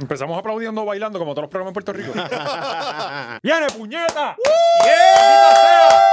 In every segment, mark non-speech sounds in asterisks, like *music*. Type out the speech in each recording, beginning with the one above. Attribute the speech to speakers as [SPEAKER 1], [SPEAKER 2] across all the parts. [SPEAKER 1] Empezamos aplaudiendo, bailando, como todos los programas en Puerto
[SPEAKER 2] *laughs*
[SPEAKER 1] Rico. ¡Viene, puñeta! ¡Maldita sea!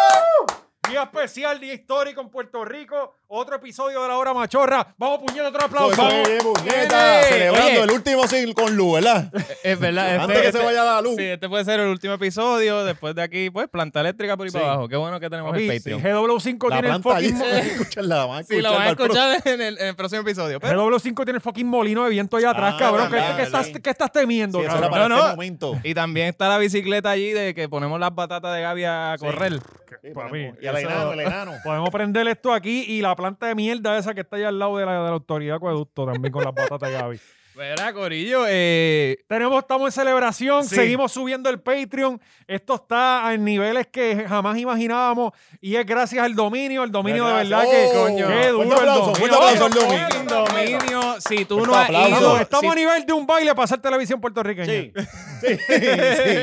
[SPEAKER 1] Día especial, día histórico en Puerto Rico. Otro episodio de la hora machorra. Vamos, puñeta, otro aplauso.
[SPEAKER 2] Pues, eh, puñeta,
[SPEAKER 3] Oye.
[SPEAKER 2] celebrando
[SPEAKER 3] Oye.
[SPEAKER 2] el último sin, con luz, ¿verdad?
[SPEAKER 3] Es verdad.
[SPEAKER 2] Antes que se vaya la luz.
[SPEAKER 3] Sí, este puede ser el último episodio. Después de aquí, pues, planta eléctrica por ahí
[SPEAKER 2] Sí.
[SPEAKER 3] para abajo. Qué bueno que tenemos
[SPEAKER 1] Papi,
[SPEAKER 3] el Patreon.
[SPEAKER 1] GW5
[SPEAKER 2] La
[SPEAKER 1] tiene el
[SPEAKER 2] planta allí
[SPEAKER 1] fucking.
[SPEAKER 2] se
[SPEAKER 1] mo- *laughs*
[SPEAKER 2] *laughs* va a escuchar, la van a
[SPEAKER 3] Sí, lo
[SPEAKER 2] escuchar
[SPEAKER 3] van a
[SPEAKER 2] para el pro-
[SPEAKER 3] escuchar en el, en el próximo episodio. pero-
[SPEAKER 1] GW5 tiene el fucking molino de viento allá atrás,
[SPEAKER 2] Ah,
[SPEAKER 1] cabrón. ¿Qué,
[SPEAKER 2] verdad,
[SPEAKER 1] qué estás,
[SPEAKER 2] verdad.
[SPEAKER 1] qué estás temiendo,
[SPEAKER 2] Sí, eso era
[SPEAKER 1] cabrón?
[SPEAKER 2] para
[SPEAKER 3] No,
[SPEAKER 2] este
[SPEAKER 3] no.
[SPEAKER 2] momento.
[SPEAKER 3] Y también está la bicicleta allí de que ponemos las batatas de Gaby a correr.
[SPEAKER 2] Sí,
[SPEAKER 1] Papi,
[SPEAKER 2] ponemos- y al
[SPEAKER 1] eso-
[SPEAKER 2] enano, el
[SPEAKER 1] *laughs*
[SPEAKER 2] enano.
[SPEAKER 1] Podemos prender esto aquí y la planta de mierda esa que está allá al lado de la, de la autoridad de acueducto también con las batatas Gaby.
[SPEAKER 3] ¿Verdad, Corillo? Eh,
[SPEAKER 1] Tenemos, estamos en celebración,
[SPEAKER 3] Sí.
[SPEAKER 1] seguimos subiendo el Patreon. Esto está en niveles que jamás imaginábamos y es gracias al dominio, el dominio de verdad
[SPEAKER 2] Oh,
[SPEAKER 1] que
[SPEAKER 2] coño.
[SPEAKER 1] qué duro
[SPEAKER 2] Fuerte aplauso,
[SPEAKER 1] el
[SPEAKER 2] fuerte
[SPEAKER 1] dominio.
[SPEAKER 2] aplauso al
[SPEAKER 1] Oye,
[SPEAKER 2] dominio.
[SPEAKER 1] fuerte dominio.
[SPEAKER 3] dominio, si tú
[SPEAKER 2] Fuerte
[SPEAKER 3] no has
[SPEAKER 2] aplauso.
[SPEAKER 3] ido...
[SPEAKER 1] Estamos, estamos a
[SPEAKER 3] si-
[SPEAKER 1] nivel de un baile para hacer televisión puertorriqueña.
[SPEAKER 2] Sí. Sí, sí.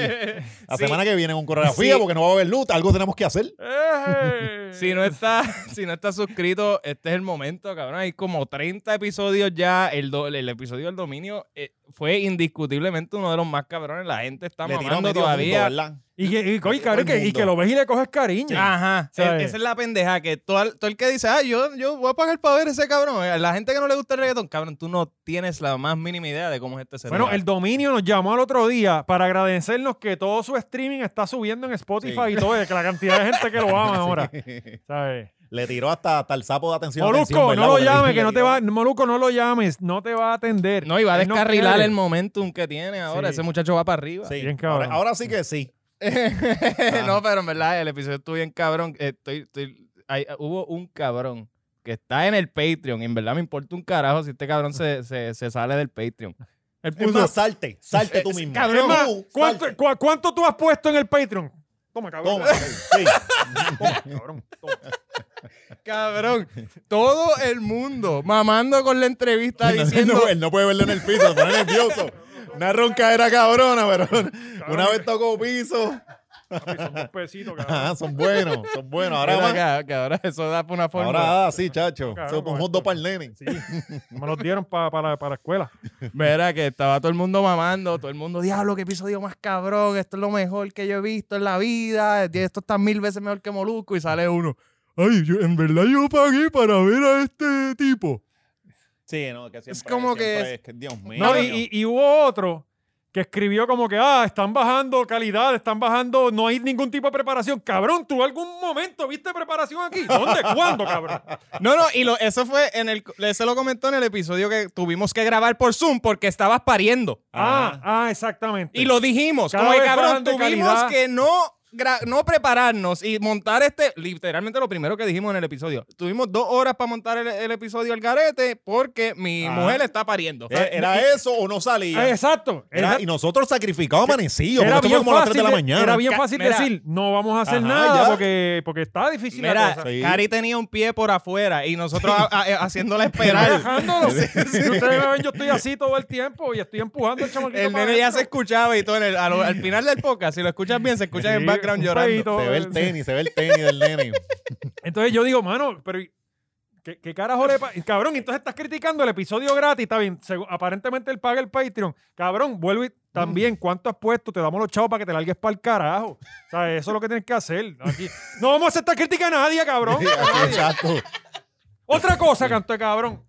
[SPEAKER 2] La
[SPEAKER 3] Sí.
[SPEAKER 2] semana que viene con correa fría
[SPEAKER 3] Sí.
[SPEAKER 2] porque no va a haber luz. Algo tenemos que hacer.
[SPEAKER 1] Eh.
[SPEAKER 3] Si no, está, *laughs* si no estás suscrito, este es el momento, cabrón. Hay como 30 episodios ya. El, do- el episodio del dominio eh, fue indiscutiblemente uno de los más cabrones. La gente está
[SPEAKER 2] Le tiró
[SPEAKER 3] mamando
[SPEAKER 2] medio
[SPEAKER 3] todavía.
[SPEAKER 2] punto, ¿verdad?
[SPEAKER 1] Y, que- y, coño,
[SPEAKER 2] Todo
[SPEAKER 1] cabrón,
[SPEAKER 2] el
[SPEAKER 1] que, y
[SPEAKER 2] mundo.
[SPEAKER 1] que lo ves y le coges cariño.
[SPEAKER 3] Ajá.
[SPEAKER 1] ¿Sabes?
[SPEAKER 3] Es- esa es la pendeja. Que todo, el- todo el que dice, ah, yo, yo voy a pagar para ver ese cabrón. A La gente que no le gusta el reggaetón, cabrón, tú no tienes la más mínima idea de cómo es este celular.
[SPEAKER 1] Bueno, el dominio nos llamó al otro día para agradecernos que todo su streaming está subiendo en Spotify
[SPEAKER 2] Sí.
[SPEAKER 1] y todo, que la cantidad de gente que lo
[SPEAKER 2] *laughs*
[SPEAKER 1] ama ahora. ¿Sabes?
[SPEAKER 2] Le tiró hasta, hasta el sapo de atención. atención,
[SPEAKER 1] Molusco,
[SPEAKER 2] ¿verdad?
[SPEAKER 1] no lo
[SPEAKER 2] Porque le
[SPEAKER 1] llames,
[SPEAKER 2] tiró-
[SPEAKER 1] que no te
[SPEAKER 2] *laughs*
[SPEAKER 1] va, Molusco, no lo llames, no te va a atender.
[SPEAKER 3] No, y va a
[SPEAKER 1] Él no
[SPEAKER 3] descarrilar
[SPEAKER 1] quiere.
[SPEAKER 3] el momentum que tiene ahora.
[SPEAKER 1] Sí.
[SPEAKER 3] Ese muchacho va para arriba.
[SPEAKER 2] Sí.
[SPEAKER 1] Bien cabrón.
[SPEAKER 2] ahora, ahora sí que sí.
[SPEAKER 3] *laughs* no, pero en verdad el episodio estuvo bien cabrón. Eh, Estoy, estoy- hay- hubo un cabrón que está en el Patreon. y en verdad me importa un carajo si este cabrón se, se- se sale del Patreon. Él
[SPEAKER 2] Es
[SPEAKER 3] puso-
[SPEAKER 2] más, salte. Salte
[SPEAKER 1] *laughs*
[SPEAKER 2] tú mismo.
[SPEAKER 1] Cabrón, es más,
[SPEAKER 2] Tú,
[SPEAKER 1] ¿cuánto,
[SPEAKER 2] salte.
[SPEAKER 1] cua- cuánto tú has puesto en el Patreon? Toma, cabrón.
[SPEAKER 2] Toma. Sí.
[SPEAKER 1] *laughs* Toma, cabrón. Toma.
[SPEAKER 3] *laughs* cabrón, todo el mundo mamando con la *laughs* entrevista
[SPEAKER 2] No, no,
[SPEAKER 3] diciendo.
[SPEAKER 2] no, él no puede verlo en el piso, se pone nervioso. Una roncadera cabrona, pero una vez tocó piso.
[SPEAKER 1] Papi, son dos pesitos, cabrón.
[SPEAKER 2] Ajá, Ah, son buenos, son buenos. Ahora
[SPEAKER 3] Mira,
[SPEAKER 2] más.
[SPEAKER 3] ca- cabrón, eso da por una forma.
[SPEAKER 2] Ahora ah, sí, chacho.
[SPEAKER 1] Cabrón,
[SPEAKER 2] Se
[SPEAKER 1] con
[SPEAKER 2] puso
[SPEAKER 1] esto.
[SPEAKER 2] dos para el nene.
[SPEAKER 1] Sí, me los dieron para la, pa la escuela.
[SPEAKER 3] Mira que estaba todo el mundo mamando, todo el mundo, diablo, qué episodio más cabrón, esto es lo mejor que yo he visto en la vida, esto está mil veces mejor que Molusco y sale uno. Ay, yo, en verdad yo pagué para ver a este tipo.
[SPEAKER 2] Sí, no, que siempre
[SPEAKER 3] Es como que
[SPEAKER 2] siempre es Dios mío.
[SPEAKER 1] No, y, y- y hubo otro que escribió como que, ah, están bajando calidad, están bajando, no hay ningún tipo de preparación. Cabrón, ¿tú algún momento viste preparación aquí? ¿Dónde? ¿Cuándo, cabrón?
[SPEAKER 3] No, no, y lo- eso fue en el, eso lo comentó en el episodio que tuvimos que grabar por Zoom porque estabas pariendo.
[SPEAKER 1] Ah, ah, exactamente.
[SPEAKER 3] Y lo dijimos,
[SPEAKER 1] Cada
[SPEAKER 3] como que
[SPEAKER 1] vez
[SPEAKER 3] cabrón,
[SPEAKER 1] bajan de
[SPEAKER 3] tuvimos
[SPEAKER 1] calidad.
[SPEAKER 3] que no, gra- no prepararnos y montar este, literalmente lo primero que dijimos en el episodio. Tuvimos dos horas para montar el, el episodio al garete porque mi
[SPEAKER 2] Ah.
[SPEAKER 3] mujer está pariendo.
[SPEAKER 2] Eh, ¿Era eso o no
[SPEAKER 1] Ah,
[SPEAKER 2] salía?
[SPEAKER 1] Exacto.
[SPEAKER 2] Era- y nosotros sacrificados amanecidos,
[SPEAKER 1] Era
[SPEAKER 2] porque
[SPEAKER 1] bien,
[SPEAKER 2] esto fue como a las 3
[SPEAKER 1] fácil,
[SPEAKER 2] de la
[SPEAKER 1] de-
[SPEAKER 2] mañana.
[SPEAKER 1] era bien
[SPEAKER 3] Ca-
[SPEAKER 1] fácil
[SPEAKER 3] mira.
[SPEAKER 1] decir, no vamos a hacer
[SPEAKER 2] Ajá,
[SPEAKER 1] nada
[SPEAKER 2] ya.
[SPEAKER 1] porque, porque está difícil la
[SPEAKER 3] Mira,
[SPEAKER 1] cosa.
[SPEAKER 2] Sí.
[SPEAKER 3] Cari tenía un pie por afuera y nosotros a- a-
[SPEAKER 1] *laughs*
[SPEAKER 3] haciéndola esperar.
[SPEAKER 1] Bajándolo. Si ustedes me ven, yo estoy así todo el tiempo y estoy empujando al chamaquito
[SPEAKER 3] El
[SPEAKER 1] para
[SPEAKER 3] nene ya se
[SPEAKER 1] adentro.
[SPEAKER 3] escuchaba y todo. en el- a lo- al final del podcast, si lo escuchas bien, se escucha en
[SPEAKER 1] Sí,
[SPEAKER 3] el background
[SPEAKER 1] un
[SPEAKER 3] llorando.
[SPEAKER 1] pedito.
[SPEAKER 2] Se ve el tenis, se ve el tenis
[SPEAKER 1] *laughs*
[SPEAKER 2] del nene.
[SPEAKER 1] Entonces yo digo, mano, pero ¿y ¿qué, qué carajo le pasa? Cabrón, entonces estás criticando el episodio gratis, está bien. segu- aparentemente él paga el Patreon. Cabrón, vuelve y también, ¿cuánto has puesto? Te damos los chavos para que te largues para el carajo. O sea, eso es lo que tienes que hacer. Aquí- No vamos a aceptar crítica a nadie, cabrón.
[SPEAKER 2] *laughs* Sí, así, exacto. *laughs*
[SPEAKER 1] Otra cosa, canto de cabrón.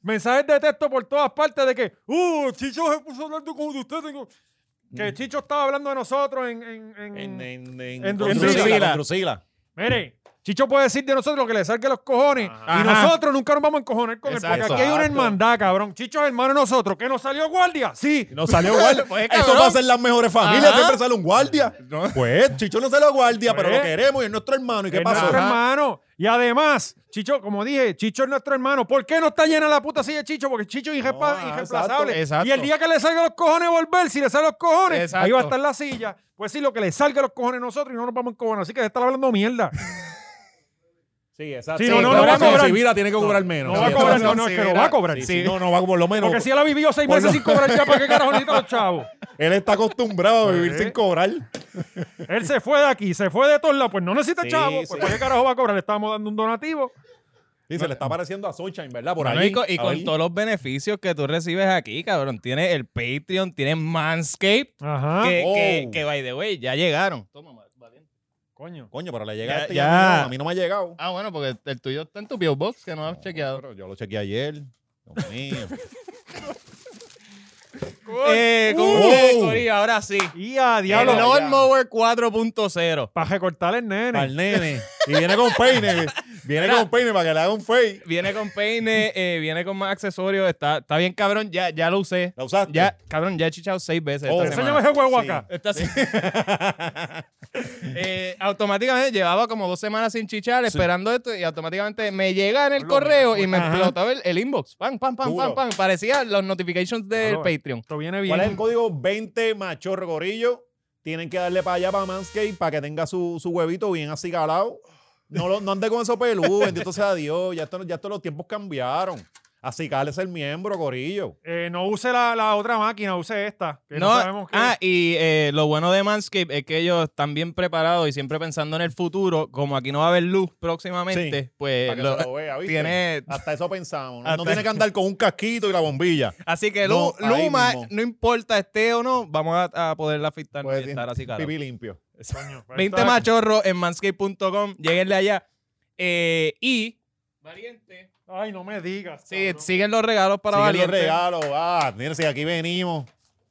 [SPEAKER 1] Mensajes de texto por todas partes de que, uh, Chicho se puso hablando con usted. tengo- Que Chicho estaba hablando de nosotros en... en- en-
[SPEAKER 2] En, en, en,
[SPEAKER 1] En
[SPEAKER 2] con
[SPEAKER 1] Drusila.
[SPEAKER 2] Drusila, con Drusila.
[SPEAKER 1] Mire, Chicho puede decir de nosotros lo que le salga los cojones.
[SPEAKER 2] Ajá.
[SPEAKER 1] Y
[SPEAKER 3] Ajá.
[SPEAKER 1] nosotros nunca nos vamos a encojonar con él.
[SPEAKER 3] Exacto.
[SPEAKER 1] Porque aquí hay una
[SPEAKER 2] Exacto.
[SPEAKER 1] hermandad, cabrón. Chicho es hermano de nosotros. ¿Que nos salió guardia? Sí.
[SPEAKER 2] Y nos salió guardia.
[SPEAKER 3] Pues,
[SPEAKER 2] Eso
[SPEAKER 3] cabrón.
[SPEAKER 2] va a ser las mejores familias.
[SPEAKER 3] Ajá.
[SPEAKER 2] Siempre sale un guardia. Pues, Chicho no salió guardia, pero
[SPEAKER 1] Pues.
[SPEAKER 2] lo queremos y es nuestro hermano. ¿Y qué
[SPEAKER 1] es
[SPEAKER 2] pasó?
[SPEAKER 1] nuestro
[SPEAKER 3] Ajá.
[SPEAKER 1] hermano. Y además, Chicho, como dije, Chicho es nuestro hermano. ¿Por qué no está llena la puta silla de Chicho? Porque Chicho es irrepa-
[SPEAKER 2] No,
[SPEAKER 1] irreemplazable.
[SPEAKER 3] exacto, exacto.
[SPEAKER 1] Y el día que le salga los cojones volver, si le salen los cojones,
[SPEAKER 3] Exacto.
[SPEAKER 1] ahí va a estar la silla. Pues sí, lo que le salga los cojones a nosotros y no nos vamos a encojonar. Así que de estar hablando mierda.
[SPEAKER 2] Sí, exacto.
[SPEAKER 1] Sí, no,
[SPEAKER 3] no, no va a
[SPEAKER 1] cobrar.
[SPEAKER 2] Si vira, tiene que cobrar menos.
[SPEAKER 1] No va a
[SPEAKER 2] Sí,
[SPEAKER 1] cobrar,
[SPEAKER 2] entonces,
[SPEAKER 1] no, no,
[SPEAKER 3] sí,
[SPEAKER 1] es que lo
[SPEAKER 3] mira.
[SPEAKER 1] va a cobrar.
[SPEAKER 2] sí, sí, no, no va a por lo menos.
[SPEAKER 1] Porque si él ha vivido seis
[SPEAKER 2] Por
[SPEAKER 1] meses
[SPEAKER 2] lo-
[SPEAKER 1] sin cobrar ya, ¿para qué carajo necesita los chavos?
[SPEAKER 2] Él está acostumbrado a vivir
[SPEAKER 1] Sí.
[SPEAKER 2] sin cobrar.
[SPEAKER 1] Él se fue de aquí, se fue de todos lados, pues no necesita
[SPEAKER 2] Sí,
[SPEAKER 1] chavo,
[SPEAKER 2] sí.
[SPEAKER 1] pues ¿para qué carajo va a cobrar? Le estábamos dando un donativo.
[SPEAKER 2] Sí, se le está pareciendo a Sunshine, ¿verdad? Por
[SPEAKER 3] Mano,
[SPEAKER 2] ahí.
[SPEAKER 3] y con, y con
[SPEAKER 2] ahí.
[SPEAKER 3] todos los beneficios que tú recibes aquí, cabrón. Tienes el Patreon, tienes Manscaped,
[SPEAKER 1] Ajá.
[SPEAKER 3] que, que,
[SPEAKER 2] Oh.
[SPEAKER 3] que, by the way, ya llegaron. Toma, ma- valiente.
[SPEAKER 1] Coño.
[SPEAKER 2] Coño, pero le llega
[SPEAKER 3] Ya-
[SPEAKER 2] este y
[SPEAKER 3] ya.
[SPEAKER 2] a mí no, a mí no me ha llegado.
[SPEAKER 3] Ah, bueno, porque el tuyo está en tu P.O. Box, que no has chequeado.
[SPEAKER 2] Pero yo lo chequeé ayer. Dios mío.
[SPEAKER 3] Eh, con
[SPEAKER 2] Uh.
[SPEAKER 3] ustedes, Corillo, ahora sí.
[SPEAKER 1] Y a
[SPEAKER 3] El
[SPEAKER 1] diablo.
[SPEAKER 2] Pero no-
[SPEAKER 3] Lawn Mower 4.0.
[SPEAKER 1] Para recortar el nene.
[SPEAKER 2] Al nene. Y viene con peine. Viene
[SPEAKER 3] Mira.
[SPEAKER 2] con peine para que le haga un fake.
[SPEAKER 3] Viene con peine, eh, viene con más accesorios. Está, está bien, cabrón, ya, ya lo usé.
[SPEAKER 2] ¿La usaste?
[SPEAKER 3] Ya, cabrón, ya he chichado seis veces.
[SPEAKER 2] Oh,
[SPEAKER 3] esta
[SPEAKER 1] Enséñame
[SPEAKER 3] semana.
[SPEAKER 1] ese huevo
[SPEAKER 2] Sí.
[SPEAKER 1] acá.
[SPEAKER 3] Esta
[SPEAKER 2] *laughs*
[SPEAKER 3] se- Eh, automáticamente llevaba como dos semanas sin chichar, esperando esto, y automáticamente me llega en el
[SPEAKER 1] Por lo
[SPEAKER 3] correo y me
[SPEAKER 1] Ajá.
[SPEAKER 3] explotaba el, el inbox. Pam, pam, pam,
[SPEAKER 2] Duro. eh.
[SPEAKER 3] pam, pam. Parecía los notifications del
[SPEAKER 1] Claro,
[SPEAKER 3] Patreon.
[SPEAKER 1] Esto viene bien.
[SPEAKER 2] ¿Cuál es el código? 20 machorro gorillo. Tienen que darle para allá para Manscaped para que tenga su, su huevito bien así galado. No, lo- no ande con esos peludos, bendito sea Dios. Ya, esto, ya esto los tiempos cambiaron. Así cales el miembro, gorillo.
[SPEAKER 1] Eh, no use la, la otra máquina, use esta. Que no,
[SPEAKER 3] No,
[SPEAKER 1] sabemos qué.
[SPEAKER 3] ah, y eh, lo bueno de Manscaped es que ellos están bien preparados y siempre pensando en el futuro. Como aquí no va a haber luz próximamente,
[SPEAKER 2] Sí,
[SPEAKER 3] pues
[SPEAKER 2] Para que
[SPEAKER 3] lo-
[SPEAKER 2] se lo vea, ¿viste?
[SPEAKER 3] tiene.
[SPEAKER 2] Hasta eso pensamos. No,
[SPEAKER 3] Hasta-
[SPEAKER 2] no tiene que andar con un casquito y la bombilla.
[SPEAKER 3] Así que
[SPEAKER 2] No,
[SPEAKER 3] Lu-
[SPEAKER 2] ahí
[SPEAKER 3] Luma,
[SPEAKER 2] mismo.
[SPEAKER 3] no importa esté o no, vamos a, a poderla afectar
[SPEAKER 2] Pues,
[SPEAKER 3] y estar así, claro.
[SPEAKER 2] Pipí limpio.
[SPEAKER 1] Coño, pues, ahí
[SPEAKER 3] 20
[SPEAKER 1] está.
[SPEAKER 3] machorros en manscape.com, lleguenle allá. Eh, y. Valiente.
[SPEAKER 1] Ay, no me digas.
[SPEAKER 3] Sí,
[SPEAKER 1] cabrón.
[SPEAKER 3] siguen los regalos para
[SPEAKER 2] Siguen los
[SPEAKER 3] Valiente.
[SPEAKER 2] regalos. Ah, miren, si aquí venimos.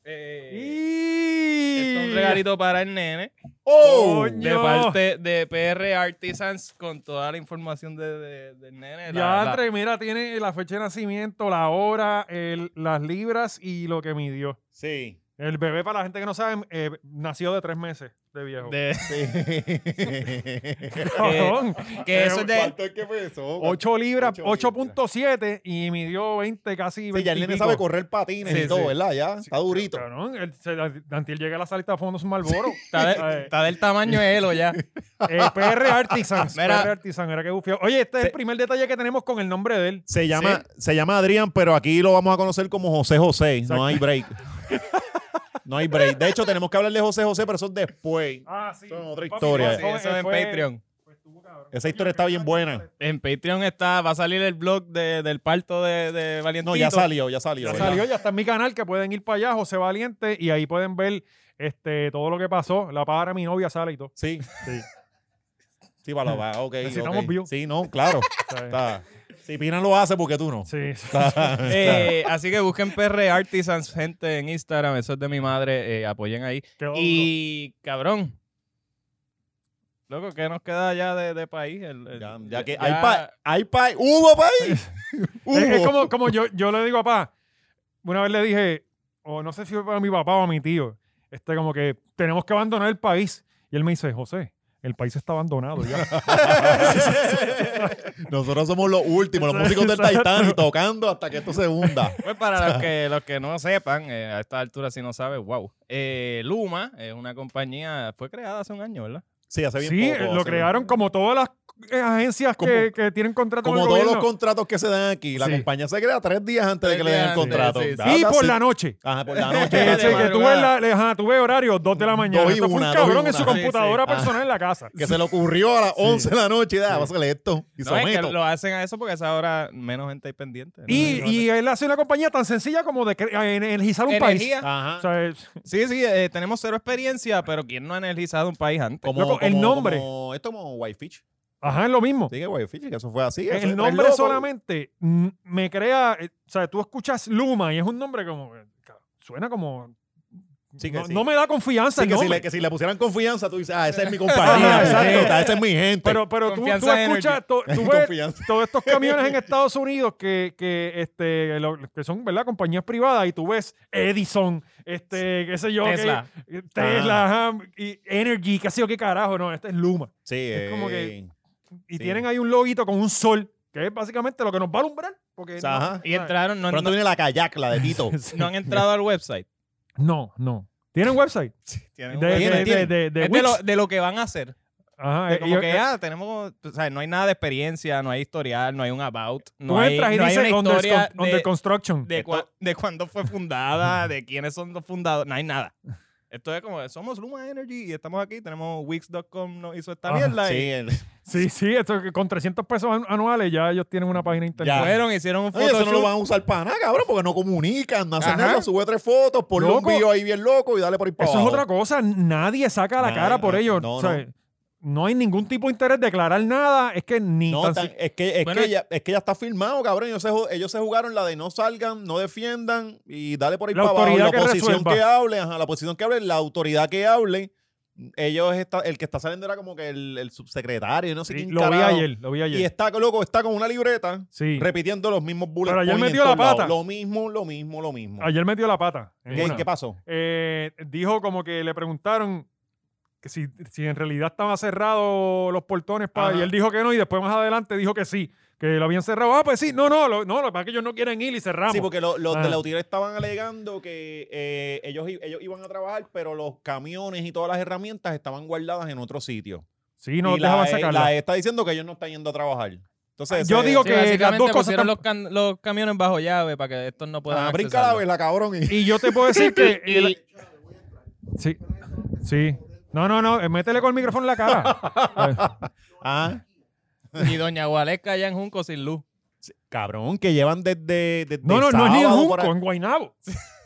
[SPEAKER 3] Eh,
[SPEAKER 1] Y...
[SPEAKER 3] esto es un regalito para el nene.
[SPEAKER 2] ¡Oh!
[SPEAKER 1] Coño.
[SPEAKER 3] De parte de PR Artisans con toda la información de, de- del nene. la-
[SPEAKER 1] Ya,
[SPEAKER 3] la-
[SPEAKER 1] Andre, mira, tiene la fecha de nacimiento, la hora, el- las libras y lo que midió.
[SPEAKER 2] Sí.
[SPEAKER 1] El bebé, para la gente que no sabe, eh, nació de tres meses de viejo. *laughs*
[SPEAKER 3] de-
[SPEAKER 2] *laughs* Sí.
[SPEAKER 1] Cabrón.
[SPEAKER 3] que eso es de.
[SPEAKER 2] ¿Cuánto es que pesó?
[SPEAKER 1] 8 libras,
[SPEAKER 2] Ocho
[SPEAKER 1] 8.7 y midió 20, casi 20.
[SPEAKER 2] Sí, ya el nene
[SPEAKER 1] y pico.
[SPEAKER 2] sabe correr patines
[SPEAKER 3] Sí,
[SPEAKER 2] y todo,
[SPEAKER 3] sí.
[SPEAKER 2] ¿verdad? Ya, está durito.
[SPEAKER 1] Cabrón, él, se, Antiel llega a la salita a fondo su malboro. *laughs*
[SPEAKER 3] Está, de- está del tamaño de Elo
[SPEAKER 2] *laughs*
[SPEAKER 3] ya.
[SPEAKER 1] Eh, PR Artisans.
[SPEAKER 3] Mira.
[SPEAKER 1] PR Artisan, era que bufiado. Oye, este es el
[SPEAKER 3] Sí.
[SPEAKER 1] primer detalle que tenemos con el nombre de él.
[SPEAKER 2] Se llama, se llama Adrián, pero aquí lo vamos a conocer como José José.
[SPEAKER 1] Exacto.
[SPEAKER 2] No hay break. No hay break. De hecho, tenemos que hablar de José José, pero eso es después.
[SPEAKER 1] Ah, sí.
[SPEAKER 2] Eso es otra
[SPEAKER 1] Papi,
[SPEAKER 2] historia.
[SPEAKER 1] no,
[SPEAKER 3] Sí, eso
[SPEAKER 1] fue-
[SPEAKER 3] en
[SPEAKER 1] fue-
[SPEAKER 3] Patreon.
[SPEAKER 1] pues estuvo cabrón.
[SPEAKER 2] Esa historia está bien buena.
[SPEAKER 3] En Patreon está, va a salir el blog de- del parto de, de Valiente.
[SPEAKER 2] No, ya salió, ya salió.
[SPEAKER 1] Ya
[SPEAKER 2] ¿verdad?
[SPEAKER 1] salió, ya está en mi canal, que pueden ir para allá, José Valiente, y ahí pueden ver este, todo lo que pasó. La para mi novia sale y todo.
[SPEAKER 2] Sí. Sí. Sí, para la va, *laughs* ok.
[SPEAKER 1] Necesitamos
[SPEAKER 2] ok.
[SPEAKER 1] view.
[SPEAKER 2] Sí, no, claro.
[SPEAKER 1] ¿sabes?
[SPEAKER 2] Está. Si Pina lo hace, porque tú no?
[SPEAKER 1] Sí.
[SPEAKER 3] Eh, así que busquen PR Artisans, gente, en Instagram. Eso es de mi madre. eh, apoyen ahí.
[SPEAKER 1] quedó
[SPEAKER 3] Y, cabrón. Loco, ¿qué nos queda ya de, de país? El- el-
[SPEAKER 2] Ya, ya que
[SPEAKER 3] ya-
[SPEAKER 2] hay país. Hay país. ¡Hubo país! *laughs*
[SPEAKER 1] duro. Es, es como, como yo, yo le digo a papá, una vez le dije, o no sé si fue para mi papá o a mi tío, este, como que tenemos que abandonar el país. Y él me dice, José, el país está abandonado ya.
[SPEAKER 2] Nosotros somos los últimos, *laughs* los músicos del
[SPEAKER 1] Exacto.
[SPEAKER 2] Titanic, tocando hasta que esto se hunda.
[SPEAKER 3] Pues
[SPEAKER 2] *laughs*
[SPEAKER 3] para los que, los que no sepan, eh, a esta altura si no sabes, wow. Eh, Luma es una compañía, fue creada hace un año, ¿verdad?
[SPEAKER 2] Sí, hace bien
[SPEAKER 1] sí, eh,
[SPEAKER 2] poco, hace
[SPEAKER 1] lo
[SPEAKER 2] bien
[SPEAKER 1] crearon como todas las eh, agencias que,
[SPEAKER 2] Como-
[SPEAKER 1] que tienen contrato
[SPEAKER 2] Como
[SPEAKER 1] con el
[SPEAKER 2] todos los
[SPEAKER 1] gobierno.
[SPEAKER 2] contratos que se dan aquí, la
[SPEAKER 1] Sí.
[SPEAKER 2] compañía se crea tres días antes de
[SPEAKER 3] Tres
[SPEAKER 2] que le den el
[SPEAKER 3] días antes,
[SPEAKER 2] contrato.
[SPEAKER 3] sí, sí.
[SPEAKER 2] That's
[SPEAKER 1] y por
[SPEAKER 2] it.
[SPEAKER 1] la noche. *laughs*
[SPEAKER 2] Ajá, por la
[SPEAKER 1] Que,
[SPEAKER 2] noche.
[SPEAKER 3] de
[SPEAKER 1] sí, que tú ves
[SPEAKER 3] madrugada.
[SPEAKER 1] la, le- ajá, tú ves horario 2 de la mañana.
[SPEAKER 2] Dos y
[SPEAKER 1] Esto fue
[SPEAKER 2] una,
[SPEAKER 1] un
[SPEAKER 2] dos y
[SPEAKER 1] cabrón en su
[SPEAKER 2] una.
[SPEAKER 1] computadora
[SPEAKER 3] Sí, Ah. sí.
[SPEAKER 1] personal en la casa.
[SPEAKER 2] que se le ocurrió a las 11 de la noche, da, va a hacerle esto. Y
[SPEAKER 3] No, es que
[SPEAKER 2] someto.
[SPEAKER 3] lo hacen a eso porque a esa hora menos gente hay pendiente. ¿no?
[SPEAKER 1] Y, y él hace una compañía tan sencilla como de cre- eh, energizar un país.
[SPEAKER 3] Energía.
[SPEAKER 2] Ajá.
[SPEAKER 1] O sea, es-
[SPEAKER 3] Sí, sí, eh, tenemos cero experiencia, pero ¿quién no ha energizado un país antes?
[SPEAKER 2] como,
[SPEAKER 1] loco, el
[SPEAKER 2] como-
[SPEAKER 1] nombre.
[SPEAKER 2] como- esto es como Whitefish.
[SPEAKER 1] ajá, es lo mismo.
[SPEAKER 2] Sí, que Whitefish, que eso fue así. eso
[SPEAKER 1] el
[SPEAKER 2] es-
[SPEAKER 1] nombre
[SPEAKER 2] es loco.
[SPEAKER 1] solamente mm, me crea. eh, O sea, tú escuchas Luma y es un nombre como. eh, ca- Suena como.
[SPEAKER 2] Sí que
[SPEAKER 1] no,
[SPEAKER 2] sí.
[SPEAKER 1] no me da confianza
[SPEAKER 2] Sí,
[SPEAKER 1] el
[SPEAKER 2] que si,
[SPEAKER 1] nombre.
[SPEAKER 2] le, que si le pusieran confianza, tú dices, ah, esa es
[SPEAKER 1] *laughs*
[SPEAKER 2] mi
[SPEAKER 1] Ajá,
[SPEAKER 2] compañía, esa es
[SPEAKER 1] exacto.
[SPEAKER 2] mi gente, esa es mi gente. *laughs*
[SPEAKER 1] Pero, pero tú, tú
[SPEAKER 3] Confianza Energy.
[SPEAKER 1] escuchas, to- tú ves
[SPEAKER 2] Confianza.
[SPEAKER 1] todos estos camiones en Estados Unidos que, que, este, lo- que son, ¿verdad? Compañías privadas y tú ves Edison, este, qué sé yo, que-
[SPEAKER 3] Tesla. Ah.
[SPEAKER 1] Tesla, ajá, y Energy, qué sé yo, qué carajo. No, este es Luma.
[SPEAKER 2] Sí,
[SPEAKER 1] Es como que-
[SPEAKER 2] eh,
[SPEAKER 1] Y
[SPEAKER 2] Sí.
[SPEAKER 1] tienen ahí un loguito con un sol, que es básicamente lo que nos va a alumbrar. Porque
[SPEAKER 2] O sea,
[SPEAKER 1] no-
[SPEAKER 2] ajá.
[SPEAKER 3] Y entraron, no,
[SPEAKER 2] Pronto
[SPEAKER 3] no,
[SPEAKER 2] viene la kayak, la de
[SPEAKER 1] *laughs*
[SPEAKER 2] Tito.
[SPEAKER 3] *laughs* no han entrado al website.
[SPEAKER 1] No, no. ¿Tienen
[SPEAKER 3] *laughs*
[SPEAKER 1] website? De,
[SPEAKER 3] Tienen un
[SPEAKER 1] de,
[SPEAKER 3] website.
[SPEAKER 1] de,
[SPEAKER 2] tienen, tienen.
[SPEAKER 1] de- de
[SPEAKER 3] Es de lo,
[SPEAKER 1] Wix.
[SPEAKER 3] de lo que van a hacer.
[SPEAKER 1] Ajá,
[SPEAKER 3] De
[SPEAKER 1] eh,
[SPEAKER 3] como
[SPEAKER 1] yo-
[SPEAKER 3] que
[SPEAKER 1] eh,
[SPEAKER 3] ah, tenemos, o sea, no hay nada de experiencia, no hay historial, no hay un about,
[SPEAKER 1] tú
[SPEAKER 3] no hay,
[SPEAKER 1] entras y
[SPEAKER 3] no hay
[SPEAKER 1] dices
[SPEAKER 3] una
[SPEAKER 1] under,
[SPEAKER 3] historia
[SPEAKER 1] con- under
[SPEAKER 3] de,
[SPEAKER 1] construction. *laughs*
[SPEAKER 3] de, cua- de cuándo fue fundada, de quiénes son los fundadores, no hay nada. Esto es como, somos Luma Energy y estamos aquí, tenemos Wix.com, nos hizo esta
[SPEAKER 1] Ah,
[SPEAKER 3] mierda.
[SPEAKER 2] Sí,
[SPEAKER 3] y
[SPEAKER 2] el-
[SPEAKER 1] Sí, sí, esto, que con 300 pesos an- anuales ya ellos tienen una página de internet.
[SPEAKER 2] Ya.
[SPEAKER 3] Fueron, hicieron un
[SPEAKER 2] Oye, eso no lo
[SPEAKER 3] photoshoot.
[SPEAKER 2] van a usar para nada, cabrón, porque no comunican, no hacen
[SPEAKER 3] Ajá.
[SPEAKER 2] nada, sube tres fotos, ponle un
[SPEAKER 1] Loco.
[SPEAKER 2] video ahí bien loco y dale por ahí para
[SPEAKER 1] Eso es
[SPEAKER 2] abajo.
[SPEAKER 1] otra cosa. Nadie saca la
[SPEAKER 2] Oh. Nadie,
[SPEAKER 1] cara por
[SPEAKER 2] ah,
[SPEAKER 1] ellos.
[SPEAKER 2] no,
[SPEAKER 1] o sea, no. hay ningún tipo de interés de declarar nada. Es que ni
[SPEAKER 2] No,
[SPEAKER 1] tan
[SPEAKER 2] tan-
[SPEAKER 1] si-
[SPEAKER 2] es, que, es,
[SPEAKER 3] Bueno,
[SPEAKER 2] que ya, es que ya está filmado, cabrón. Ellos se, ju- ellos se jugaron la de no salgan, no defiendan y dale por ahí
[SPEAKER 1] La
[SPEAKER 2] para abajo.
[SPEAKER 1] autoridad
[SPEAKER 2] La
[SPEAKER 1] que
[SPEAKER 2] posición
[SPEAKER 1] resuelva.
[SPEAKER 2] que hable, ajá, la posición que hable, la autoridad que hable. Ellos, está, el que está saliendo era como que el, el subsecretario, no sé
[SPEAKER 1] Sí,
[SPEAKER 2] quién
[SPEAKER 1] lo vi
[SPEAKER 2] carajo.
[SPEAKER 1] ayer, lo vi
[SPEAKER 2] Y
[SPEAKER 1] ayer.
[SPEAKER 2] está, loco, está con una libreta
[SPEAKER 1] Sí.
[SPEAKER 2] repitiendo los mismos bullet
[SPEAKER 1] Pero ayer
[SPEAKER 2] points en
[SPEAKER 1] metió la
[SPEAKER 2] todos lados.
[SPEAKER 1] pata.
[SPEAKER 2] Lo mismo, lo mismo, lo mismo.
[SPEAKER 1] Ayer metió la pata. en
[SPEAKER 2] ¿Qué,
[SPEAKER 1] una.
[SPEAKER 2] qué pasó?
[SPEAKER 1] Eh, dijo como que le preguntaron que si, si en realidad estaban cerrados los portones para,
[SPEAKER 2] Ajá.
[SPEAKER 1] y él dijo que no, y después más adelante dijo que sí, que lo habían cerrado. Ah, pues sí, no, no, lo- no, lo que pasa es que ellos no quieren ir y cerramos.
[SPEAKER 2] Sí, porque lo- los de
[SPEAKER 1] Ajá.
[SPEAKER 2] la utilidad estaban alegando que eh, ellos, i- ellos iban a trabajar, pero los camiones y todas las herramientas estaban guardadas en otro sitio.
[SPEAKER 1] sí, no
[SPEAKER 2] y
[SPEAKER 1] los dejaban
[SPEAKER 2] la, E,
[SPEAKER 1] sacarla.
[SPEAKER 2] la está diciendo que ellos no están yendo a trabajar. Entonces,
[SPEAKER 1] Yo
[SPEAKER 2] ese-
[SPEAKER 1] digo
[SPEAKER 2] ese-
[SPEAKER 3] Sí,
[SPEAKER 1] que las
[SPEAKER 3] básicamente
[SPEAKER 1] dos cosas
[SPEAKER 3] pusieron
[SPEAKER 1] están-
[SPEAKER 3] los, can- los camiones bajo llave para que estos no puedan
[SPEAKER 2] Ah, brinca la
[SPEAKER 3] accesarlo.
[SPEAKER 2] vela, cabrón. y-
[SPEAKER 1] Y yo te puedo decir
[SPEAKER 2] *laughs*
[SPEAKER 1] que. el- sí. Sí. No, no, no. eh, Métele con el micrófono en la
[SPEAKER 2] *laughs*
[SPEAKER 1] cara.
[SPEAKER 2] Ah,
[SPEAKER 3] Y Doña Gualesca allá en Junco sin luz.
[SPEAKER 2] cabrón, que llevan desde. desde
[SPEAKER 1] No, no, no es ni en
[SPEAKER 2] sábado
[SPEAKER 1] Junco,
[SPEAKER 2] para-
[SPEAKER 1] en Guaynabo.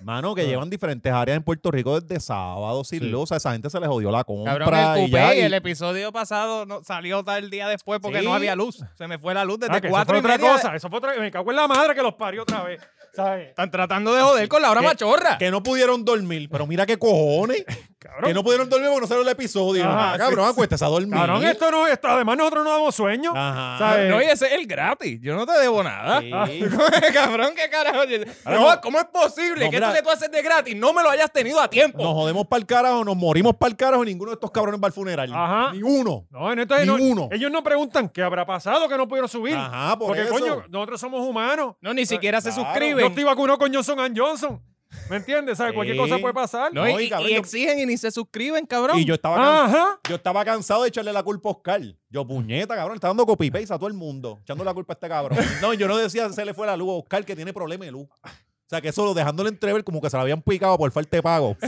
[SPEAKER 2] Mano, que
[SPEAKER 1] Ah.
[SPEAKER 2] llevan diferentes áreas en Puerto Rico desde sábado sin
[SPEAKER 1] Sí.
[SPEAKER 2] luz. O sea, esa gente se les jodió la compra.
[SPEAKER 3] Cabrón, el
[SPEAKER 2] y
[SPEAKER 3] coupé,
[SPEAKER 2] ya, y-
[SPEAKER 3] el episodio pasado no, salió tal día después porque
[SPEAKER 2] Sí.
[SPEAKER 3] no había luz. Se me fue la luz
[SPEAKER 1] Ah,
[SPEAKER 3] desde
[SPEAKER 1] que eso
[SPEAKER 3] cuatro
[SPEAKER 1] fue
[SPEAKER 3] y
[SPEAKER 1] otra
[SPEAKER 3] media.
[SPEAKER 1] cosa. Eso fue otra. Me cago en la madre que los parió otra vez. ¿Sabes?
[SPEAKER 3] Están tratando de joder con la hora
[SPEAKER 2] Que-
[SPEAKER 3] machorra.
[SPEAKER 2] Que no pudieron dormir, pero mira qué cojones.
[SPEAKER 1] Cabrón.
[SPEAKER 2] Que no pudieron dormir porque no salió el episodio.
[SPEAKER 1] Ajá,
[SPEAKER 2] Ah, cabrón, acuéstese a dormir. Ah.
[SPEAKER 1] Cabrón, esto no. Esto, además, nosotros no damos sueño.
[SPEAKER 2] Ajá.
[SPEAKER 1] ¿Sabes?
[SPEAKER 3] No, y ese es el gratis. Yo no te debo nada.
[SPEAKER 2] Sí.
[SPEAKER 3] *laughs* Cabrón, qué carajo.
[SPEAKER 2] Ahora
[SPEAKER 3] No,
[SPEAKER 2] no-
[SPEAKER 3] ¿cómo es posible
[SPEAKER 2] No,
[SPEAKER 3] que
[SPEAKER 2] mira-
[SPEAKER 3] esto que tú haces de gratis no me lo hayas tenido a
[SPEAKER 2] *laughs*
[SPEAKER 3] tiempo?
[SPEAKER 2] Nos jodemos para el carajo, nos morimos para el carajo y ninguno de estos cabrones va al funeral.
[SPEAKER 1] Ajá.
[SPEAKER 2] Ni uno.
[SPEAKER 1] No, en esto- no-
[SPEAKER 2] Ninguno.
[SPEAKER 1] ellos no preguntan qué habrá pasado que no pudieron subir.
[SPEAKER 2] Ajá, por
[SPEAKER 1] Porque,
[SPEAKER 2] eso.
[SPEAKER 1] coño, nosotros somos humanos.
[SPEAKER 3] No, ni siquiera se
[SPEAKER 2] Claro.
[SPEAKER 1] Yo
[SPEAKER 3] suscriben.
[SPEAKER 1] estoy vacunado con Johnson and Johnson. ¿Me entiendes? ¿Sabes? Cualquier
[SPEAKER 2] Sí.
[SPEAKER 1] cosa puede pasar.
[SPEAKER 3] No,
[SPEAKER 2] No,
[SPEAKER 3] y,
[SPEAKER 2] y cabrón,
[SPEAKER 3] y
[SPEAKER 2] yo-
[SPEAKER 3] exigen y ni se suscriben, cabrón.
[SPEAKER 2] Y yo estaba, can-
[SPEAKER 1] Ajá.
[SPEAKER 2] yo estaba cansado de echarle la culpa a Oscar. Yo, puñeta, cabrón, está dando copy paste a todo el mundo, echando la culpa a este cabrón. No, yo no decía se le fue la luz a Oscar que tiene problema de luz. O sea, que solo dejándole entrever como que se la habían picado por falta de pago.
[SPEAKER 1] Sí,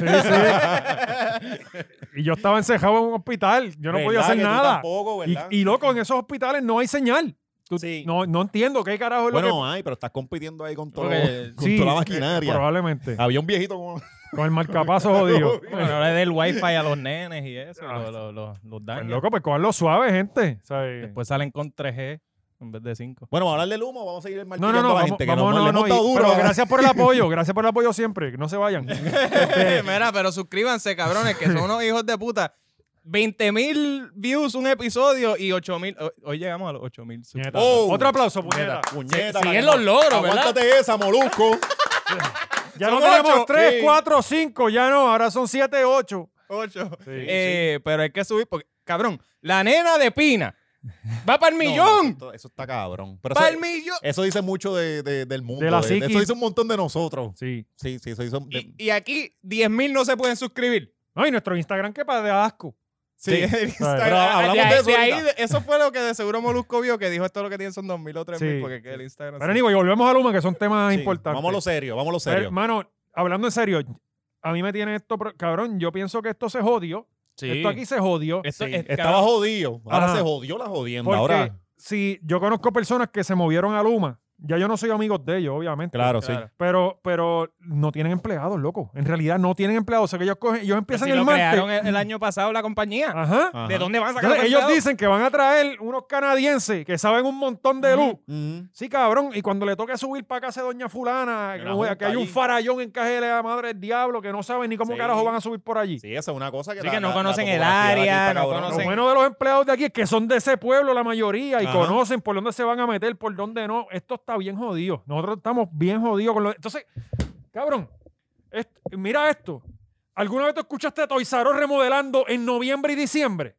[SPEAKER 2] *laughs*
[SPEAKER 1] sí. y yo estaba encejado en un hospital. Yo no podía
[SPEAKER 2] ¿Verdad?
[SPEAKER 1] hacer
[SPEAKER 2] Que tú
[SPEAKER 1] nada.
[SPEAKER 2] tampoco,
[SPEAKER 1] Y,
[SPEAKER 2] ¿verdad?
[SPEAKER 1] y, loco, en esos hospitales no hay señal. Tú-
[SPEAKER 2] Sí.
[SPEAKER 1] no, no entiendo qué carajo es lo
[SPEAKER 2] bueno, ay, pero estás compitiendo ahí con, todo,
[SPEAKER 3] Porque-
[SPEAKER 2] con
[SPEAKER 1] Sí, eh,
[SPEAKER 2] toda la
[SPEAKER 1] que.
[SPEAKER 2] maquinaria. Ah.
[SPEAKER 1] Probablemente.
[SPEAKER 2] Había un viejito como...
[SPEAKER 1] Con el marcapaso
[SPEAKER 2] *laughs*
[SPEAKER 1] jodido.
[SPEAKER 3] Bueno, no le dé el wifi a los nenes y eso,
[SPEAKER 1] Ah,
[SPEAKER 3] lo- lo- lo- los
[SPEAKER 1] Pues,
[SPEAKER 3] daños.
[SPEAKER 1] loco, pues cogerlo suave, gente. O sea,
[SPEAKER 3] Después salen con 3G en vez de
[SPEAKER 2] *laughs*
[SPEAKER 3] 5.
[SPEAKER 2] Bueno, vamos a hablar del humo, vamos a seguir
[SPEAKER 1] no,
[SPEAKER 2] martillando
[SPEAKER 1] no, no.
[SPEAKER 2] a la
[SPEAKER 1] Vamos,
[SPEAKER 2] gente.
[SPEAKER 1] vamos,
[SPEAKER 2] que
[SPEAKER 1] no,
[SPEAKER 2] nos,
[SPEAKER 1] no.
[SPEAKER 2] le hemos
[SPEAKER 1] y-
[SPEAKER 2] dado
[SPEAKER 1] pero
[SPEAKER 2] duro.
[SPEAKER 1] gracias
[SPEAKER 2] *laughs*
[SPEAKER 1] por el apoyo. Gracias por el apoyo siempre. que No se vayan. Este,
[SPEAKER 3] *laughs* Mira, pero suscríbanse, cabrones, que son unos hijos de puta. 20 mil views un episodio y 8 mil. Hoy, hoy llegamos a los 8 mil.
[SPEAKER 1] puñeta.
[SPEAKER 2] Oh.
[SPEAKER 1] Otro
[SPEAKER 3] *laughs*
[SPEAKER 1] aplauso, puñeta.
[SPEAKER 2] Puñeta,
[SPEAKER 3] Sí-
[SPEAKER 2] para
[SPEAKER 3] siguen
[SPEAKER 2] que
[SPEAKER 3] los
[SPEAKER 2] no-
[SPEAKER 3] logros, ¿verdad?
[SPEAKER 2] Aguántate esa,
[SPEAKER 3] *laughs*
[SPEAKER 2] molusco.
[SPEAKER 1] Ya no
[SPEAKER 3] Son ocho.
[SPEAKER 1] tenemos 3,
[SPEAKER 2] Sí.
[SPEAKER 1] 4, 5. Ya no. Ahora son 7, 8.
[SPEAKER 3] 8.
[SPEAKER 1] Sí,
[SPEAKER 3] Eh, Pero hay que subir porque, cabrón, la nena de Pina va para el
[SPEAKER 2] No,
[SPEAKER 3] millón.
[SPEAKER 2] eso- eso está cabrón. Pero
[SPEAKER 3] para
[SPEAKER 2] eso,
[SPEAKER 3] el millón.
[SPEAKER 2] eso dice mucho de- de- del mundo.
[SPEAKER 1] De la
[SPEAKER 2] de- de-
[SPEAKER 1] psiquis.
[SPEAKER 2] eso dice un montón de nosotros.
[SPEAKER 1] Sí.
[SPEAKER 2] Sí, sí, eso dice. de-
[SPEAKER 3] Y, y aquí 10 mil no se pueden suscribir.
[SPEAKER 1] Ay, nuestro Instagram, que para de asco.
[SPEAKER 3] Sí, *laughs*
[SPEAKER 2] Sí.
[SPEAKER 3] el Instagram.
[SPEAKER 2] Pero hablamos
[SPEAKER 3] ahí-
[SPEAKER 2] de eso
[SPEAKER 3] ahí-
[SPEAKER 2] ahorita.
[SPEAKER 3] eso fue lo que de seguro Molusco vio, que dijo esto lo que tienen son 2.000 o 3.000,
[SPEAKER 1] Sí.
[SPEAKER 3] porque que el Instagram...
[SPEAKER 1] Pero anyway, volvemos a Luma, que son temas
[SPEAKER 2] sí,
[SPEAKER 1] importantes.
[SPEAKER 2] Vamos a lo serio, vamos a lo
[SPEAKER 1] Pero,
[SPEAKER 2] serio.
[SPEAKER 1] Hermano, hablando en serio, a mí me tiene esto, pro- cabrón, yo pienso que esto se jodió. Esto aquí se jodió.
[SPEAKER 3] Esto-
[SPEAKER 2] Sí,
[SPEAKER 3] es-
[SPEAKER 2] Estaba jodido. Ahora
[SPEAKER 1] Ajá.
[SPEAKER 2] se jodió la jodienda.
[SPEAKER 1] Porque
[SPEAKER 2] Ahora,
[SPEAKER 1] si yo conozco personas que se movieron a Luma, ya yo no soy amigo de ellos, obviamente.
[SPEAKER 2] claro,
[SPEAKER 3] Claro.
[SPEAKER 2] sí.
[SPEAKER 1] Pero, pero no tienen empleados, loco. En realidad no tienen empleados. O sea que ellos cogen, ellos
[SPEAKER 3] Pero
[SPEAKER 1] empiezan
[SPEAKER 3] si
[SPEAKER 1] el
[SPEAKER 3] lo
[SPEAKER 1] martes.
[SPEAKER 3] crearon eh. el, el año pasado la compañía.
[SPEAKER 1] Ajá.
[SPEAKER 2] Ajá.
[SPEAKER 3] ¿De dónde van a sacar
[SPEAKER 1] Entonces,
[SPEAKER 3] los
[SPEAKER 1] ellos
[SPEAKER 3] empleados?
[SPEAKER 1] dicen que van a traer unos canadienses que saben un montón de luz.
[SPEAKER 2] Ujú.
[SPEAKER 1] Sí, cabrón. Y cuando le toque subir para casa de Doña Fulana,
[SPEAKER 2] En
[SPEAKER 1] que,
[SPEAKER 2] la junta
[SPEAKER 1] que hay un
[SPEAKER 2] allí.
[SPEAKER 1] farallón en caja de la madre del diablo que no saben ni cómo
[SPEAKER 2] Sí.
[SPEAKER 1] carajo van a subir por allí.
[SPEAKER 2] Sí, esa es una cosa que.
[SPEAKER 3] Sí,
[SPEAKER 2] la-
[SPEAKER 3] que no
[SPEAKER 2] la- la
[SPEAKER 3] conocen el
[SPEAKER 2] topografía de aquí
[SPEAKER 3] área,
[SPEAKER 2] está
[SPEAKER 3] no
[SPEAKER 2] cabrona.
[SPEAKER 1] Lo
[SPEAKER 3] conocen-
[SPEAKER 1] bueno de los empleados de aquí es que son de ese pueblo la mayoría y
[SPEAKER 2] Ajá.
[SPEAKER 1] conocen por dónde se van a meter, por dónde no. Esto está bien jodido. Nosotros estamos bien jodidos con lo. Entonces, cabrón, est- mira esto. ¿Alguna vez tú escuchaste a Toizaro remodelando en noviembre y diciembre?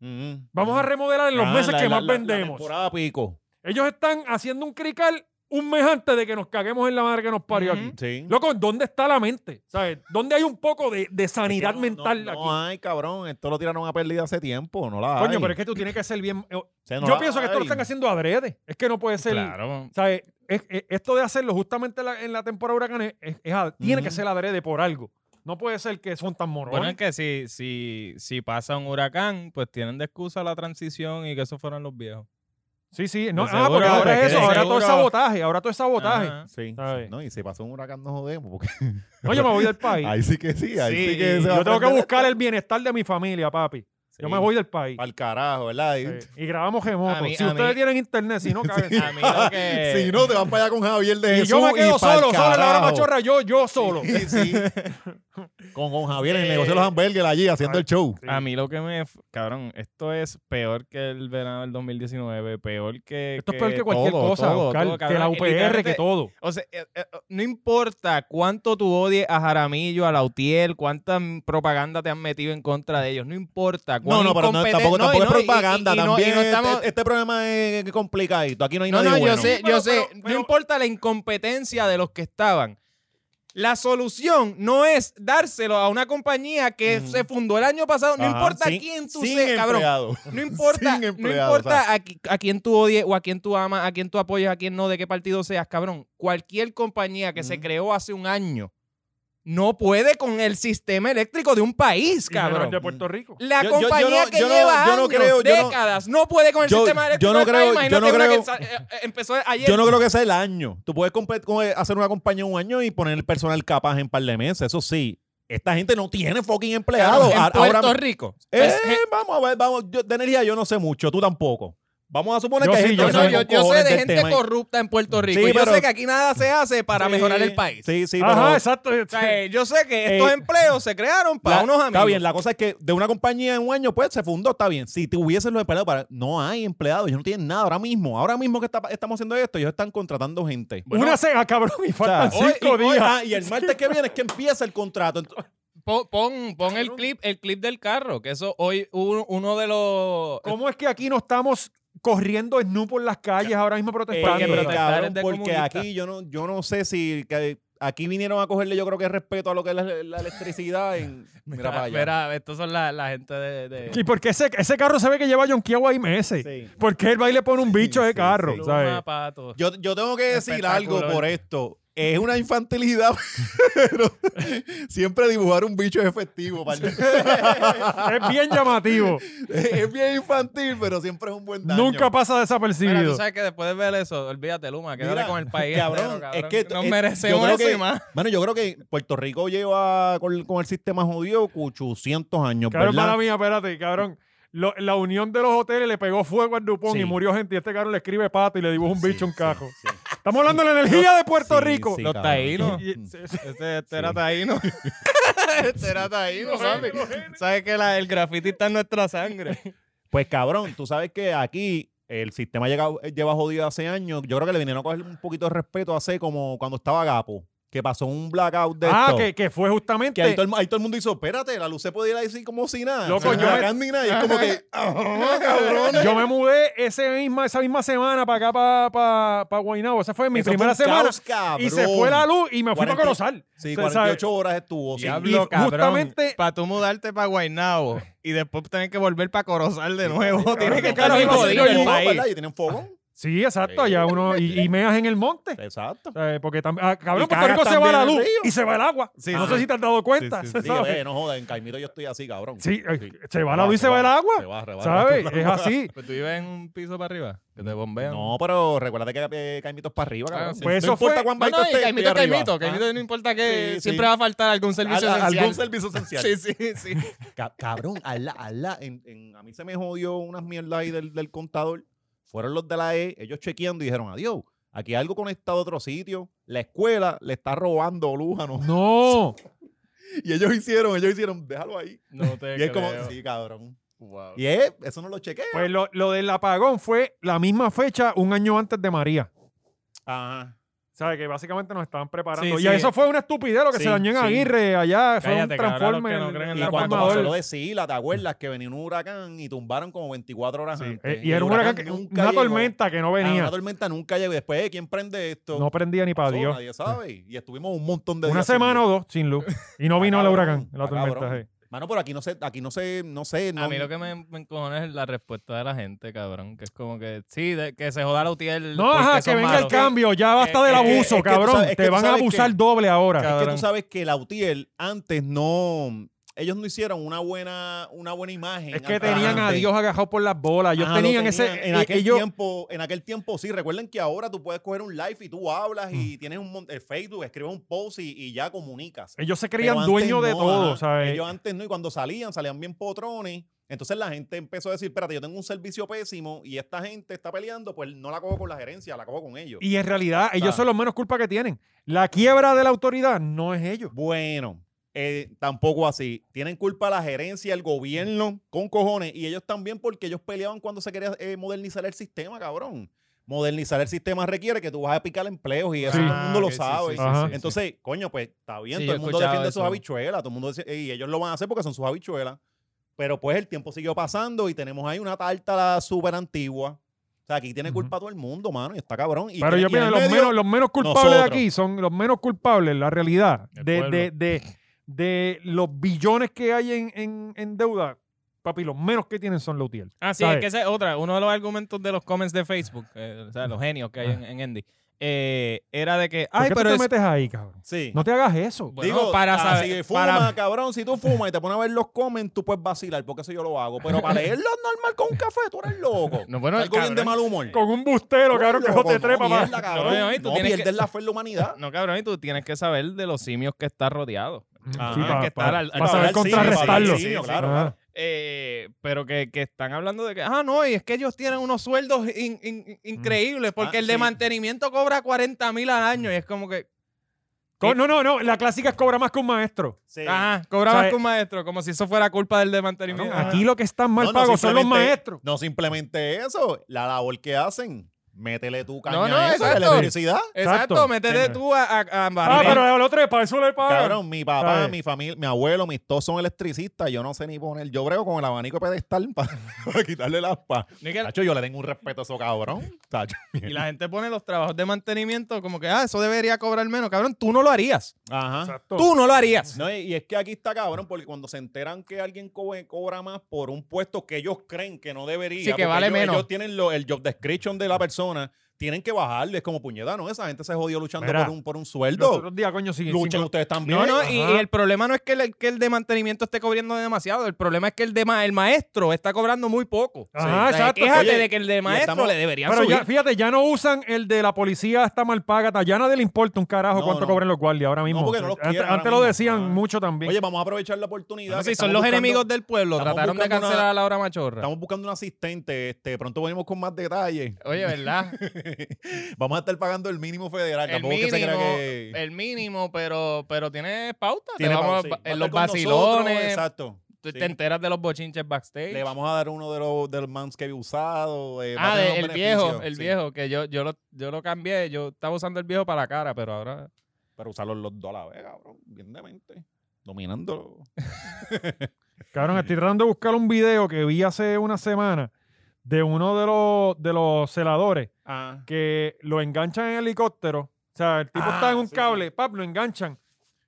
[SPEAKER 2] Ujú.
[SPEAKER 1] Vamos a remodelar en los
[SPEAKER 2] Mm. Ah,
[SPEAKER 1] meses
[SPEAKER 2] la-
[SPEAKER 1] que
[SPEAKER 2] la-
[SPEAKER 1] más
[SPEAKER 2] la- La
[SPEAKER 1] vendemos.
[SPEAKER 2] temporada pico.
[SPEAKER 1] Ellos están haciendo un crical un mes antes de que nos caguemos en la madre que nos parió
[SPEAKER 3] Ujú.
[SPEAKER 1] aquí.
[SPEAKER 2] Sí.
[SPEAKER 1] Loco, ¿dónde está la mente? ¿Sabes? ¿Dónde hay un poco de, de
[SPEAKER 2] Es que
[SPEAKER 1] sanidad
[SPEAKER 2] no-
[SPEAKER 1] mental
[SPEAKER 2] no,
[SPEAKER 1] aquí?
[SPEAKER 2] No hay, cabrón. Esto lo tiraron a pérdida hace tiempo. No la
[SPEAKER 1] Coño,
[SPEAKER 2] hay.
[SPEAKER 1] pero es que tú tienes que ser bien. eh,
[SPEAKER 2] O sea, no
[SPEAKER 1] Yo
[SPEAKER 2] la
[SPEAKER 1] pienso que esto lo
[SPEAKER 2] hay.
[SPEAKER 1] están haciendo adrede. Es que no puede ser.
[SPEAKER 3] Claro.
[SPEAKER 1] ¿sabes? Es- es- esto de hacerlo justamente en la, en la temporada de huracanes es, es ad- tiene que
[SPEAKER 2] Ujú.
[SPEAKER 1] ser adrede por algo. No puede ser que son tan morones.
[SPEAKER 3] Bueno, es que si, si, si pasa un huracán, pues tienen de excusa la transición y que esos fueron los viejos.
[SPEAKER 1] sí, sí. No,
[SPEAKER 3] de
[SPEAKER 1] ah, porque
[SPEAKER 3] seguro,
[SPEAKER 1] ahora
[SPEAKER 3] porque
[SPEAKER 1] es eso.
[SPEAKER 3] de
[SPEAKER 1] Ahora todo es
[SPEAKER 3] seguro-
[SPEAKER 1] sabotaje. Ahora todo es sabotaje.
[SPEAKER 3] Ajá.
[SPEAKER 2] Sí.
[SPEAKER 1] Ay.
[SPEAKER 2] sí. No, y si pasó un huracán, nos jodemos. Porque
[SPEAKER 1] No, yo me voy del país.
[SPEAKER 2] ahí sí que sí. Ahí sí,
[SPEAKER 3] Sí,
[SPEAKER 2] que se va
[SPEAKER 1] yo
[SPEAKER 2] a
[SPEAKER 1] tengo que
[SPEAKER 2] prender
[SPEAKER 1] buscar el bienestar de mi familia, papi.
[SPEAKER 2] esto.
[SPEAKER 1] Yo
[SPEAKER 2] Sí.
[SPEAKER 1] me voy del país.
[SPEAKER 2] Al carajo, ¿verdad? Y-
[SPEAKER 1] Sí. Y grabamos remoto.
[SPEAKER 3] A mí-
[SPEAKER 1] si
[SPEAKER 3] a
[SPEAKER 1] ustedes
[SPEAKER 3] mí-
[SPEAKER 1] tienen internet, si no, caben.
[SPEAKER 3] A mí lo que...
[SPEAKER 2] *laughs* Si no, te van para allá con Javier de
[SPEAKER 1] Y
[SPEAKER 2] Jesús.
[SPEAKER 1] yo me quedo
[SPEAKER 2] Este, pa'l
[SPEAKER 1] solo, solo en la hora
[SPEAKER 2] carajo.
[SPEAKER 1] machorra, yo, yo solo.
[SPEAKER 2] Sí,
[SPEAKER 1] *laughs*
[SPEAKER 2] sí. Con, con Javier en el
[SPEAKER 3] Eh,
[SPEAKER 2] negocio de los hamburgues allí haciendo
[SPEAKER 1] ay.
[SPEAKER 2] el show.
[SPEAKER 3] A mí lo que me... f- Cabrón, esto es peor que el verano del 2019, peor que...
[SPEAKER 1] Esto es peor que cualquier
[SPEAKER 3] todo,
[SPEAKER 1] cosa,
[SPEAKER 3] todo,
[SPEAKER 1] Oscar,
[SPEAKER 3] todo,
[SPEAKER 1] que
[SPEAKER 3] cabrón.
[SPEAKER 1] la
[SPEAKER 3] Y
[SPEAKER 1] UPR, que
[SPEAKER 3] literalmente-
[SPEAKER 1] todo.
[SPEAKER 3] O sea, eh, eh, no importa cuánto tú odies a Jaramillo, a Lautiel, cuánta m- propaganda te han metido en contra de ellos, no importa.
[SPEAKER 2] No,
[SPEAKER 3] cuán
[SPEAKER 2] no, pero no,
[SPEAKER 3] incompeten-
[SPEAKER 2] tampoco,
[SPEAKER 3] no, y
[SPEAKER 2] tampoco es
[SPEAKER 3] no, y- y-
[SPEAKER 2] propaganda.
[SPEAKER 3] y no- y
[SPEAKER 2] también
[SPEAKER 3] no
[SPEAKER 2] este-
[SPEAKER 3] estamos-
[SPEAKER 2] este, programa es complicadito. Aquí no hay
[SPEAKER 3] No,
[SPEAKER 2] nadie
[SPEAKER 3] no,
[SPEAKER 2] bueno.
[SPEAKER 3] yo sé,
[SPEAKER 1] Sí, pero-
[SPEAKER 3] yo sé.
[SPEAKER 1] pero-
[SPEAKER 3] no
[SPEAKER 1] pero-
[SPEAKER 3] importa la incompetencia de los que estaban. La solución no es dárselo a una compañía que
[SPEAKER 2] Mm.
[SPEAKER 3] se fundó el año pasado. No
[SPEAKER 2] Ajá,
[SPEAKER 3] importa
[SPEAKER 2] sin-
[SPEAKER 3] quién tú
[SPEAKER 2] sin
[SPEAKER 3] seas, cabrón.
[SPEAKER 2] empleado.
[SPEAKER 3] No importa,
[SPEAKER 2] Sin
[SPEAKER 3] no
[SPEAKER 2] empleado, o
[SPEAKER 3] importa a, qui- a quién tú odies o a quién tú amas, a quién tú apoyas, a quién no, de qué partido seas, cabrón. Cualquier compañía que se
[SPEAKER 2] Ujú.
[SPEAKER 3] creó hace un año no puede con el sistema eléctrico de un país,
[SPEAKER 1] Y menos
[SPEAKER 3] cabrón.
[SPEAKER 1] de Puerto Rico.
[SPEAKER 3] La
[SPEAKER 2] Yo- yo- yo
[SPEAKER 3] compañía
[SPEAKER 2] no-
[SPEAKER 3] que
[SPEAKER 2] yo no- yo
[SPEAKER 3] lleva
[SPEAKER 2] no
[SPEAKER 3] años,
[SPEAKER 2] creo, yo no-
[SPEAKER 3] décadas, no, puede con el
[SPEAKER 2] Yo-
[SPEAKER 3] sistema
[SPEAKER 2] yo
[SPEAKER 3] eléctrico
[SPEAKER 2] no
[SPEAKER 3] del
[SPEAKER 2] creo-
[SPEAKER 3] país.
[SPEAKER 2] yo
[SPEAKER 3] Imagínate
[SPEAKER 2] no
[SPEAKER 3] una que
[SPEAKER 2] creo-
[SPEAKER 3] sa- eh, eh, empezó ayer.
[SPEAKER 2] Yo no creo que sea el año. Tú puedes compe- co- eh, hacer una compañía un año y poner el personal capaz en par de meses. Eso sí, esta gente no tiene fucking empleado.
[SPEAKER 3] Cabrón,
[SPEAKER 2] A-
[SPEAKER 3] en Puerto
[SPEAKER 2] ahora-
[SPEAKER 3] Rico.
[SPEAKER 2] Eh, vamos a ver, vamos. Yo- de energía yo no sé mucho, tú tampoco. Vamos a suponer
[SPEAKER 1] Yo
[SPEAKER 2] que hay
[SPEAKER 1] sí,
[SPEAKER 2] gente
[SPEAKER 3] Yo,
[SPEAKER 2] que
[SPEAKER 3] no,
[SPEAKER 2] sabe
[SPEAKER 3] yo-
[SPEAKER 2] con
[SPEAKER 3] yo sé
[SPEAKER 2] cojones
[SPEAKER 3] de
[SPEAKER 2] del
[SPEAKER 3] gente
[SPEAKER 2] tema y-
[SPEAKER 3] corrupta en Puerto Rico.
[SPEAKER 2] Sí,
[SPEAKER 3] y yo
[SPEAKER 2] pero-
[SPEAKER 3] sé que aquí nada se hace para
[SPEAKER 2] Sí,
[SPEAKER 3] mejorar el país.
[SPEAKER 2] Sí, sí, pero-
[SPEAKER 1] Ajá, exacto.
[SPEAKER 3] O sea, yo sé que estos
[SPEAKER 2] Eh,
[SPEAKER 3] empleos se crearon para
[SPEAKER 2] La-
[SPEAKER 3] unos amigos.
[SPEAKER 2] Está bien, la cosa es que de una compañía en un año, pues se fundó, está bien. Si tuviesen los empleados, para, no hay empleados, ellos no tienen nada ahora mismo. Ahora mismo que está- estamos haciendo esto, ellos están contratando gente.
[SPEAKER 1] Una cena, cabrón, y faltan
[SPEAKER 2] hoy-
[SPEAKER 1] cinco
[SPEAKER 2] y hoy-
[SPEAKER 1] días.
[SPEAKER 2] ah, y el martes que viene es que empieza el contrato.
[SPEAKER 3] *laughs*
[SPEAKER 2] Ent-
[SPEAKER 3] Pon, pon, pon el clip, el clip del carro, que eso hoy uno, uno de los
[SPEAKER 1] *laughs* ¿Cómo es que aquí no estamos corriendo nu por las calles ahora
[SPEAKER 2] Eh,
[SPEAKER 1] mismo protestando?
[SPEAKER 3] Porque
[SPEAKER 2] Ey,
[SPEAKER 3] protestar
[SPEAKER 2] cabrón,
[SPEAKER 3] es de
[SPEAKER 2] porque
[SPEAKER 3] comunista.
[SPEAKER 2] aquí yo no, yo no sé si que aquí vinieron a cogerle, yo creo que respeto a lo que es la, la electricidad. en-
[SPEAKER 1] *laughs*
[SPEAKER 2] mira, para allá.
[SPEAKER 3] Ah, Mira, estos son la, la gente de, de-
[SPEAKER 1] ¿Y por qué ese, ese carro se ve que lleva Yonkiao ahí meses?
[SPEAKER 2] Sí.
[SPEAKER 1] ¿Por qué el baile pone un bicho a ese
[SPEAKER 2] sí,
[SPEAKER 1] carro?
[SPEAKER 2] sí.
[SPEAKER 1] ¿sabes?
[SPEAKER 3] Luma, Pato.
[SPEAKER 2] Yo, yo tengo que decir algo
[SPEAKER 3] Espectacular.
[SPEAKER 2] por esto. Es una infantilidad, *laughs* pero siempre dibujar un bicho es *laughs* efectivo. pal.
[SPEAKER 1] Es bien llamativo.
[SPEAKER 2] es bien infantil, pero siempre es un buen *laughs* daño.
[SPEAKER 1] Nunca pasa
[SPEAKER 3] Mira, tú
[SPEAKER 1] desapercibido.
[SPEAKER 3] sabes que después de ver eso, olvídate, Luma, quédate
[SPEAKER 2] Mira,
[SPEAKER 3] con el país.
[SPEAKER 2] cabrón,
[SPEAKER 3] entero, cabrón.
[SPEAKER 2] es que es-
[SPEAKER 3] nos
[SPEAKER 2] yo
[SPEAKER 3] merecemos
[SPEAKER 2] creo
[SPEAKER 3] eso
[SPEAKER 2] que-
[SPEAKER 3] y más.
[SPEAKER 2] Bueno, yo creo que Puerto Rico lleva con, con el sistema judío 800 años,
[SPEAKER 1] Cabrón,
[SPEAKER 2] ¿verdad?
[SPEAKER 1] mala mía, espérate, cabrón. Lo- la unión de los hoteles le pegó fuego al Dupont
[SPEAKER 2] Sí.
[SPEAKER 1] y murió gente. Y este cabrón le escribe pato y le dibuja un bicho a un cajo.
[SPEAKER 2] sí.
[SPEAKER 1] Estamos hablando
[SPEAKER 2] *laughs*
[SPEAKER 1] de la energía de Puerto
[SPEAKER 2] Sí,
[SPEAKER 1] Rico.
[SPEAKER 2] sí, Mm.
[SPEAKER 3] Los
[SPEAKER 2] cabrón.
[SPEAKER 3] taínos.
[SPEAKER 1] Y- y- se- se-
[SPEAKER 3] Este, este
[SPEAKER 2] Sí.
[SPEAKER 3] era *laughs* taíno. este era taíno,
[SPEAKER 1] Los
[SPEAKER 3] ¿sabes?
[SPEAKER 1] genes, los genes.
[SPEAKER 3] Sabes que la- el grafiti está en
[SPEAKER 2] *laughs*
[SPEAKER 3] nuestra sangre.
[SPEAKER 2] *laughs* Pues cabrón, tú sabes que aquí el sistema llega- lleva jodido hace años. Yo creo que le vinieron a coger un poquito de respeto hace como cuando estaba Gapo, que pasó un blackout de
[SPEAKER 1] ah,
[SPEAKER 2] esto.
[SPEAKER 1] que, que fue justamente.
[SPEAKER 2] Que ahí todo, el, mu- ahí todo el mundo hizo, espérate, la luz se podía ir así como si nada.
[SPEAKER 1] Loco,
[SPEAKER 2] Sin
[SPEAKER 1] yo me-
[SPEAKER 2] huracán ni nada. Y es como que, "Ajá, cabrón.
[SPEAKER 1] Yo me mudé ese misma, esa misma semana para acá, para, para, Guaynabo. Esa fue mi
[SPEAKER 2] Eso fue
[SPEAKER 1] primera
[SPEAKER 2] un
[SPEAKER 1] semana.
[SPEAKER 2] caos, cabrón.
[SPEAKER 1] Y se fue la luz y me fui
[SPEAKER 2] Cuarenta-
[SPEAKER 1] para Corozal.
[SPEAKER 2] Sí,
[SPEAKER 1] O sea,
[SPEAKER 2] 48 horas estuvo. sí.
[SPEAKER 3] Diablo,
[SPEAKER 1] y
[SPEAKER 3] cabrón.
[SPEAKER 1] justamente-
[SPEAKER 3] Para tú mudarte para Guaynabo y después tener que volver para Corozal de nuevo. Tienes que estar
[SPEAKER 1] Claro,
[SPEAKER 3] muy
[SPEAKER 1] iba a ser
[SPEAKER 3] jodido
[SPEAKER 1] yo
[SPEAKER 3] en el
[SPEAKER 1] mismo,
[SPEAKER 3] país.
[SPEAKER 2] ¿verdad? Y tienen fogón.
[SPEAKER 1] Sí, exacto.
[SPEAKER 2] Sí.
[SPEAKER 1] Allá uno. Y, y meas en el monte.
[SPEAKER 2] *laughs* Exacto.
[SPEAKER 1] Eh, porque también. ah, cabrón,
[SPEAKER 2] Y
[SPEAKER 1] Puerto
[SPEAKER 2] cagas
[SPEAKER 1] Rico se va
[SPEAKER 2] también
[SPEAKER 1] la
[SPEAKER 2] en el
[SPEAKER 1] luz
[SPEAKER 2] río.
[SPEAKER 1] y se va el agua.
[SPEAKER 3] Sí,
[SPEAKER 1] no
[SPEAKER 3] sí.
[SPEAKER 1] sé si te has dado cuenta.
[SPEAKER 3] Sí, sí,
[SPEAKER 1] se
[SPEAKER 2] Digo,
[SPEAKER 1] sabe.
[SPEAKER 2] eh, no jodas, en Caimito yo estoy así, cabrón.
[SPEAKER 1] Sí, eh,
[SPEAKER 2] Sí. Ah,
[SPEAKER 1] se va la luz y se va el
[SPEAKER 2] Se
[SPEAKER 1] agua.
[SPEAKER 2] va, se va, se va.
[SPEAKER 1] ¿Sabes? Es así.
[SPEAKER 3] Pero Pues tú vives en un piso para arriba, que te bombean.
[SPEAKER 2] No, pero recuérdate que eh, Caimito es para arriba, cabrón.
[SPEAKER 3] Ah, sí.
[SPEAKER 1] Pues
[SPEAKER 2] no
[SPEAKER 1] eso
[SPEAKER 2] importa
[SPEAKER 1] fue-
[SPEAKER 2] cuán
[SPEAKER 3] No,
[SPEAKER 2] bajito
[SPEAKER 3] no, y
[SPEAKER 2] esté,
[SPEAKER 3] Caimito,
[SPEAKER 2] estoy este arriba. Ah.
[SPEAKER 3] Caimito, Caimito no importa que
[SPEAKER 2] Sí, sí.
[SPEAKER 3] siempre va a faltar algún
[SPEAKER 2] Ah,
[SPEAKER 3] servicio
[SPEAKER 2] al-
[SPEAKER 3] esencial.
[SPEAKER 2] Algún servicio esencial.
[SPEAKER 3] Sí, *laughs* sí, sí.
[SPEAKER 2] Ca- cabrón, ala, ala. En, en- a mí se me jodió unas mierdas ahí del, del contador. Fueron los de la E, ellos chequeando y dijeron, adiós, aquí hay algo conectado a otro sitio. La escuela le está robando luz a nosotros.
[SPEAKER 1] No.
[SPEAKER 2] Y ellos hicieron, ellos hicieron, déjalo ahí.
[SPEAKER 3] No te
[SPEAKER 2] Y es como,
[SPEAKER 3] creo.
[SPEAKER 2] sí, cabrón.
[SPEAKER 3] Wow.
[SPEAKER 2] Y es, eso no lo chequea.
[SPEAKER 1] Pues lo, lo del apagón fue la misma fecha un año antes de María.
[SPEAKER 2] Ajá.
[SPEAKER 1] ¿Sabes? Que básicamente nos estaban preparando.
[SPEAKER 3] Sí,
[SPEAKER 1] y
[SPEAKER 3] sí.
[SPEAKER 1] eso fue una estupidez lo que
[SPEAKER 2] Sí,
[SPEAKER 1] se dañó en
[SPEAKER 2] sí.
[SPEAKER 1] Aguirre allá. Fue
[SPEAKER 3] Cállate,
[SPEAKER 1] un
[SPEAKER 3] cabrón,
[SPEAKER 1] transforme.
[SPEAKER 3] los que no creen en
[SPEAKER 2] Y
[SPEAKER 3] la
[SPEAKER 2] cuando
[SPEAKER 3] Palma
[SPEAKER 2] pasó
[SPEAKER 3] D'Or.
[SPEAKER 2] lo de Sila, ¿te acuerdas que venía un huracán y tumbaron como 24 horas
[SPEAKER 1] Sí,
[SPEAKER 2] antes?
[SPEAKER 1] eh, Y era un huracán, que-
[SPEAKER 2] nunca
[SPEAKER 1] una
[SPEAKER 2] llegó.
[SPEAKER 1] tormenta que no
[SPEAKER 2] Ah,
[SPEAKER 1] venía.
[SPEAKER 2] una tormenta nunca llegó. Y Después, eh, ¿quién prende esto?
[SPEAKER 1] No prendía ni para
[SPEAKER 2] Pasó,
[SPEAKER 1] Dios.
[SPEAKER 2] Nadie sabe. Y estuvimos un montón de
[SPEAKER 1] Una
[SPEAKER 2] días sin
[SPEAKER 1] semana
[SPEAKER 2] luz.
[SPEAKER 1] o dos sin luz. Y no vino
[SPEAKER 2] Está
[SPEAKER 1] el
[SPEAKER 2] cabrón,
[SPEAKER 1] huracán, la
[SPEAKER 2] está
[SPEAKER 1] tormenta.
[SPEAKER 2] cabrón.
[SPEAKER 1] sí.
[SPEAKER 2] Mano, pero aquí no sé, aquí no sé, no sé. No,
[SPEAKER 3] A mí lo que me, me encojona es la respuesta de la gente, cabrón. Que es como que, sí, de- que se joda la UTIEL.
[SPEAKER 1] No, ajá, que venga el cambio, ya basta
[SPEAKER 3] que-
[SPEAKER 1] del
[SPEAKER 3] que-
[SPEAKER 1] abuso,
[SPEAKER 2] es que tú
[SPEAKER 1] cabrón.
[SPEAKER 2] sabes- es que
[SPEAKER 1] Te
[SPEAKER 2] tú
[SPEAKER 1] van a
[SPEAKER 2] sabes
[SPEAKER 1] abusar
[SPEAKER 2] que-
[SPEAKER 1] doble ahora.
[SPEAKER 2] Es que tú
[SPEAKER 3] cabrón.
[SPEAKER 2] sabes que la UTIEL antes no. Ellos no hicieron una buena, una buena imagen.
[SPEAKER 1] Es que
[SPEAKER 2] ante la
[SPEAKER 1] tenían a
[SPEAKER 2] gente.
[SPEAKER 1] Dios agajado por las bolas. Ellos
[SPEAKER 2] Ajá, Ah, lo
[SPEAKER 1] tenían ese.
[SPEAKER 2] tenían. En
[SPEAKER 1] eh,
[SPEAKER 2] aquel,
[SPEAKER 1] ellos-
[SPEAKER 2] tiempo, en aquel tiempo, sí. Recuerden que ahora tú puedes coger un live y tú hablas
[SPEAKER 1] Mm.
[SPEAKER 2] y tienes un mon- el Facebook, escribes un post y, y ya comunicas.
[SPEAKER 1] ellos se
[SPEAKER 2] Pero
[SPEAKER 1] creían
[SPEAKER 2] antes
[SPEAKER 1] dueños de
[SPEAKER 2] no,
[SPEAKER 1] todo,
[SPEAKER 2] ajá.
[SPEAKER 1] ¿sabes?
[SPEAKER 2] Ellos antes no, y cuando salían, salían bien potrones. Entonces la gente empezó a decir, espérate, yo tengo un servicio pésimo y esta gente está peleando, pues no la cojo con la gerencia, la cojo con ellos.
[SPEAKER 1] Y en realidad, ellos
[SPEAKER 2] Claro.
[SPEAKER 1] son los menos culpa que tienen. La quiebra de la autoridad no es ellos.
[SPEAKER 2] Bueno, eh, tampoco así. Tienen culpa la gerencia, el gobierno, con cojones. Y ellos también porque ellos peleaban cuando se quería eh, modernizar el sistema, cabrón. Modernizar el sistema requiere que tú vas a picar empleos y eso
[SPEAKER 1] Ah, Sí.
[SPEAKER 2] todo el
[SPEAKER 3] Ah,
[SPEAKER 2] mundo lo sabe.
[SPEAKER 1] Ajá. sí,
[SPEAKER 2] Entonces, coño, pues está bien,
[SPEAKER 3] Sí,
[SPEAKER 2] todo el
[SPEAKER 3] yo he
[SPEAKER 2] mundo
[SPEAKER 3] escuchado
[SPEAKER 2] defiende sus
[SPEAKER 3] eso.
[SPEAKER 2] habichuelas, todo el mundo dice, y ellos lo van a hacer porque son sus habichuelas. Pero pues el tiempo siguió pasando y tenemos ahí una tarta súper antigua. O sea, aquí tiene
[SPEAKER 1] Ujú.
[SPEAKER 2] culpa todo el mundo, mano, y está cabrón. Y
[SPEAKER 1] Pero yo
[SPEAKER 2] tiene- y en
[SPEAKER 1] pienso
[SPEAKER 2] el
[SPEAKER 1] los
[SPEAKER 2] medio-
[SPEAKER 1] menos, los menos culpables de
[SPEAKER 2] nosotros.
[SPEAKER 1] aquí son los menos culpables, la realidad,
[SPEAKER 3] El
[SPEAKER 1] de, de,
[SPEAKER 3] pueblo.
[SPEAKER 1] de, de los billones que hay en, en, en deuda. Papi, los menos que tienen son la UTIEL.
[SPEAKER 3] Ah, sí,
[SPEAKER 1] ¿Sabes?
[SPEAKER 3] es que esa es otra. Uno de los argumentos de los comments de Facebook, eh, o sea, los genios que hay en, en Andy, eh, era de que,
[SPEAKER 1] ¿Por
[SPEAKER 3] ay,
[SPEAKER 1] qué
[SPEAKER 3] pero
[SPEAKER 1] tú
[SPEAKER 3] es-
[SPEAKER 1] te metes ahí, cabrón?
[SPEAKER 2] Sí.
[SPEAKER 1] No te hagas eso.
[SPEAKER 3] Bueno,
[SPEAKER 2] Digo,
[SPEAKER 3] para
[SPEAKER 2] ah,
[SPEAKER 3] saber-
[SPEAKER 2] si fuma,
[SPEAKER 3] para-
[SPEAKER 2] cabrón, si tú fumas y te pones a ver los comments, tú puedes vacilar, porque eso yo lo hago. Pero para leerlos normal con un café, tú eres loco.
[SPEAKER 4] No, bueno,
[SPEAKER 2] Algo bien de
[SPEAKER 4] cabrón.
[SPEAKER 2] mal humor.
[SPEAKER 1] Con un bustero, cabrón, que
[SPEAKER 2] Loco,
[SPEAKER 1] no te trepa,
[SPEAKER 2] no,
[SPEAKER 1] pa.
[SPEAKER 2] mierda, cabrón.
[SPEAKER 3] No,
[SPEAKER 2] No,
[SPEAKER 3] no, y tú tienes
[SPEAKER 2] pierdes la fe en la humanidad.
[SPEAKER 3] no, cabrón, y tú tienes que saber de los simios que está rodeado.
[SPEAKER 2] Ah,
[SPEAKER 1] Sí,
[SPEAKER 3] hay
[SPEAKER 1] pa-
[SPEAKER 3] que
[SPEAKER 1] pa-
[SPEAKER 3] estar al-
[SPEAKER 1] pa
[SPEAKER 3] al-
[SPEAKER 1] saber
[SPEAKER 2] al- sí,
[SPEAKER 1] contrarrestarlo.
[SPEAKER 2] sí, sí,
[SPEAKER 1] Ah.
[SPEAKER 2] claro, claro.
[SPEAKER 3] Eh, pero que, que están hablando de que, ah, no, y es que ellos tienen unos sueldos in- in- increíbles, porque
[SPEAKER 2] Ah,
[SPEAKER 3] el de
[SPEAKER 2] sí.
[SPEAKER 3] mantenimiento cobra 40 mil al año, y es como que,
[SPEAKER 1] Co- No, no, no. La clásica es cobra más que un maestro.
[SPEAKER 2] Sí.
[SPEAKER 3] ah, cobra
[SPEAKER 1] O sea,
[SPEAKER 3] más que un maestro, como si eso fuera culpa del de
[SPEAKER 1] Cabrón,
[SPEAKER 3] mantenimiento.
[SPEAKER 1] Aquí lo que están mal
[SPEAKER 2] No, no,
[SPEAKER 1] pagos son los
[SPEAKER 2] simplemente-
[SPEAKER 1] maestros.
[SPEAKER 2] No simplemente eso, la labor que hacen. Métele tu caña
[SPEAKER 3] No, no,
[SPEAKER 2] a eso, de la
[SPEAKER 3] exacto.
[SPEAKER 2] electricidad.
[SPEAKER 3] Exacto,
[SPEAKER 1] Exacto.
[SPEAKER 3] métete tú a, a, a
[SPEAKER 1] Ah,
[SPEAKER 3] barrer.
[SPEAKER 1] pero el otro es para eso le pagan.
[SPEAKER 2] Cabrón, mi papá,
[SPEAKER 1] Ah, ¿Sabes?
[SPEAKER 2] mi familia, mi abuelo, mis todos son electricistas. Yo no sé ni poner. Yo brego con el abanico pedestal *laughs* para, quitarle las pa.
[SPEAKER 3] Ni que-
[SPEAKER 2] Tacho, yo le tengo un respeto a eso, cabrón. Tacho, *laughs*
[SPEAKER 3] Y la gente pone los trabajos de mantenimiento como que, ah, eso debería cobrar menos. Cabrón, tú no lo harías.
[SPEAKER 2] Ajá.
[SPEAKER 1] Exacto.
[SPEAKER 3] Tú no lo harías.
[SPEAKER 2] No, y, y es que aquí está cabrón, porque cuando se enteran que alguien co- cobra más por un puesto que ellos creen que no debería,
[SPEAKER 3] Sí, que
[SPEAKER 2] porque
[SPEAKER 3] vale
[SPEAKER 2] ellos,
[SPEAKER 3] menos.
[SPEAKER 2] ellos tienen lo- el job description de la persona, tienen que bajarle. Es como puñeta, no, esa gente se jodió luchando
[SPEAKER 1] Mira,
[SPEAKER 2] por un, por un
[SPEAKER 1] Los
[SPEAKER 2] sueldo.
[SPEAKER 1] otros días, coño, sí.
[SPEAKER 2] Luchen
[SPEAKER 1] sí,
[SPEAKER 2] ustedes también.
[SPEAKER 3] No, no, y,
[SPEAKER 1] Ajá.
[SPEAKER 3] y el problema no es que el, que el de mantenimiento esté cobrando demasiado. El problema es que el, de ma- el maestro está cobrando muy poco.
[SPEAKER 1] Ajá,
[SPEAKER 3] O sea,
[SPEAKER 1] exacto.
[SPEAKER 3] Quéjate
[SPEAKER 2] Oye,
[SPEAKER 3] de que el de maestro
[SPEAKER 2] estamos-
[SPEAKER 3] le deberían
[SPEAKER 1] Pero
[SPEAKER 3] subir.
[SPEAKER 1] ya, fíjate, ya no usan el de la policía está mal paga. ta- Ya nadie le importa un carajo
[SPEAKER 2] No,
[SPEAKER 1] cuánto
[SPEAKER 2] no.
[SPEAKER 1] cobran los guardias ahora mismo.
[SPEAKER 2] porque no los
[SPEAKER 1] antes
[SPEAKER 2] quieren ahora
[SPEAKER 1] antes lo
[SPEAKER 2] mismo.
[SPEAKER 1] decían
[SPEAKER 2] Ah.
[SPEAKER 1] mucho también.
[SPEAKER 2] Oye, vamos a aprovechar la oportunidad.
[SPEAKER 3] No
[SPEAKER 2] que
[SPEAKER 3] sé si
[SPEAKER 2] estamos
[SPEAKER 3] son los
[SPEAKER 2] buscando-
[SPEAKER 3] enemigos del pueblo.
[SPEAKER 2] estamos
[SPEAKER 3] Trataron de
[SPEAKER 2] buscando
[SPEAKER 3] cancelar
[SPEAKER 2] una-
[SPEAKER 3] a Laura Machorra.
[SPEAKER 2] *laughs* Estamos buscando un asistente. Este, pronto venimos con más detalles. *laughs*
[SPEAKER 3] Oye, ¿verdad?
[SPEAKER 2] Vamos a estar pagando el mínimo federal.
[SPEAKER 3] el,
[SPEAKER 2] Tampoco que se crea
[SPEAKER 3] mínimo,
[SPEAKER 2] que.
[SPEAKER 3] el mínimo, pero, pero tiene pauta. Te
[SPEAKER 2] Tiene pausa,
[SPEAKER 3] vamos
[SPEAKER 2] sí.
[SPEAKER 3] a-
[SPEAKER 2] Va a estar
[SPEAKER 3] en los
[SPEAKER 2] con nosotros,
[SPEAKER 3] vacilones,
[SPEAKER 2] Exacto.
[SPEAKER 3] tú
[SPEAKER 2] sí.
[SPEAKER 3] te enteras de los bochinches backstage.
[SPEAKER 2] Le vamos a dar uno de los del mans que había usado. eh, va a
[SPEAKER 3] Ah,
[SPEAKER 2] tener
[SPEAKER 3] de- el
[SPEAKER 2] unos
[SPEAKER 3] viejo,
[SPEAKER 2] beneficios,
[SPEAKER 3] el
[SPEAKER 2] sí.
[SPEAKER 3] viejo, que yo, yo, lo, yo lo cambié, yo estaba usando el viejo para la cara, pero ahora...
[SPEAKER 2] Pero usarlos los dos a la vez, cabrón. Bien demente. Dominándolo.
[SPEAKER 1] Cabrón, estoy tratando de buscar un video que vi hace una semana de uno de los, de los celadores
[SPEAKER 2] Ah.
[SPEAKER 1] que lo enganchan en helicóptero. O sea, el tipo
[SPEAKER 2] Ah,
[SPEAKER 1] está en un
[SPEAKER 2] sí,
[SPEAKER 1] cable, pap, lo enganchan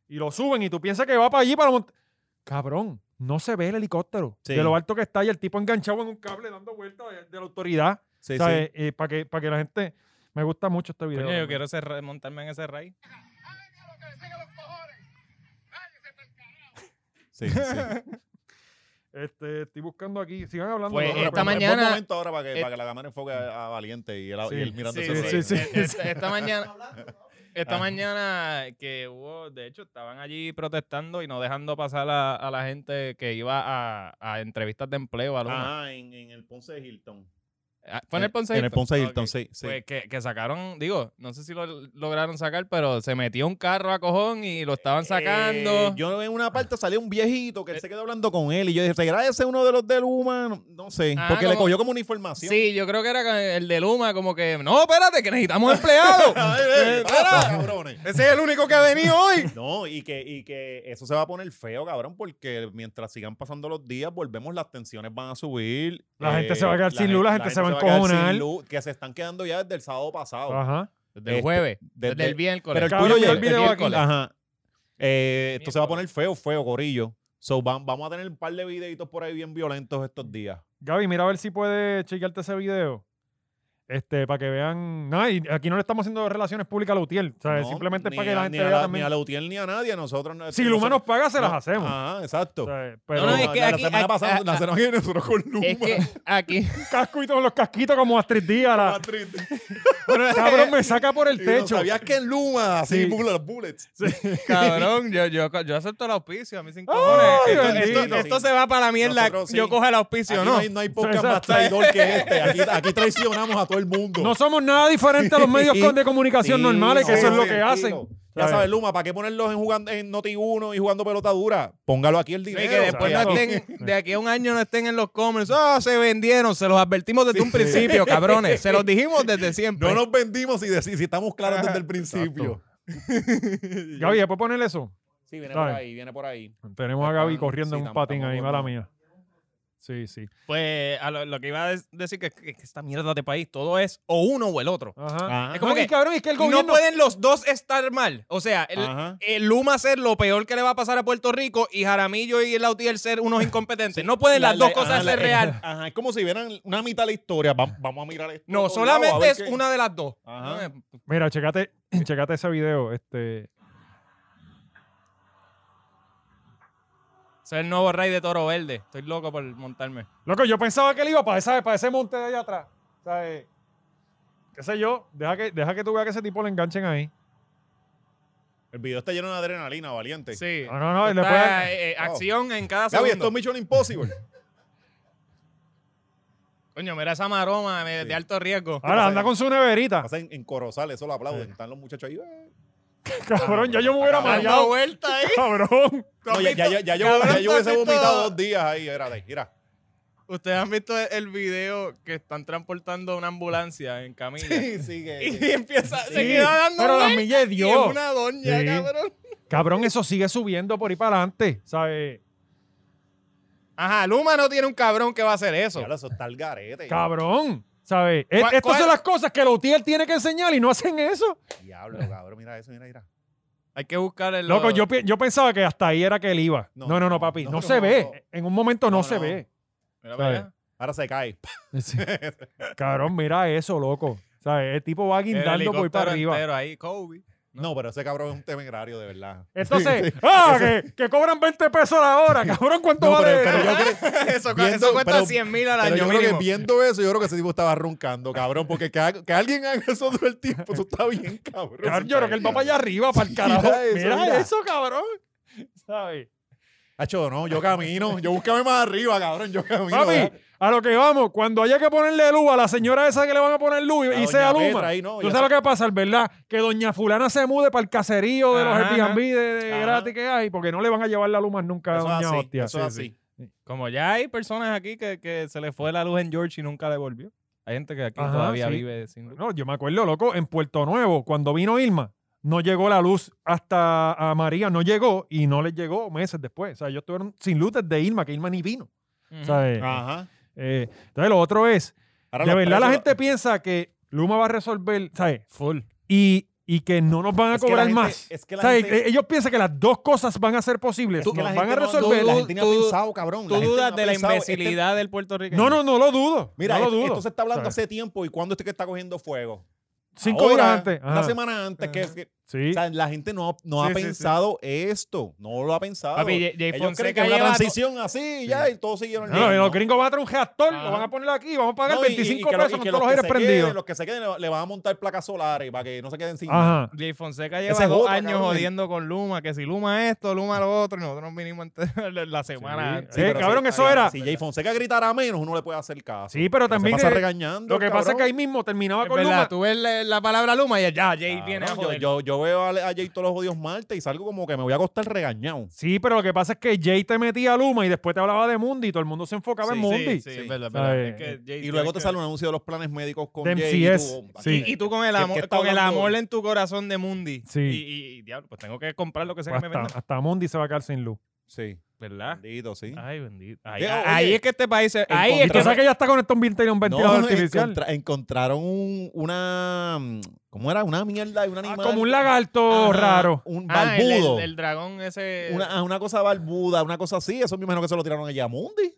[SPEAKER 1] y lo suben y tú piensas que va para allí para montar. Cabrón, no se ve el helicóptero
[SPEAKER 2] Sí.
[SPEAKER 1] de lo alto que está y el tipo enganchado en un cable dando vueltas de, de la autoridad.
[SPEAKER 2] Sí, sí.
[SPEAKER 3] eh,
[SPEAKER 1] para que, pa' que la gente... Me gusta mucho este video.
[SPEAKER 3] Coño, yo
[SPEAKER 1] también.
[SPEAKER 3] quiero cerra- montarme en ese raid.
[SPEAKER 2] sí,
[SPEAKER 3] *laughs*
[SPEAKER 2] sí.
[SPEAKER 1] Este, estoy buscando aquí. Sigan hablando.
[SPEAKER 3] Pues,
[SPEAKER 1] no, no,
[SPEAKER 3] esta
[SPEAKER 1] pero-
[SPEAKER 2] Es buen
[SPEAKER 3] mañana-
[SPEAKER 2] momento ahora para que,
[SPEAKER 3] eh,
[SPEAKER 2] para que la cámara enfoque a, a Valiente y él,
[SPEAKER 1] Sí,
[SPEAKER 2] y él mirando
[SPEAKER 1] Sí,
[SPEAKER 2] ese
[SPEAKER 1] sí, sí.
[SPEAKER 2] rey. *laughs*
[SPEAKER 3] Eh, Esta, esta mañana, esta
[SPEAKER 2] Ah.
[SPEAKER 3] mañana que hubo, de hecho, estaban allí protestando y no dejando pasar a, a la gente que iba a, a entrevistas de empleo. A Luma.
[SPEAKER 2] Ajá, en, en el Ponce de Hilton.
[SPEAKER 3] Ah, ¿Fue en el Ponce
[SPEAKER 2] Eh, En el Ponce Hilton,
[SPEAKER 3] Ok.
[SPEAKER 2] sí. sí.
[SPEAKER 3] Pues que, que sacaron, digo, no sé si lo lograron sacar, pero se metió un carro a cojón y lo estaban sacando. Eh,
[SPEAKER 2] Eh, yo en una parte salió un viejito que él se quedó hablando con él y yo dije, ¿será ese uno de los del humano? No sé,
[SPEAKER 3] Ah,
[SPEAKER 2] porque le
[SPEAKER 3] como-
[SPEAKER 2] cogió como una información.
[SPEAKER 3] Sí, yo creo que era el de Luma, como que, no, espérate,
[SPEAKER 2] *laughs*
[SPEAKER 3] que necesitamos empleados.
[SPEAKER 2] Ay,
[SPEAKER 1] Eh,
[SPEAKER 2] ey,
[SPEAKER 3] Espera.
[SPEAKER 2] pasa, cabrones.
[SPEAKER 3] Ese es el único que ha venido hoy.
[SPEAKER 2] No, y que, y que eso se va a poner feo, cabrón, porque mientras sigan pasando los días, volvemos, las tensiones van a subir. eh,
[SPEAKER 1] La gente se va a quedar sin
[SPEAKER 2] gen-
[SPEAKER 1] luz, la gente se va a
[SPEAKER 2] quedar sin
[SPEAKER 1] encojonar.
[SPEAKER 2] luz, Que se están quedando ya desde el sábado pasado.
[SPEAKER 1] pues, Ajá.
[SPEAKER 3] Desde el
[SPEAKER 2] Este,
[SPEAKER 3] jueves, desde,
[SPEAKER 2] desde-
[SPEAKER 3] el miércoles.
[SPEAKER 2] Pero el
[SPEAKER 1] Cabrón,
[SPEAKER 2] tuyo
[SPEAKER 1] yo
[SPEAKER 2] ya
[SPEAKER 1] el video aquí.
[SPEAKER 3] miércoles.
[SPEAKER 2] Ajá. Eh, esto se va a
[SPEAKER 3] Miércoles.
[SPEAKER 2] poner feo, feo, gorillo. So, va- vamos a tener un par de videitos por ahí bien violentos estos días.
[SPEAKER 1] Gaby, mira a ver si puede chequearte ese video. Este, para que vean. No, y aquí no le estamos haciendo relaciones públicas a la UTIER. O sea,
[SPEAKER 2] No,
[SPEAKER 1] simplemente es
[SPEAKER 2] ni
[SPEAKER 1] para que
[SPEAKER 2] a-
[SPEAKER 1] la gente
[SPEAKER 2] Ni a,
[SPEAKER 1] vea
[SPEAKER 2] la, ni
[SPEAKER 1] también.
[SPEAKER 2] a Leutier ni a nadie, nosotros. no-
[SPEAKER 1] si
[SPEAKER 2] nosotros-
[SPEAKER 1] Luma nos paga, se las
[SPEAKER 2] no, ah,
[SPEAKER 1] hacemos.
[SPEAKER 2] Ajá, exacto.
[SPEAKER 1] O sea, pero
[SPEAKER 3] No, no, es
[SPEAKER 2] la-
[SPEAKER 3] que
[SPEAKER 2] la,
[SPEAKER 3] aquí-
[SPEAKER 2] semana
[SPEAKER 3] aquí-
[SPEAKER 2] pasada,
[SPEAKER 3] a-
[SPEAKER 2] la
[SPEAKER 3] a-
[SPEAKER 2] semana que viene nosotros con Luma.
[SPEAKER 3] Es
[SPEAKER 2] *laughs*
[SPEAKER 3] que aquí.
[SPEAKER 1] casco y todos los casquitos como Astrid Díaz. la-
[SPEAKER 2] *laughs* Más triste.
[SPEAKER 1] cabrón, me saca por el
[SPEAKER 2] Y no
[SPEAKER 1] techo.
[SPEAKER 2] ¿Sabías que en Luma, así,
[SPEAKER 1] Sí.
[SPEAKER 2] bullet- los bullets?
[SPEAKER 3] Cabrón, yo, yo, yo acepto el auspicio, a mí sin
[SPEAKER 1] Ay,
[SPEAKER 3] Esto- esto,
[SPEAKER 2] bendito.
[SPEAKER 3] esto se va para la mierda.
[SPEAKER 2] Nosotros sí.
[SPEAKER 3] Yo cojo el
[SPEAKER 2] Aquí no,
[SPEAKER 3] auspicio, ¿no?
[SPEAKER 2] hay, no hay podcast más
[SPEAKER 1] Exacto.
[SPEAKER 2] traidor *laughs* que este. Aquí, aquí traicionamos a todo el mundo.
[SPEAKER 1] No somos nada diferentes a los medios con- de comunicación
[SPEAKER 2] Sí,
[SPEAKER 1] normales, que
[SPEAKER 2] no,
[SPEAKER 1] eso es lo que
[SPEAKER 2] tranquilo.
[SPEAKER 1] hacen.
[SPEAKER 2] Ya
[SPEAKER 1] ¿Sabes?
[SPEAKER 2] sabes, Luma, ¿para qué ponerlos en, jugando, en Noti 1 y jugando pelota dura? Póngalo aquí el
[SPEAKER 3] Y
[SPEAKER 2] dinero.
[SPEAKER 3] que después no *laughs*
[SPEAKER 1] Exacto.
[SPEAKER 3] estén, de aquí a un año no estén en los comments. Ah, se vendieron, se los advertimos desde un *laughs* principio, cabrones. Se los dijimos desde siempre.
[SPEAKER 2] No nos vendimos y decimos, si estamos claros desde el principio.
[SPEAKER 1] Gaby, ¿ya puedo ponerle eso?
[SPEAKER 2] Sí, viene
[SPEAKER 1] Dale.
[SPEAKER 2] viene por ahí.
[SPEAKER 1] Tenemos a
[SPEAKER 2] Están-
[SPEAKER 1] Gaby corriendo
[SPEAKER 2] sí,
[SPEAKER 1] en un
[SPEAKER 2] tam-
[SPEAKER 1] patín
[SPEAKER 2] estamos
[SPEAKER 1] ahí, mala
[SPEAKER 2] gordos.
[SPEAKER 1] mía. Sí, sí.
[SPEAKER 3] Pues a lo, lo que iba a des- decir que, que esta mierda de país, todo es o uno o el otro.
[SPEAKER 1] Ajá.
[SPEAKER 2] Ah.
[SPEAKER 1] Es como que, cabrón, es que el
[SPEAKER 3] No
[SPEAKER 1] gobierno...
[SPEAKER 3] pueden los dos estar mal. O sea, el,
[SPEAKER 2] Ajá.
[SPEAKER 3] el Luma ser lo peor que le va a pasar a Puerto Rico y Jaramillo y el Lautier ser unos incompetentes. No pueden las
[SPEAKER 2] La-
[SPEAKER 3] dos
[SPEAKER 2] la-
[SPEAKER 3] cosas
[SPEAKER 2] ajá,
[SPEAKER 3] ser
[SPEAKER 2] la-
[SPEAKER 3] *laughs* real.
[SPEAKER 2] *laughs* Ajá, es como si vieran una mitad de la historia. Va- vamos a mirar esto.
[SPEAKER 3] No,
[SPEAKER 2] por todos lados, a ver
[SPEAKER 3] solamente es
[SPEAKER 2] qué-
[SPEAKER 3] una de las dos.
[SPEAKER 2] Ajá.
[SPEAKER 3] Eh,
[SPEAKER 1] Mira, checate, checate ese video. Este...
[SPEAKER 3] Soy el nuevo rey de Toro Verde. Estoy loco por montarme.
[SPEAKER 1] Loco, yo pensaba que él iba para, esa, para ese monte de allá atrás. O sea, eh, qué sé yo, deja que, deja que tú veas que ese tipo le enganchen ahí.
[SPEAKER 2] El video está lleno de adrenalina, valiente.
[SPEAKER 3] Sí.
[SPEAKER 1] No, no, no, le
[SPEAKER 3] Está,
[SPEAKER 1] pueden-
[SPEAKER 3] eh, eh,
[SPEAKER 2] Wow.
[SPEAKER 3] acción en cada
[SPEAKER 2] Oh. Gaby,
[SPEAKER 3] segundo.
[SPEAKER 2] esto es Mission
[SPEAKER 3] *laughs*
[SPEAKER 2] Impossible.
[SPEAKER 3] Coño, mira esa maroma me-
[SPEAKER 2] Sí.
[SPEAKER 3] de alto riesgo.
[SPEAKER 1] Ahora anda con su neverita.
[SPEAKER 2] Pasa en, en Corozal, eso lo aplauden.
[SPEAKER 1] Sí.
[SPEAKER 2] Están los muchachos ahí. eh.
[SPEAKER 1] Cabrón, pues ya yo me hubiera
[SPEAKER 2] Dando
[SPEAKER 3] Dando
[SPEAKER 1] mareado.
[SPEAKER 3] vuelta ahí.
[SPEAKER 1] Cabrón.
[SPEAKER 3] ¿Tú
[SPEAKER 2] *laughs*
[SPEAKER 3] has
[SPEAKER 2] No, ya, ya,
[SPEAKER 3] visto?
[SPEAKER 2] ya, ya yo,
[SPEAKER 3] Cabrón,
[SPEAKER 2] ya
[SPEAKER 3] ¿tú
[SPEAKER 2] yo
[SPEAKER 3] has
[SPEAKER 2] hubiese
[SPEAKER 3] visto-
[SPEAKER 2] vomitado dos días ahí. Espérate,
[SPEAKER 3] *laughs*
[SPEAKER 2] mira.
[SPEAKER 3] Ustedes han visto el video que están transportando una ambulancia en camilla.
[SPEAKER 2] sí,
[SPEAKER 3] Y *laughs* empieza, se
[SPEAKER 1] Sí,
[SPEAKER 3] queda dando
[SPEAKER 1] pero las
[SPEAKER 3] vueltas
[SPEAKER 1] millas de
[SPEAKER 3] y es
[SPEAKER 1] Dios.
[SPEAKER 3] una doña,
[SPEAKER 1] Sí.
[SPEAKER 3] cabrón.
[SPEAKER 1] Cabrón, eso sigue subiendo por ahí para adelante. ¿Sabes?
[SPEAKER 3] Ajá, Luma no tiene un cabrón que va a hacer eso.
[SPEAKER 2] Claro, eso está el garete.
[SPEAKER 1] Cabrón. ¿Sabes? E-
[SPEAKER 3] ¿Cuál-
[SPEAKER 1] Estas
[SPEAKER 3] cuál-
[SPEAKER 1] son las cosas que la UTIER tiene que enseñar y no hacen eso.
[SPEAKER 2] Diablo, cabrón. Mira eso, mira, mira.
[SPEAKER 3] Hay que buscar el...
[SPEAKER 1] Loco, yo, pi- yo pensaba que hasta ahí era que él iba. No,
[SPEAKER 2] No,
[SPEAKER 1] no, no,
[SPEAKER 2] no,
[SPEAKER 1] papi. No,
[SPEAKER 2] no,
[SPEAKER 1] se
[SPEAKER 2] no,
[SPEAKER 1] ve.
[SPEAKER 2] no.
[SPEAKER 1] En un momento no,
[SPEAKER 2] No,
[SPEAKER 1] se
[SPEAKER 2] no.
[SPEAKER 1] ve.
[SPEAKER 3] Mira para allá.
[SPEAKER 2] Ahora se cae.
[SPEAKER 1] Sí. Cabrón, mira eso, loco. ¿Sabes? El tipo va
[SPEAKER 3] El
[SPEAKER 1] guindando por ahí para
[SPEAKER 3] helicóptero
[SPEAKER 1] arriba.
[SPEAKER 3] entero ahí, Kobe.
[SPEAKER 2] No, pero ese cabrón es un temerario, de verdad.
[SPEAKER 1] Entonces, ah, que, que cobran 20 pesos la hora, cabrón, ¿cuánto
[SPEAKER 2] No,
[SPEAKER 1] vale?
[SPEAKER 2] pero, pero yo creo,
[SPEAKER 3] *laughs* eso, cu-
[SPEAKER 2] Viendo-
[SPEAKER 3] eso cuesta
[SPEAKER 2] pero-
[SPEAKER 3] 100 mil al
[SPEAKER 2] pero
[SPEAKER 3] año
[SPEAKER 2] yo creo que
[SPEAKER 3] mínimo.
[SPEAKER 2] viendo eso, yo creo que ese tipo estaba roncando, cabrón. Porque que, ha- que alguien haga eso todo el tiempo, eso está bien, cabrón.
[SPEAKER 1] Cabrón, yo creo que él va para allá arriba, para el carajo.
[SPEAKER 2] mira
[SPEAKER 1] Mira
[SPEAKER 2] eso,
[SPEAKER 1] eso,
[SPEAKER 2] mira.
[SPEAKER 1] cabrón. ¿Sabes?
[SPEAKER 2] Hacho, no, yo camino. Yo búscame más arriba, cabrón. Yo camino.
[SPEAKER 1] Papi,
[SPEAKER 2] ¿verdad?
[SPEAKER 1] a lo que vamos, cuando haya que ponerle luz a la señora esa que le van a poner luz
[SPEAKER 2] La
[SPEAKER 1] y
[SPEAKER 2] doña
[SPEAKER 1] sea luma,
[SPEAKER 2] Petra ahí, no,
[SPEAKER 1] tú
[SPEAKER 2] ya
[SPEAKER 1] sabes lo que pasa, ¿verdad? Que doña fulana se mude para el caserío de los
[SPEAKER 3] Ajá,
[SPEAKER 1] Airbnb de, de
[SPEAKER 2] ajá.
[SPEAKER 1] gratis que hay, porque no le van a llevar la luma nunca a
[SPEAKER 2] Eso es
[SPEAKER 1] doña
[SPEAKER 2] así.
[SPEAKER 1] hostia.
[SPEAKER 2] eso
[SPEAKER 1] Sí,
[SPEAKER 2] es
[SPEAKER 1] sí.
[SPEAKER 2] así.
[SPEAKER 3] Como ya hay personas aquí que, que se le fue la luz en George y nunca devolvió. Hay gente que aquí
[SPEAKER 1] Ajá,
[SPEAKER 3] todavía
[SPEAKER 1] sí.
[SPEAKER 3] vive sin luz.
[SPEAKER 1] No, yo me acuerdo, loco, en Puerto Nuevo, cuando vino Irma, no llegó la luz hasta a María, no llegó y no les llegó meses después. O sea, ellos estuvieron sin luz desde Irma, que Irma ni vino.
[SPEAKER 3] Ujú.
[SPEAKER 1] ¿sabes?
[SPEAKER 2] Ajá.
[SPEAKER 1] Eh, entonces, lo otro es,
[SPEAKER 2] Ahora
[SPEAKER 1] de
[SPEAKER 2] los
[SPEAKER 1] verdad la
[SPEAKER 2] precios-
[SPEAKER 1] gente piensa que Luma va a resolver, ¿sabes?
[SPEAKER 3] Full.
[SPEAKER 1] Y, y que no nos van a
[SPEAKER 2] Es que la
[SPEAKER 1] cobrar
[SPEAKER 2] gente-
[SPEAKER 1] más.
[SPEAKER 2] es que la
[SPEAKER 1] ¿Sabes?
[SPEAKER 2] gente-
[SPEAKER 1] Eh, Ellos piensan que las dos cosas van a ser posibles.
[SPEAKER 2] Es que
[SPEAKER 1] Nos
[SPEAKER 2] la
[SPEAKER 1] van a
[SPEAKER 2] gente no-
[SPEAKER 1] resolver.
[SPEAKER 2] La
[SPEAKER 3] Tú-
[SPEAKER 2] gente no ha
[SPEAKER 3] tú-
[SPEAKER 2] pensado, cabrón.
[SPEAKER 3] Tú
[SPEAKER 2] La gente
[SPEAKER 3] dudas
[SPEAKER 2] no ha
[SPEAKER 3] de la
[SPEAKER 2] pensado, este-
[SPEAKER 3] imbecilidad del puertorriqueño.
[SPEAKER 1] No, no, no lo dudo.
[SPEAKER 2] Mira,
[SPEAKER 1] no lo
[SPEAKER 2] esto-
[SPEAKER 1] dudo.
[SPEAKER 2] esto se está hablando
[SPEAKER 1] ¿Sabes?
[SPEAKER 2] hace tiempo y cuándo es que está cogiendo fuego.
[SPEAKER 1] Cinco
[SPEAKER 2] Ahora,
[SPEAKER 1] horas antes.
[SPEAKER 2] Una
[SPEAKER 1] Ajá.
[SPEAKER 2] semana antes que, que-
[SPEAKER 1] Sí.
[SPEAKER 2] o sea, la gente no, no
[SPEAKER 3] Sí,
[SPEAKER 2] ha
[SPEAKER 3] sí, sí.
[SPEAKER 2] pensado esto. No lo ha pensado.
[SPEAKER 3] Papi, J- J.
[SPEAKER 2] Ellos creen que
[SPEAKER 3] Fonseca
[SPEAKER 2] es una
[SPEAKER 3] lleva to-
[SPEAKER 2] transición así y ya y todos siguieron el
[SPEAKER 1] No,
[SPEAKER 2] día.
[SPEAKER 1] los gringos van a traer un reactor,
[SPEAKER 3] Ajá.
[SPEAKER 1] lo van a poner aquí, vamos a pagar
[SPEAKER 2] No, y- y- y
[SPEAKER 1] 25
[SPEAKER 2] que lo- y
[SPEAKER 1] pesos con
[SPEAKER 2] que
[SPEAKER 1] todos los
[SPEAKER 2] que
[SPEAKER 1] aires
[SPEAKER 2] se
[SPEAKER 1] prendidos.
[SPEAKER 2] Queden, los que se queden le- le van a montar placas solares para que no se queden sin.
[SPEAKER 1] Ajá.
[SPEAKER 3] Jay Fonseca lleva
[SPEAKER 2] Esa es
[SPEAKER 3] dos
[SPEAKER 2] otra,
[SPEAKER 3] años
[SPEAKER 2] cabrón.
[SPEAKER 3] jodiendo con Luma, que si Luma esto, Luma lo otro, y nosotros nos vinimos enter- la semana
[SPEAKER 1] Sí.
[SPEAKER 3] antes.
[SPEAKER 2] pero
[SPEAKER 1] cabrón,
[SPEAKER 2] si-
[SPEAKER 1] eso era-
[SPEAKER 2] Si Jay Fonseca gritara menos, uno le puede hacer caso.
[SPEAKER 1] Sí, pero también
[SPEAKER 2] se pasa
[SPEAKER 1] que-
[SPEAKER 2] regañando.
[SPEAKER 1] Lo que pasa es que ahí mismo terminaba
[SPEAKER 3] Es
[SPEAKER 1] con
[SPEAKER 3] verdad,
[SPEAKER 1] Luma.
[SPEAKER 3] tú ves la, la palabra Luma y ya, ya, Jay
[SPEAKER 2] Cabrón,
[SPEAKER 3] viene a
[SPEAKER 2] yo,
[SPEAKER 3] joder.
[SPEAKER 2] yo, yo veo a, a Jay todos los odios martes y salgo como que me voy a acostar regañado.
[SPEAKER 1] Sí, pero lo que pasa es que Jay te metía a Luma y después te hablaba de Mundi y todo el mundo se enfocaba en
[SPEAKER 3] Sí,
[SPEAKER 1] Mundi.
[SPEAKER 3] sí, sí,
[SPEAKER 2] Sí.
[SPEAKER 3] es verdad, es verdad.
[SPEAKER 1] Ay.
[SPEAKER 3] Es que Jay
[SPEAKER 2] Y luego te
[SPEAKER 3] tiene que-
[SPEAKER 2] sale un anuncio de los planes médicos con
[SPEAKER 1] De
[SPEAKER 2] Jay. y
[SPEAKER 1] MCS,
[SPEAKER 2] tú,
[SPEAKER 1] sí.
[SPEAKER 3] Y tú con el
[SPEAKER 2] ¿Qué-
[SPEAKER 3] amor,
[SPEAKER 2] qué está
[SPEAKER 3] con el
[SPEAKER 2] hablando?
[SPEAKER 3] amor en tu corazón de Mundi.
[SPEAKER 1] Sí.
[SPEAKER 3] Y, y- y, diablo, pues tengo que comprar lo que sea que me
[SPEAKER 1] Hasta,
[SPEAKER 3] vendan.
[SPEAKER 1] hasta Mundi se va a quedar sin luz.
[SPEAKER 2] Sí.
[SPEAKER 3] ¿Verdad?
[SPEAKER 2] Bendito, sí.
[SPEAKER 3] Ay, bendito. Ahí,
[SPEAKER 2] Digo,
[SPEAKER 3] ahí
[SPEAKER 2] oye,
[SPEAKER 3] es que este país. se-
[SPEAKER 1] Y
[SPEAKER 3] Ahí es que
[SPEAKER 1] tú
[SPEAKER 2] encontraron-
[SPEAKER 1] sabes que ya está conectado un ventilador, un ventilador
[SPEAKER 2] No,
[SPEAKER 1] artificial.
[SPEAKER 2] encontra- encontraron un- una. mm, ¿Cómo era? Una mierda de un
[SPEAKER 1] Ah,
[SPEAKER 2] animal.
[SPEAKER 1] como un lagarto
[SPEAKER 2] Ajá,
[SPEAKER 1] raro.
[SPEAKER 2] Un
[SPEAKER 3] Ah, el- el,
[SPEAKER 2] barbudo.
[SPEAKER 3] el dragón ese.
[SPEAKER 2] una, ah, una cosa barbuda, una cosa así. Eso me imagino que se lo tiraron a Yamundi.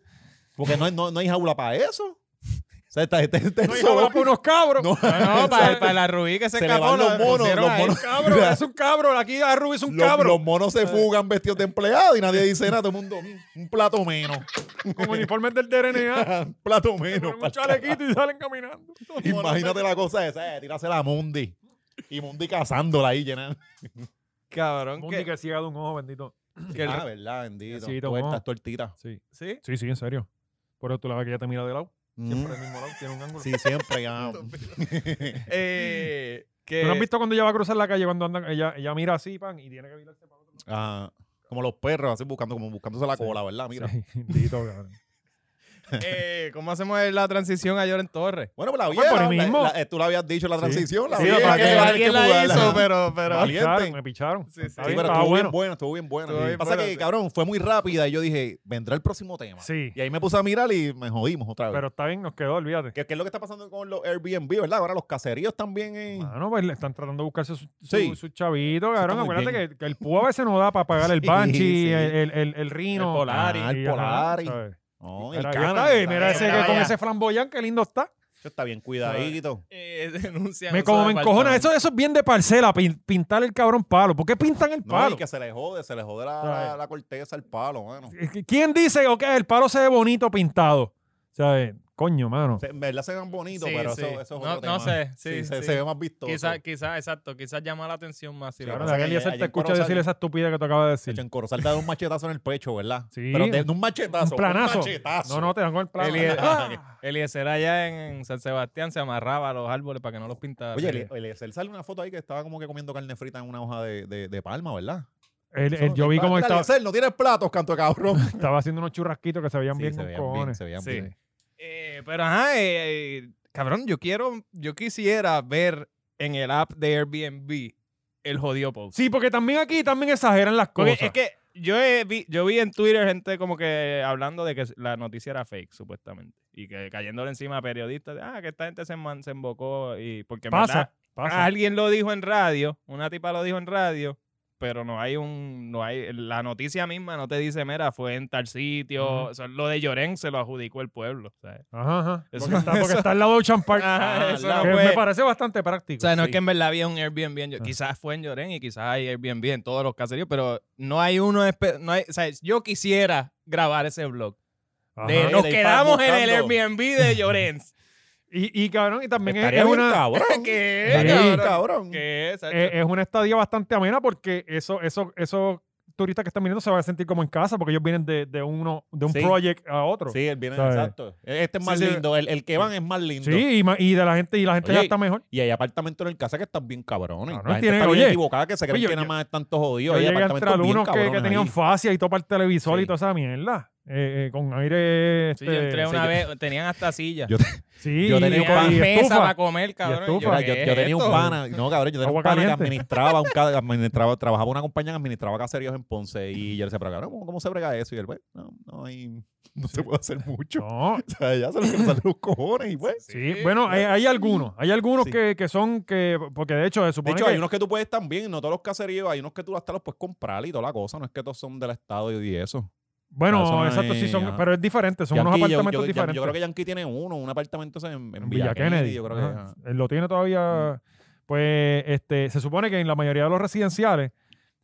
[SPEAKER 2] Porque no, hay- no, no hay jaula para eso. *laughs* O sea, está, está- está el
[SPEAKER 1] No, y
[SPEAKER 2] zoo-
[SPEAKER 1] ahora para unos cabros.
[SPEAKER 2] No,
[SPEAKER 3] No,
[SPEAKER 2] *laughs*
[SPEAKER 3] no, para,
[SPEAKER 1] ¿sabes?
[SPEAKER 3] para la rubí que se,
[SPEAKER 2] Se le
[SPEAKER 3] escapó.
[SPEAKER 2] van los
[SPEAKER 3] la
[SPEAKER 2] monos,
[SPEAKER 3] pusieron
[SPEAKER 2] los
[SPEAKER 3] ahí.
[SPEAKER 2] monos.
[SPEAKER 1] Cabro,
[SPEAKER 2] *laughs*
[SPEAKER 1] es un cabro. Aquí a Ruby es un Eh.
[SPEAKER 2] los,
[SPEAKER 1] cabro.
[SPEAKER 2] los monos se fugan vestidos de empleado y nadie dice nada. Todo el mundo, "Mm, un plato menos. *laughs*
[SPEAKER 1] Con uniformes del DNA.
[SPEAKER 2] un plato
[SPEAKER 1] se
[SPEAKER 2] menos.
[SPEAKER 1] ponen un
[SPEAKER 2] pa'l
[SPEAKER 1] chalequito y salen caminando.
[SPEAKER 2] carajo". Imagínate la cosa esa, eh, tirársela a Mundi. Y Mundi cazándola ahí, llenando.
[SPEAKER 3] Cabrón,
[SPEAKER 1] Mundi
[SPEAKER 3] que.
[SPEAKER 1] que ciega de un ojo, bendito.
[SPEAKER 3] que el-
[SPEAKER 2] Ah, verdad, bendito.
[SPEAKER 1] Sí, tomó.
[SPEAKER 2] Tuertas, tortitas.
[SPEAKER 1] Sí.
[SPEAKER 3] ¿Sí?
[SPEAKER 1] Sí, sí, en serio. Por eso tú la ves que ya te mira de lado. Siempre
[SPEAKER 2] Mm.
[SPEAKER 1] del mismo lado, tiene un ángulo.
[SPEAKER 2] Sí,
[SPEAKER 1] *laughs*
[SPEAKER 2] siempre. ya. *laughs*
[SPEAKER 3] Eh, que,
[SPEAKER 1] ¿Tú no has visto cuando ella va a cruzar la calle, cuando anda, ella, ella mira así, pan, y tiene que mirarse para otro
[SPEAKER 2] Ah, como los perros, así buscando, como buscándose la
[SPEAKER 1] Sí.
[SPEAKER 2] cola, ¿verdad? Mira.
[SPEAKER 1] lado? Sí, *laughs* bendito, cabrón.
[SPEAKER 3] eh, ¿Cómo hacemos la transición a Lloren Torres?
[SPEAKER 2] Bueno, pues la
[SPEAKER 1] pues,
[SPEAKER 2] vieja.
[SPEAKER 1] por ahí
[SPEAKER 2] la-
[SPEAKER 1] mismo.
[SPEAKER 2] la- eh, tú la habías dicho la
[SPEAKER 1] Sí.
[SPEAKER 2] transición. La
[SPEAKER 1] Sí,
[SPEAKER 2] vieja,
[SPEAKER 1] para
[SPEAKER 2] que
[SPEAKER 1] que
[SPEAKER 2] se va a tener
[SPEAKER 3] alguien
[SPEAKER 2] que
[SPEAKER 3] la
[SPEAKER 2] mudarla.
[SPEAKER 3] hizo, pero...
[SPEAKER 1] Me
[SPEAKER 3] pero
[SPEAKER 2] Valiente.
[SPEAKER 1] picharon, me picharon.
[SPEAKER 3] Sí, sí.
[SPEAKER 1] Está
[SPEAKER 2] Sí,
[SPEAKER 1] bien,
[SPEAKER 2] pero
[SPEAKER 1] estaba
[SPEAKER 2] estuvo
[SPEAKER 1] bueno.
[SPEAKER 2] bien buena, estuvo bien buena.
[SPEAKER 3] Estuvo
[SPEAKER 2] Lo que
[SPEAKER 3] bien
[SPEAKER 2] pasa
[SPEAKER 3] buena,
[SPEAKER 2] que,
[SPEAKER 3] sí.
[SPEAKER 2] cabrón, fue muy rápida y yo dije, vendrá el próximo tema.
[SPEAKER 1] Sí,
[SPEAKER 2] Y ahí me puse a mirar y me jodimos otra vez.
[SPEAKER 1] pero está bien, nos quedó, olvídate.
[SPEAKER 2] ¿Qué, qué es lo que está pasando con los Airbnb, verdad? Ahora los caseríos también. eh.
[SPEAKER 1] Mano, pues le están tratando de buscarse sus su,
[SPEAKER 2] Sí.
[SPEAKER 1] su chavito, cabrón.
[SPEAKER 2] muy
[SPEAKER 1] Acuérdate
[SPEAKER 2] bien.
[SPEAKER 1] que, que el púa a veces no da para pagar el
[SPEAKER 2] *laughs* Sí,
[SPEAKER 1] Banshee,
[SPEAKER 2] sí.
[SPEAKER 1] el, el, el, el Rino.
[SPEAKER 3] El Polaris.
[SPEAKER 2] Ah, el
[SPEAKER 1] ajá,
[SPEAKER 2] Polaris.
[SPEAKER 1] ¿sabes?
[SPEAKER 2] No, y el
[SPEAKER 1] Mira, ahí
[SPEAKER 2] Canon,
[SPEAKER 1] está, eh,
[SPEAKER 2] está
[SPEAKER 1] mira
[SPEAKER 2] bien,
[SPEAKER 1] ese
[SPEAKER 3] mira,
[SPEAKER 1] que con
[SPEAKER 3] vaya.
[SPEAKER 1] ese flamboyán, qué lindo está.
[SPEAKER 2] eso está bien cuidadito.
[SPEAKER 3] Eh, *laughs* denuncian
[SPEAKER 1] Me,
[SPEAKER 3] uso
[SPEAKER 1] como
[SPEAKER 3] de
[SPEAKER 1] me encojona,
[SPEAKER 3] faltantes.
[SPEAKER 1] eso, eso es bien de parcela, pin- pintar el cabrón palo. ¿Por qué pintan el
[SPEAKER 2] No,
[SPEAKER 1] palo?
[SPEAKER 2] y que se le jode, se le jode la,
[SPEAKER 1] Está bien.
[SPEAKER 2] la- la corteza al palo, mano.
[SPEAKER 1] Eh, ¿Quién dice, ok, el palo se ve bonito pintado? ¿Sabes? Coño, mano.
[SPEAKER 2] Se- En verdad se ven bonitos,
[SPEAKER 3] Sí,
[SPEAKER 2] pero
[SPEAKER 3] sí.
[SPEAKER 2] eso, eso es
[SPEAKER 3] No-
[SPEAKER 2] otro tema.
[SPEAKER 3] no sé, sí,
[SPEAKER 2] se,
[SPEAKER 3] sí.
[SPEAKER 2] se ve más vistoso.
[SPEAKER 3] Quizás, quizás, exacto, quizás llama la atención más. si
[SPEAKER 2] Sí,
[SPEAKER 3] lo
[SPEAKER 1] Cabrón,
[SPEAKER 2] pasa
[SPEAKER 1] aquel
[SPEAKER 2] que
[SPEAKER 1] día
[SPEAKER 2] allá-
[SPEAKER 1] se
[SPEAKER 2] allá
[SPEAKER 1] te
[SPEAKER 2] en
[SPEAKER 1] escucha
[SPEAKER 2] Corozal-
[SPEAKER 1] decir esa estupidez que te acabo de decir.
[SPEAKER 2] Hecho, en Corozal te da un machetazo en el pecho, ¿verdad?
[SPEAKER 1] Sí.
[SPEAKER 2] Pero te, no un machetazo,
[SPEAKER 1] Un
[SPEAKER 2] pero
[SPEAKER 1] planazo.
[SPEAKER 2] un machetazo.
[SPEAKER 1] No, no, te dan con el plano.
[SPEAKER 2] *laughs*
[SPEAKER 3] Eli- *laughs*
[SPEAKER 1] Ah.
[SPEAKER 3] Eliezer allá en, en San Sebastián se amarraba a los árboles para que no los pintara.
[SPEAKER 2] Oye,
[SPEAKER 3] Sí.
[SPEAKER 2] Eli- Eliezer sale una foto ahí que estaba como que comiendo carne frita en una hoja de, de- de palma, ¿verdad?
[SPEAKER 1] El-
[SPEAKER 2] Eso
[SPEAKER 1] el-
[SPEAKER 2] no-
[SPEAKER 1] yo vi cómo
[SPEAKER 2] Mira,
[SPEAKER 1] estaba,
[SPEAKER 2] Eliezer, no tienes platos, canto
[SPEAKER 1] *laughs*
[SPEAKER 2] de cabrón.
[SPEAKER 1] estaba haciendo unos churrasquitos que se veían bien con cojones.
[SPEAKER 2] se veían
[SPEAKER 3] Sí.
[SPEAKER 2] bien.
[SPEAKER 3] Eh, pero ajá, eh, eh, cabrón, yo quiero, yo quisiera ver en el app de Airbnb el jodido post.
[SPEAKER 1] Sí, porque también aquí también exageran las
[SPEAKER 3] Porque
[SPEAKER 1] cosas.
[SPEAKER 3] es que yo, he vi, yo vi en Twitter gente como que hablando de que la noticia era fake, supuestamente. Y que cayéndole encima a periodistas, de, ah, que esta gente se, enman- se embocó y porque en verdad,
[SPEAKER 1] pasa, pasa.
[SPEAKER 3] alguien lo dijo en radio, una tipa lo dijo en radio, pero no hay un, no hay, la noticia misma no te dice, mira, fue en tal sitio,
[SPEAKER 1] Ujú.
[SPEAKER 3] o sea, lo de Llorén se lo adjudicó el puedo ¿sabes?
[SPEAKER 1] Ajá, ajá.
[SPEAKER 2] *laughs*
[SPEAKER 3] Eso-
[SPEAKER 1] porque, está, porque está al lado de Ocean Park.
[SPEAKER 3] Ajá,
[SPEAKER 2] Ah, eso no
[SPEAKER 1] que
[SPEAKER 3] fue.
[SPEAKER 1] me parece bastante práctico.
[SPEAKER 3] O sea, no es
[SPEAKER 2] Sí.
[SPEAKER 3] que en verdad había un Airbnb. en Llo-
[SPEAKER 1] Ah.
[SPEAKER 3] Quizás fue en Llorén y quizás hay Airbnb en todos los caseríos, pero no hay uno. espe- No hay, o sea, yo quisiera grabar ese blog.
[SPEAKER 1] Ajá.
[SPEAKER 3] de,
[SPEAKER 2] Ajá.
[SPEAKER 3] nos
[SPEAKER 2] De ir
[SPEAKER 3] quedamos en
[SPEAKER 2] buscando.
[SPEAKER 3] el Airbnb de
[SPEAKER 2] *laughs*
[SPEAKER 3] Llorén.
[SPEAKER 1] y, y cabrón, y también es,
[SPEAKER 2] Estaría
[SPEAKER 1] es
[SPEAKER 2] bien
[SPEAKER 1] una, *laughs*
[SPEAKER 2] cabrón.
[SPEAKER 3] ¿Qué?
[SPEAKER 2] Estaría bien
[SPEAKER 3] cabrón?
[SPEAKER 2] cabrón.
[SPEAKER 3] ¿Qué? Sacho?
[SPEAKER 1] eh, es una estadía bastante amena porque eso, eso, esos turistas que están viniendo se van a sentir como en casa porque ellos vienen de, de uno, de un
[SPEAKER 2] Sí.
[SPEAKER 1] project a otro.
[SPEAKER 2] Sí, el bien
[SPEAKER 1] ¿Sabes?
[SPEAKER 2] exacto. Este es más
[SPEAKER 1] Sí, sí.
[SPEAKER 2] lindo. El, el que van es más lindo.
[SPEAKER 1] Sí, y, ma- y de la gente, y la gente
[SPEAKER 2] Oye,
[SPEAKER 1] ya está mejor.
[SPEAKER 2] Y hay apartamentos en el casa que están bien cabrones.
[SPEAKER 1] Cabrón,
[SPEAKER 2] la gente
[SPEAKER 1] tienen-
[SPEAKER 2] está bien
[SPEAKER 1] oye,
[SPEAKER 2] equivocada que se creen
[SPEAKER 1] oye,
[SPEAKER 2] que
[SPEAKER 1] yo-
[SPEAKER 2] nada más están todos
[SPEAKER 1] Yo
[SPEAKER 2] jodidos. Hay
[SPEAKER 1] llegué a entrar
[SPEAKER 2] apartamentos bien
[SPEAKER 1] unos que, que
[SPEAKER 2] cabrones
[SPEAKER 1] tenían
[SPEAKER 2] ahí.
[SPEAKER 1] fascia y todo para el televisor
[SPEAKER 2] Sí.
[SPEAKER 1] y toda esa mierda. Eh, eh, con aire.
[SPEAKER 3] Sí,
[SPEAKER 1] Este,
[SPEAKER 3] yo entré una
[SPEAKER 2] yo-
[SPEAKER 3] vez, tenían hasta sillas.
[SPEAKER 2] Yo-
[SPEAKER 1] sí,
[SPEAKER 2] yo
[SPEAKER 1] y-
[SPEAKER 2] tenía
[SPEAKER 1] y
[SPEAKER 3] Tenían
[SPEAKER 2] una
[SPEAKER 3] mesa
[SPEAKER 1] estufa.
[SPEAKER 3] para comer, cabrón.
[SPEAKER 1] estufa.
[SPEAKER 3] Yo,
[SPEAKER 2] Mira,
[SPEAKER 3] ¿qué
[SPEAKER 2] yo,
[SPEAKER 3] es
[SPEAKER 2] yo tenía un
[SPEAKER 3] esto?
[SPEAKER 2] pana, no cabrón, yo tenía
[SPEAKER 1] Agua
[SPEAKER 2] un pana
[SPEAKER 1] caliente.
[SPEAKER 2] que administraba, un
[SPEAKER 1] *laughs*
[SPEAKER 2] ca- administraba, trabajaba en una compañía que administraba caseríos en Ponce y yo le decía, pero cabrón, ¿cómo, cómo se brega eso? Y él, pues, no, no hay, no se puede hacer mucho.
[SPEAKER 1] No,
[SPEAKER 2] *laughs* O sea, ya se lo que salen los cojones y pues.
[SPEAKER 1] sí, bueno, hay, hay algunos. Hay algunos
[SPEAKER 2] Sí.
[SPEAKER 1] que, que son que. Porque de hecho, se
[SPEAKER 2] De
[SPEAKER 1] supone
[SPEAKER 2] hecho,
[SPEAKER 1] que.
[SPEAKER 2] hay unos que tú puedes también, no todos los caseríos, hay unos que tú hasta los puedes comprar y toda la cosa, no es que todos son del Estado y eso.
[SPEAKER 1] bueno,
[SPEAKER 2] Ah, eso no
[SPEAKER 1] exacto, sí,
[SPEAKER 2] es-
[SPEAKER 1] son.
[SPEAKER 2] ajá.
[SPEAKER 1] Pero es diferente, son unos
[SPEAKER 2] Yankee, yo-
[SPEAKER 1] apartamentos
[SPEAKER 2] yo, yo-
[SPEAKER 1] diferentes.
[SPEAKER 2] Yo, creo que Yankee tiene uno, un apartamento ese en, en
[SPEAKER 1] en Villa Kennedy.
[SPEAKER 2] yo creo que
[SPEAKER 1] ajá.
[SPEAKER 2] ajá.
[SPEAKER 1] Él lo tiene todavía. Pues este, se supone que en la mayoría de los residenciales,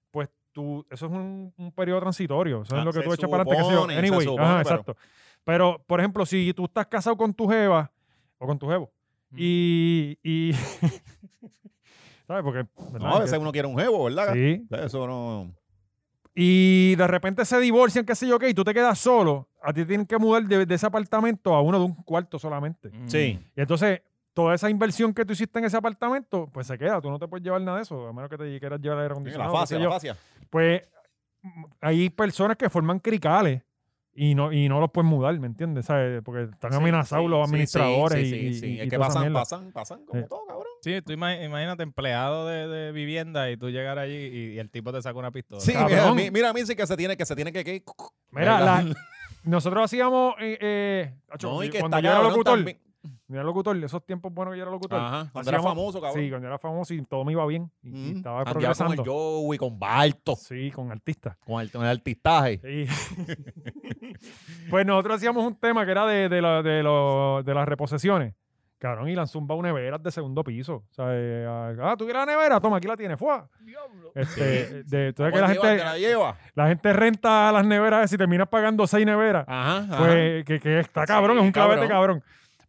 [SPEAKER 1] pues tú, eso es un, un periodo transitorio. Eso
[SPEAKER 2] Ah,
[SPEAKER 1] es lo que
[SPEAKER 2] se
[SPEAKER 1] tú echas para adelante. qué sé yo.
[SPEAKER 2] supone, se
[SPEAKER 1] Anyway,
[SPEAKER 2] supone,
[SPEAKER 1] ajá,
[SPEAKER 2] pero-
[SPEAKER 1] exacto. Pero, por ejemplo, si tú estás casado con tu jeva o con tu jevo
[SPEAKER 3] Mm.
[SPEAKER 1] y. y *laughs* ¿Sabes? Porque. ¿verdad?
[SPEAKER 2] No, a veces
[SPEAKER 1] Que-
[SPEAKER 2] uno quiere un jevo, ¿verdad?
[SPEAKER 1] sí.
[SPEAKER 2] Eso no.
[SPEAKER 1] Y de repente se divorcian, qué sé yo, qué, y tú te quedas solo. A ti te tienen que mudar de, de ese apartamento a uno de un cuarto solamente.
[SPEAKER 3] Mm.
[SPEAKER 1] Y entonces, toda esa inversión que tú hiciste en ese apartamento, pues se queda. Tú no te puedes llevar nada de eso, a menos que te quieras llevar aire
[SPEAKER 2] Sí,
[SPEAKER 1] acondicionado.
[SPEAKER 2] La
[SPEAKER 1] qué
[SPEAKER 2] fascia,
[SPEAKER 1] sé
[SPEAKER 2] la
[SPEAKER 1] yo.
[SPEAKER 2] fascia.
[SPEAKER 1] Pues mm, hay personas que forman cricales y no, y no los pueden mudar, ¿me entiendes? ¿Sabes? Porque están
[SPEAKER 2] Sí,
[SPEAKER 1] amenazados
[SPEAKER 2] sí,
[SPEAKER 1] los
[SPEAKER 2] sí, sí,
[SPEAKER 1] administradores
[SPEAKER 2] sí,
[SPEAKER 1] y,
[SPEAKER 2] sí,
[SPEAKER 1] y-
[SPEAKER 2] es
[SPEAKER 1] y Eh,
[SPEAKER 2] que
[SPEAKER 1] toda esa
[SPEAKER 2] pasan,
[SPEAKER 1] mierda.
[SPEAKER 2] pasan, pasan como
[SPEAKER 1] Sí.
[SPEAKER 2] todo, cabrón.
[SPEAKER 3] Sí, tú ima- imagínate empleado de, de vivienda y tú llegar allí y, y el tipo te saca una pistola.
[SPEAKER 2] Sí, mira,
[SPEAKER 1] Cabrón.
[SPEAKER 2] mi- mira, a mí sí que se tiene que se tiene que, que-
[SPEAKER 1] Mira,
[SPEAKER 2] ¿verdad? *laughs*
[SPEAKER 1] la- nosotros hacíamos. Eh, eh, acho,
[SPEAKER 2] No, y que
[SPEAKER 1] cuando
[SPEAKER 2] está
[SPEAKER 1] yo era
[SPEAKER 2] cabrón
[SPEAKER 1] locutor,
[SPEAKER 2] también.
[SPEAKER 1] yo era locutor, esos tiempos buenos que yo era locutor.
[SPEAKER 2] Ajá, cuando era
[SPEAKER 1] Hacíamos-
[SPEAKER 2] famoso, cabrón.
[SPEAKER 1] Sí, cuando era famoso y todo me iba bien. Y, y
[SPEAKER 2] Mm.
[SPEAKER 1] estaba
[SPEAKER 2] Andaba
[SPEAKER 1] progresando.
[SPEAKER 2] con el Joey, con Barto,
[SPEAKER 1] Sí, con artistas.
[SPEAKER 2] con el, con el artistaje. *laughs*
[SPEAKER 1] Sí. pues nosotros hacíamos un tema que era de, de, la- de, lo- de las reposesiones. Cabrón, y lanzó un baúl neveras de segundo piso. O sea, eh, ah, tú quieres la nevera, toma, aquí la tienes, fuá. Este, de, tú sabes que la
[SPEAKER 2] Vamos, lleva,
[SPEAKER 1] gente,
[SPEAKER 2] te la lleva.
[SPEAKER 1] la gente renta las neveras y terminas pagando seis neveras.
[SPEAKER 2] Ajá, ajá.
[SPEAKER 1] Pues que, que está cabrón, es un clavete cabrón.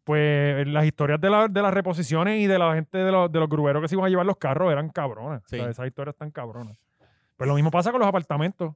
[SPEAKER 1] Pues las historias de, la- de las reposiciones y de la gente de, los- de los gruberos que se iban a llevar los carros eran cabronas. O sea,
[SPEAKER 2] Sí.
[SPEAKER 1] esas historias están cabronas. Pues lo mismo pasa con los apartamentos.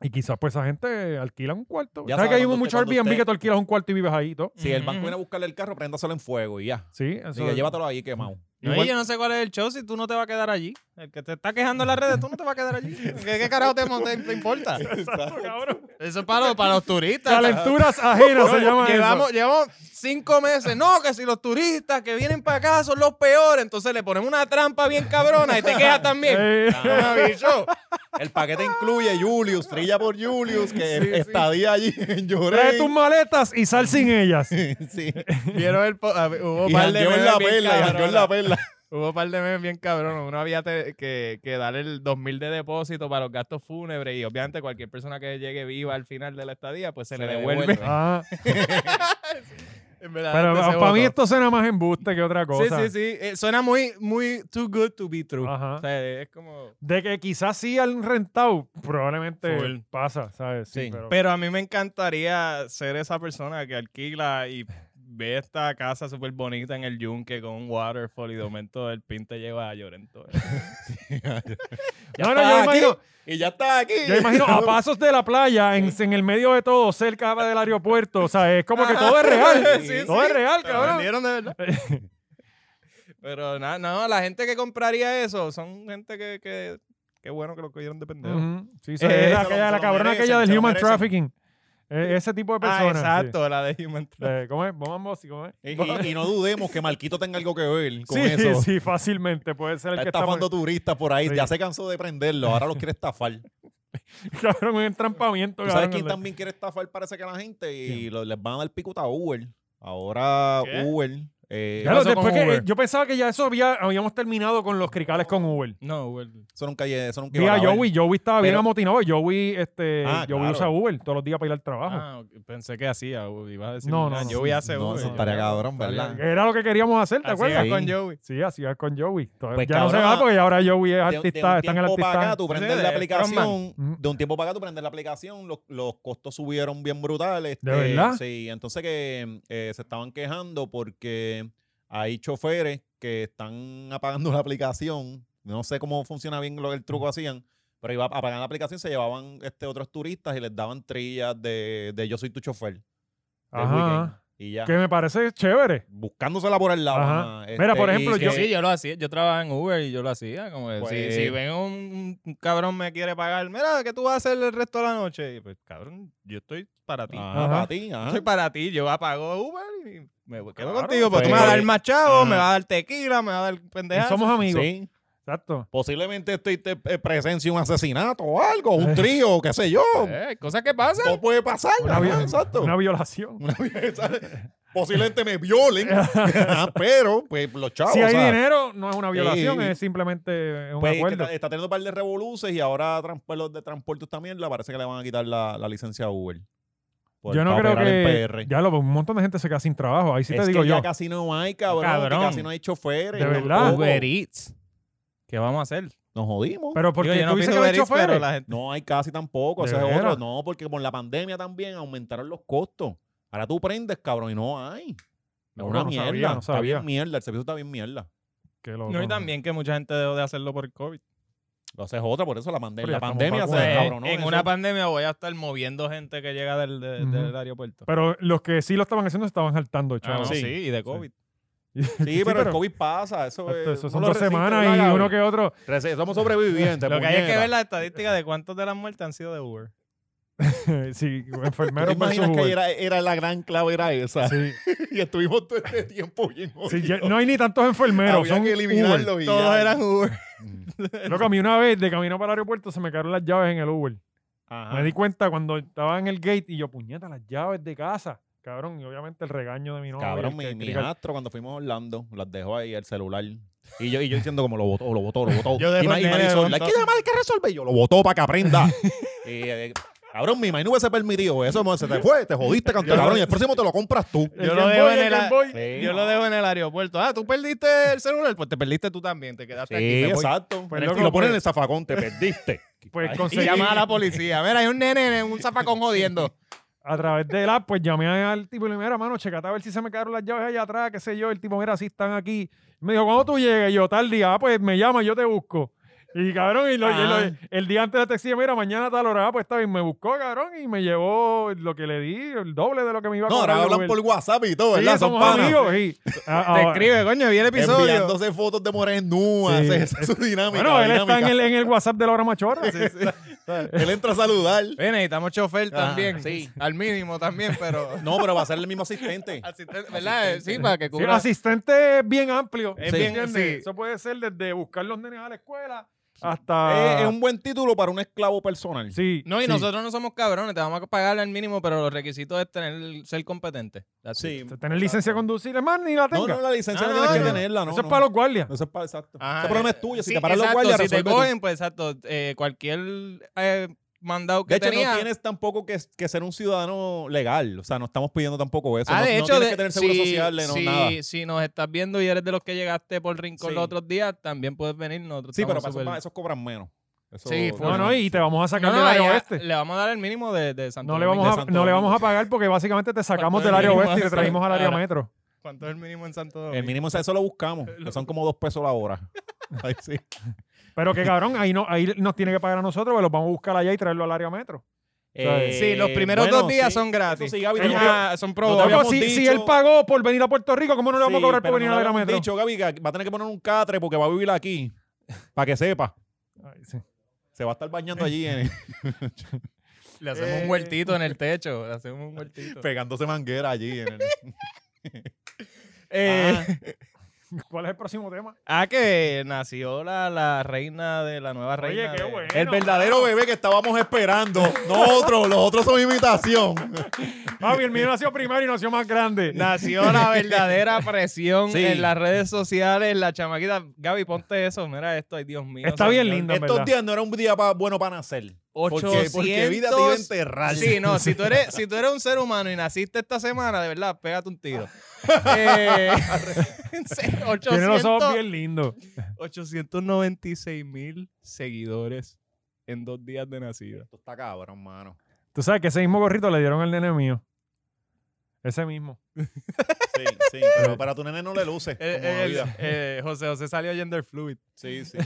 [SPEAKER 1] Y quizás pues esa gente alquila un cuarto.
[SPEAKER 2] Ya
[SPEAKER 1] ¿Sabes que
[SPEAKER 2] sabe,
[SPEAKER 1] hay
[SPEAKER 2] cuando
[SPEAKER 1] muchos
[SPEAKER 2] usted- cuando
[SPEAKER 1] Airbnb
[SPEAKER 2] usted-
[SPEAKER 1] que tú alquilas un cuarto y vives ahí y todo?
[SPEAKER 2] si el banco
[SPEAKER 3] Ujú.
[SPEAKER 2] viene a buscarle el carro, préndaselo en fuego y ya.
[SPEAKER 1] Sí, eso.
[SPEAKER 2] Diga, llévatelo ahí quemado.
[SPEAKER 1] *laughs*
[SPEAKER 3] No,
[SPEAKER 1] Igual-
[SPEAKER 3] y yo no sé cuál es el show si tú no te vas a quedar allí. El que te está quejando en las redes, tú no te vas a
[SPEAKER 2] *laughs*
[SPEAKER 3] quedar allí. ¿Qué, qué carajo te, te- te importa?
[SPEAKER 1] Exacto, cabrón.
[SPEAKER 3] Eso es para, los- para los turistas.
[SPEAKER 1] Calenturas ajenas se llama eso.
[SPEAKER 3] llevamos, llevamos cinco meses. No, que si los turistas que vienen para acá son los peores, entonces le ponen una trampa bien cabrona y te
[SPEAKER 1] *laughs*
[SPEAKER 3] quejas también.
[SPEAKER 1] Eh,
[SPEAKER 2] Ah, bicho. *laughs* El paquete incluye Julius, trilla por Julius, que estadía allí en
[SPEAKER 1] trae tus
[SPEAKER 2] Llorén.
[SPEAKER 1] maletas y sal sin ellas.
[SPEAKER 2] *laughs*
[SPEAKER 1] *laughs*
[SPEAKER 2] Sí.
[SPEAKER 3] Vieron el po- a ver, hubo
[SPEAKER 2] Y
[SPEAKER 3] par de
[SPEAKER 2] jangueó en
[SPEAKER 3] memes
[SPEAKER 2] la
[SPEAKER 3] bien
[SPEAKER 2] perla, y jangueó en la
[SPEAKER 3] cabronas.
[SPEAKER 2] perla.
[SPEAKER 3] Hubo par de memes bien cabrón. Uno había te- que, que dar el 2000 de depósito para los gastos fúnebres y obviamente cualquier persona que llegue viva al final de la estadía, pues se,
[SPEAKER 2] Se
[SPEAKER 3] le
[SPEAKER 2] le
[SPEAKER 3] devuelve.
[SPEAKER 2] devuelve.
[SPEAKER 1] Ah,
[SPEAKER 3] En verdad,
[SPEAKER 1] pero
[SPEAKER 3] gente se
[SPEAKER 1] para mí
[SPEAKER 3] votó.
[SPEAKER 1] esto suena más embuste que otra cosa.
[SPEAKER 3] Sí, sí, sí. Eh, suena muy, muy too good to be true.
[SPEAKER 1] Ajá.
[SPEAKER 3] O sea, es como...
[SPEAKER 1] De que quizás sí han rentado, probablemente
[SPEAKER 3] Full.
[SPEAKER 1] pasa, ¿sabes? Sí,
[SPEAKER 2] Sí.
[SPEAKER 1] pero,
[SPEAKER 3] Pero a mí me encantaría ser esa persona que alquila y ve esta casa súper bonita en el yunque con un waterfall y de momento el pin te lleva a
[SPEAKER 1] *laughs*
[SPEAKER 3] Llorento.
[SPEAKER 2] Ya
[SPEAKER 1] No, no,
[SPEAKER 2] está
[SPEAKER 1] yo
[SPEAKER 2] aquí,
[SPEAKER 1] imagino-
[SPEAKER 2] Y ya está aquí.
[SPEAKER 1] yo imagino
[SPEAKER 2] *laughs*
[SPEAKER 1] a pasos de la playa, en, en el medio de todo, cerca del aeropuerto, o sea, es
[SPEAKER 2] Ah,
[SPEAKER 1] como que todo es
[SPEAKER 2] *laughs*
[SPEAKER 1] real,
[SPEAKER 3] *laughs* Sí,
[SPEAKER 1] todo
[SPEAKER 3] sí.
[SPEAKER 1] es real,
[SPEAKER 3] Te
[SPEAKER 1] cabrón.
[SPEAKER 3] vendieron de verdad.
[SPEAKER 1] *laughs*
[SPEAKER 3] Pero nada, no, la gente que compraría eso son gente que... que qué bueno que lo cogieron de pendejo.
[SPEAKER 1] Ujú. Sí, sí,
[SPEAKER 3] Eh,
[SPEAKER 1] es
[SPEAKER 3] se
[SPEAKER 1] la, aquella-
[SPEAKER 2] lo- se
[SPEAKER 1] la
[SPEAKER 2] lo
[SPEAKER 1] cabrona
[SPEAKER 2] merecen,
[SPEAKER 1] aquella
[SPEAKER 2] se
[SPEAKER 1] del
[SPEAKER 2] lo
[SPEAKER 1] human
[SPEAKER 2] merecen.
[SPEAKER 1] trafficking. Eh, ese tipo de
[SPEAKER 3] Ah,
[SPEAKER 1] personas.
[SPEAKER 3] exacto, la de Human
[SPEAKER 1] sí. Eh, ¿Cómo es? Bomba Boss, ¿cómo es?
[SPEAKER 2] Y, y- y no dudemos que Marquito tenga algo que ver *laughs* con
[SPEAKER 1] sí,
[SPEAKER 2] eso.
[SPEAKER 1] sí, fácilmente puede ser el
[SPEAKER 2] Está
[SPEAKER 1] que está
[SPEAKER 2] estafando turistas por ahí.
[SPEAKER 1] Sí.
[SPEAKER 2] Ya se cansó de prenderlo. Ahora los quiere
[SPEAKER 1] *laughs*
[SPEAKER 2] estafar.
[SPEAKER 1] cabrón, un entrampamiento,
[SPEAKER 2] ¿Tú sabes
[SPEAKER 1] cabrón,
[SPEAKER 2] quién
[SPEAKER 1] el-
[SPEAKER 2] también quiere estafar? Parece que a la gente. Y lo- les van a dar picuta a Uber. Ahora
[SPEAKER 3] ¿Qué?
[SPEAKER 2] Uber. eh,
[SPEAKER 1] Ya
[SPEAKER 3] ¿Qué
[SPEAKER 1] lo-
[SPEAKER 3] pasó con
[SPEAKER 1] después que-
[SPEAKER 3] Uber?
[SPEAKER 1] yo pensaba que ya eso había- habíamos terminado con los cricales con Uber.
[SPEAKER 3] No, güey.
[SPEAKER 2] Eso nunca, lle- eso nunca
[SPEAKER 1] Vi
[SPEAKER 2] iba
[SPEAKER 1] a
[SPEAKER 2] a acabar.
[SPEAKER 1] Joey, Joey estaba bien
[SPEAKER 2] Pero-
[SPEAKER 1] amotinado. Joey, este,
[SPEAKER 2] Ah,
[SPEAKER 1] Joey
[SPEAKER 2] claro.
[SPEAKER 1] usa Uber todos los días para ir al trabajo.
[SPEAKER 3] Ah, ok, pensé que hacía, Ubi, ibas a decir.
[SPEAKER 1] No,
[SPEAKER 3] "Ah,
[SPEAKER 1] no, no.
[SPEAKER 3] yo voy a hacer
[SPEAKER 2] No,
[SPEAKER 3] Ubi".
[SPEAKER 2] eso estaría cabrón, ¿verdad?
[SPEAKER 1] Era lo que queríamos hacer, ¿te
[SPEAKER 3] Así
[SPEAKER 1] acuerdas?
[SPEAKER 3] es con Joey.
[SPEAKER 1] Sí, así es con Joey. Entonces,
[SPEAKER 2] Pues,
[SPEAKER 1] ya no se
[SPEAKER 2] cabrón,
[SPEAKER 1] va porque ya ahora Joey es
[SPEAKER 2] De- de
[SPEAKER 1] artista,
[SPEAKER 2] un
[SPEAKER 1] está en el
[SPEAKER 2] tiempo para
[SPEAKER 1] artista. Mm.
[SPEAKER 2] acá, tú prendes
[SPEAKER 3] Sí, de
[SPEAKER 2] la aplicación.
[SPEAKER 1] Frontman.
[SPEAKER 2] De un tiempo para acá, tú prendes la aplicación. Los, los costos subieron bien brutales.
[SPEAKER 1] ¿De verdad?
[SPEAKER 2] Sí, entonces que eh, se estaban quejando porque hay choferes que están apagando la aplicación. No sé cómo funciona bien lo, el
[SPEAKER 1] Mm.
[SPEAKER 2] truco hacían. Pero iba a apagar la aplicación, se llevaban este, otros turistas y les daban trillas de, de yo soy tu chofer. del weekend,
[SPEAKER 1] Ajá.
[SPEAKER 2] y ya.
[SPEAKER 1] Que me parece chévere.
[SPEAKER 2] Buscándosela por el lado.
[SPEAKER 1] Ajá.
[SPEAKER 2] ajá, este,
[SPEAKER 1] Mira, por
[SPEAKER 2] y
[SPEAKER 1] ejemplo,
[SPEAKER 2] que-
[SPEAKER 3] Yo sí, yo lo hacía. Yo trabajaba en Uber y yo lo hacía. Como que
[SPEAKER 2] Pues-
[SPEAKER 3] si, si ven un, un cabrón me quiere pagar, mira, ¿qué tú vas a hacer el resto de la noche? Y pues, cabrón, yo estoy para ti.
[SPEAKER 2] Ajá,
[SPEAKER 1] Ajá.
[SPEAKER 2] para ti, ajá.
[SPEAKER 3] Estoy para ti. Yo apago Uber y me voy- quedo
[SPEAKER 1] Claro,
[SPEAKER 3] contigo. Porque tú me
[SPEAKER 2] pues-
[SPEAKER 3] vas a dar más chavo,
[SPEAKER 2] Ajá.
[SPEAKER 3] me vas a dar tequila, me vas a dar pendejadas.
[SPEAKER 1] Y somos amigos.
[SPEAKER 2] Sí.
[SPEAKER 1] Exacto.
[SPEAKER 2] Posiblemente estoy te- eh, presencia un asesinato o algo, un trío, qué sé yo.
[SPEAKER 3] Eh, cosas que pasan.
[SPEAKER 2] Todo puede pasar,
[SPEAKER 1] Una,
[SPEAKER 2] ajá,
[SPEAKER 1] vi-
[SPEAKER 2] exacto.
[SPEAKER 1] una violación.
[SPEAKER 2] Una *laughs* vi- ¿sabes? Posiblemente
[SPEAKER 1] *laughs*
[SPEAKER 2] me violen, ajá, pero pues los chavos.
[SPEAKER 1] si hay
[SPEAKER 2] o sea,
[SPEAKER 1] dinero, no es una violación,
[SPEAKER 2] Sí.
[SPEAKER 1] es simplemente un
[SPEAKER 2] pues, que
[SPEAKER 1] acuerdo.
[SPEAKER 2] está, está teniendo un par de revoluces y ahora trans- los de transporte también le parece que le van a quitar la, la licencia a Uber. Por-
[SPEAKER 1] Yo no
[SPEAKER 2] Pues, para
[SPEAKER 1] creo
[SPEAKER 2] operar en
[SPEAKER 1] que.
[SPEAKER 2] PR.
[SPEAKER 1] Ya lo, un montón de gente se queda sin trabajo. Ahí sí te
[SPEAKER 2] es
[SPEAKER 1] digo
[SPEAKER 2] que
[SPEAKER 1] yo.
[SPEAKER 2] ya casi no hay, cabrón. que
[SPEAKER 3] Cabrón.
[SPEAKER 2] Casi no hay choferes.
[SPEAKER 1] De
[SPEAKER 2] no-
[SPEAKER 1] verdad.
[SPEAKER 2] todo.
[SPEAKER 3] Uber Eats. ¿Qué vamos a hacer?
[SPEAKER 2] Nos jodimos.
[SPEAKER 1] Pero porque
[SPEAKER 3] Digo, yo
[SPEAKER 1] tú
[SPEAKER 3] no
[SPEAKER 1] dices
[SPEAKER 3] pido
[SPEAKER 1] que no hay
[SPEAKER 3] Uber Eats, pero
[SPEAKER 1] choferes.
[SPEAKER 3] la gente...
[SPEAKER 2] No hay casi tampoco,
[SPEAKER 1] ¿De
[SPEAKER 2] ese es otro.
[SPEAKER 1] veras?
[SPEAKER 2] No, porque con la pandemia también aumentaron los costos. Ahora tú prendes, cabrón, y no hay. Es
[SPEAKER 1] No,
[SPEAKER 2] una
[SPEAKER 1] no
[SPEAKER 2] mierda.
[SPEAKER 1] sabía, no
[SPEAKER 2] está bien
[SPEAKER 1] sabía.
[SPEAKER 2] mierda, el servicio está bien mierda.
[SPEAKER 1] Qué loco,
[SPEAKER 3] No, y también que mucha gente dejó de hacerlo por COVID.
[SPEAKER 2] Lo haces otra, por eso la, pandemia
[SPEAKER 1] Pero ya
[SPEAKER 2] la
[SPEAKER 1] estamos
[SPEAKER 2] pandemia se
[SPEAKER 1] vacunados.
[SPEAKER 3] Pues,
[SPEAKER 2] descabronó.
[SPEAKER 3] en
[SPEAKER 2] eso.
[SPEAKER 3] una pandemia voy a estar moviendo gente que llega del, de-
[SPEAKER 1] Ujú.
[SPEAKER 3] del aeropuerto.
[SPEAKER 1] Pero los que sí lo estaban haciendo se estaban saltando,
[SPEAKER 3] Ah,
[SPEAKER 1] chaval.
[SPEAKER 3] no,
[SPEAKER 2] sí.
[SPEAKER 3] sí. y de COVID.
[SPEAKER 1] *laughs*
[SPEAKER 2] Sí, pero el COVID pasa. Eso es.
[SPEAKER 1] Esto- eso
[SPEAKER 2] uno
[SPEAKER 1] son
[SPEAKER 2] lo
[SPEAKER 1] dos
[SPEAKER 2] Pues, resiste,
[SPEAKER 1] semanas
[SPEAKER 2] ¿verdad,
[SPEAKER 1] y
[SPEAKER 2] Gaby?
[SPEAKER 1] uno que otro. *laughs*
[SPEAKER 2] Resi- Somos sobrevivientes.
[SPEAKER 3] *laughs* Lo que hay es que
[SPEAKER 2] puñeta.
[SPEAKER 3] ver la estadística de cuántos de las muertes han sido de Uber.
[SPEAKER 1] sí,
[SPEAKER 2] ¿Te
[SPEAKER 1] enfermeros versus
[SPEAKER 2] imaginas que
[SPEAKER 1] Uber.
[SPEAKER 2] era, era la gran clave era esa?
[SPEAKER 1] Sí,
[SPEAKER 2] *laughs* Y estuvimos todo este tiempo bien
[SPEAKER 1] sí,
[SPEAKER 2] jodidos.
[SPEAKER 1] ya- no hay ni tantos enfermeros.
[SPEAKER 2] Había
[SPEAKER 1] son
[SPEAKER 2] que eliminarlos y
[SPEAKER 3] Todos
[SPEAKER 2] ya. Mm.
[SPEAKER 3] eran Uber.
[SPEAKER 1] *laughs* Loco, a mí una vez de camino para el aeropuerto se me quedaron las llaves en el Uber.
[SPEAKER 2] Ajá.
[SPEAKER 1] Me di cuenta cuando estaba en el gate y yo, puñeta, las llaves de casa. Cabrón, y obviamente el regaño de mi novia.
[SPEAKER 2] Cabrón, mi,
[SPEAKER 1] que-
[SPEAKER 2] mi
[SPEAKER 1] que-
[SPEAKER 2] astro cuando fuimos a Orlando, las dejó ahí el celular. Y yo, y yo diciendo como lo votó, lo votó,
[SPEAKER 1] *laughs*
[SPEAKER 2] lo votó.
[SPEAKER 3] Yo dejo
[SPEAKER 2] y Ma- y
[SPEAKER 3] el nene
[SPEAKER 2] Marisol,
[SPEAKER 3] de
[SPEAKER 2] hay que
[SPEAKER 3] Orlando.
[SPEAKER 2] llamar, hay que resolver. Y Yo lo votó para
[SPEAKER 1] *laughs*
[SPEAKER 2] que aprenda. y, eh, cabrón, mi imagino hubiese permitido eso. mo, Se te fue, te
[SPEAKER 1] *laughs*
[SPEAKER 2] jodiste, canto, cabrón. Y el próximo te lo compras tú.
[SPEAKER 1] el
[SPEAKER 3] Yo lo
[SPEAKER 1] Game
[SPEAKER 3] dejo
[SPEAKER 1] Boy,
[SPEAKER 3] en el
[SPEAKER 1] Game
[SPEAKER 3] a-
[SPEAKER 1] Boy.
[SPEAKER 2] Sí,
[SPEAKER 3] Yo
[SPEAKER 2] no.
[SPEAKER 3] lo dejo en el aeropuerto. Ah, tú perdiste el celular. Pues te perdiste tú también. Te quedaste aquí.
[SPEAKER 2] Sí,
[SPEAKER 3] te voy.
[SPEAKER 2] exacto.
[SPEAKER 1] Pues,
[SPEAKER 2] y
[SPEAKER 1] loco,
[SPEAKER 2] lo ponen
[SPEAKER 1] pues-
[SPEAKER 2] en el zafacón, te perdiste.
[SPEAKER 1] *laughs* Pues
[SPEAKER 2] Ay,
[SPEAKER 1] conseguí-
[SPEAKER 3] Y llamas a la policía. Mira, hay un nene en un zapacón jodiendo.
[SPEAKER 1] a través del app, pues llamé al tipo y le dije, mira, mano, checate a ver si se me quedaron las llaves allá atrás, qué sé yo. El tipo, mira, si están aquí. Y me dijo, ¿cuándo tú llegues? Y yo, tal día, ah, pues me llama, yo te busco. Y cabrón, y, lo- y lo-
[SPEAKER 3] Ah.
[SPEAKER 1] el día antes de taxi, mira, mañana a tal hora, ah, pues está bien, me buscó, cabrón, y me llevó lo que le di, el doble de lo que me iba a
[SPEAKER 2] No, ahora
[SPEAKER 1] cobrar el
[SPEAKER 2] hablan
[SPEAKER 1] Uber.
[SPEAKER 2] por WhatsApp y todo,
[SPEAKER 1] Sí,
[SPEAKER 2] ¿verdad? Son
[SPEAKER 1] somos
[SPEAKER 2] panas.
[SPEAKER 1] amigos. sí. Ah,
[SPEAKER 3] Te
[SPEAKER 1] ah,
[SPEAKER 3] escribe, coño, viene el episodio.
[SPEAKER 2] Enviándose fotos de mujeres nuas.
[SPEAKER 1] Sí.
[SPEAKER 2] Esa es *laughs* su dinámica.
[SPEAKER 1] Bueno, él
[SPEAKER 2] dinámica.
[SPEAKER 1] está en el, en el WhatsApp de la hora machorra.
[SPEAKER 2] Él entra a saludar.
[SPEAKER 3] Ven, necesitamos chofer
[SPEAKER 2] Ajá,
[SPEAKER 3] también.
[SPEAKER 2] Ah, sí.
[SPEAKER 3] Al mínimo también, pero. *laughs*
[SPEAKER 2] No, pero va a ser el mismo asistente.
[SPEAKER 3] Asistente, ¿Verdad? Sí, para que
[SPEAKER 1] Sí,
[SPEAKER 3] cubra.
[SPEAKER 1] asistente es bien amplio.
[SPEAKER 3] Es
[SPEAKER 1] ¿me
[SPEAKER 3] bien-
[SPEAKER 1] entiendes?
[SPEAKER 3] sí.
[SPEAKER 1] Eso puede ser desde buscar los nenes a la escuela
[SPEAKER 2] Es,
[SPEAKER 3] Ah.
[SPEAKER 1] hasta.
[SPEAKER 2] Eh, es un buen título para un esclavo personal.
[SPEAKER 1] Sí,
[SPEAKER 3] No, y
[SPEAKER 1] sí.
[SPEAKER 3] nosotros no somos cabrones, te vamos a pagar al mínimo, pero los requisitos es tener, ser competente. That's it.
[SPEAKER 2] Sí.
[SPEAKER 1] Tener licencia de conducir, es más, ni la
[SPEAKER 2] No,
[SPEAKER 1] tenga.
[SPEAKER 2] no, la licencia no,
[SPEAKER 3] No,
[SPEAKER 2] tienes
[SPEAKER 3] no,
[SPEAKER 2] que
[SPEAKER 3] no.
[SPEAKER 2] tenerla, ¿no?
[SPEAKER 1] Eso es
[SPEAKER 2] no.
[SPEAKER 1] para los guardias.
[SPEAKER 2] Eso es para, exacto.
[SPEAKER 3] Ajá, eh,
[SPEAKER 2] Ese problema es tuyo. Si
[SPEAKER 3] Ah, Sí,
[SPEAKER 2] te paran los
[SPEAKER 3] exacto,
[SPEAKER 2] guardias,
[SPEAKER 3] si te
[SPEAKER 2] resuelve tú.
[SPEAKER 3] cogen, pues exacto. eh, cualquier eh, mandado
[SPEAKER 2] De
[SPEAKER 3] que
[SPEAKER 2] hecho,
[SPEAKER 3] tenía.
[SPEAKER 2] no tienes tampoco que, que ser un ciudadano legal. O sea, no estamos pidiendo tampoco eso.
[SPEAKER 3] Ah,
[SPEAKER 2] no,
[SPEAKER 3] de
[SPEAKER 2] no
[SPEAKER 3] hecho,
[SPEAKER 2] tienes
[SPEAKER 3] de-
[SPEAKER 2] que tener seguro
[SPEAKER 3] si-
[SPEAKER 2] social, no
[SPEAKER 3] si,
[SPEAKER 2] nada.
[SPEAKER 3] si nos estás viendo y eres de los que llegaste por rincón
[SPEAKER 2] Sí.
[SPEAKER 3] los otros días, también puedes venir. Nosotros
[SPEAKER 2] Sí, pero
[SPEAKER 3] estamos
[SPEAKER 2] para
[SPEAKER 3] súper-
[SPEAKER 2] esos, esos cobran menos. Eso-
[SPEAKER 3] Sí,
[SPEAKER 1] No,
[SPEAKER 3] Bueno,
[SPEAKER 1] no, y te vamos a
[SPEAKER 3] No,
[SPEAKER 1] sacar
[SPEAKER 3] no,
[SPEAKER 1] del área
[SPEAKER 3] allá
[SPEAKER 1] oeste.
[SPEAKER 3] le vamos a dar el mínimo de, de Santo
[SPEAKER 1] No le,
[SPEAKER 3] Domingo.
[SPEAKER 1] vamos
[SPEAKER 2] este. de
[SPEAKER 1] a,
[SPEAKER 2] Santo
[SPEAKER 1] no le
[SPEAKER 2] Domingo.
[SPEAKER 1] vamos a pagar porque básicamente te sacamos
[SPEAKER 3] ¿Cuánto
[SPEAKER 1] del área
[SPEAKER 3] mínimo
[SPEAKER 1] oeste y te
[SPEAKER 3] hace?
[SPEAKER 1] traímos al área
[SPEAKER 3] Ahora.
[SPEAKER 1] metro.
[SPEAKER 3] ¿Cuánto es el mínimo en Santo Domingo?
[SPEAKER 2] El mínimo, o sea, eso lo
[SPEAKER 3] *laughs*
[SPEAKER 2] buscamos. que son como dos pesos la hora. Ay, sí.
[SPEAKER 1] Pero que cabrón, ahí, no, ahí nos tiene que pagar a nosotros, pero los vamos a buscar allá y traerlo al área metro. Eh,
[SPEAKER 3] Sí, los primeros
[SPEAKER 2] bueno,
[SPEAKER 3] dos días
[SPEAKER 2] sí.
[SPEAKER 3] son gratis.
[SPEAKER 2] Eso sí, Gaby, no-
[SPEAKER 3] Ah, son pro
[SPEAKER 2] no
[SPEAKER 3] bono.
[SPEAKER 2] te habíamos
[SPEAKER 1] Loco, si, si
[SPEAKER 2] dicho-
[SPEAKER 1] él pagó por venir a Puerto Rico, ¿cómo no le vamos
[SPEAKER 2] Sí,
[SPEAKER 1] a cobrar
[SPEAKER 2] pero
[SPEAKER 1] por venir
[SPEAKER 2] no
[SPEAKER 1] al
[SPEAKER 2] le
[SPEAKER 1] área
[SPEAKER 2] habíamos
[SPEAKER 1] metro?
[SPEAKER 2] dicho, Gaby, que va a tener que poner un catre porque va a vivir aquí. Para que sepa.
[SPEAKER 1] Ay, sí.
[SPEAKER 2] Se va a estar bañando allí en- *laughs*
[SPEAKER 3] Le hacemos
[SPEAKER 1] Eh,
[SPEAKER 3] un huertito en el techo. Le hacemos un huertito.
[SPEAKER 2] pegándose manguera allí. *laughs* en el- Ah,
[SPEAKER 3] Eh,
[SPEAKER 1] Ah. *laughs* ¿Cuál es el próximo tema?
[SPEAKER 3] *laughs* ah, que nació la, la reina de la nueva
[SPEAKER 1] Oye,
[SPEAKER 3] reina.
[SPEAKER 1] qué
[SPEAKER 3] de-
[SPEAKER 1] bueno.
[SPEAKER 2] El verdadero bebé que estábamos esperando. Nosotros, los otros son imitación.
[SPEAKER 1] Javi, el mío nació primero y nació más grande.
[SPEAKER 3] Nació
[SPEAKER 1] *laughs*
[SPEAKER 3] la verdadera presión
[SPEAKER 2] Sí.
[SPEAKER 3] en las redes sociales. La chamaquita. Gaby, ponte eso. Mira esto. Ay, Dios mío.
[SPEAKER 1] Está bien
[SPEAKER 3] señor.
[SPEAKER 1] linda.
[SPEAKER 2] Estos
[SPEAKER 1] verdad.
[SPEAKER 2] días *laughs* no era un día pa- bueno para nacer. Porque,
[SPEAKER 3] 800.
[SPEAKER 2] porque vida te iba a enterrar.
[SPEAKER 3] Sí, no, si tú, eres, si tú eres un ser humano y naciste esta semana, de verdad, pégate un
[SPEAKER 1] *laughs*
[SPEAKER 3] tiro. Eh,
[SPEAKER 1] Tiene los ojos
[SPEAKER 3] 800,
[SPEAKER 1] bien lindos.
[SPEAKER 3] 896 mil seguidores en dos días de nacida.
[SPEAKER 2] Esto está cabrón, mano.
[SPEAKER 1] Tú sabes que ese mismo gorrito le dieron al nene mío. Ese mismo.
[SPEAKER 2] Sí, sí. Pero para tu nene no le luce.
[SPEAKER 3] Eh,
[SPEAKER 2] como
[SPEAKER 3] eh, el-
[SPEAKER 2] vida.
[SPEAKER 3] eh, José José salió gender fluid.
[SPEAKER 2] Sí, sí.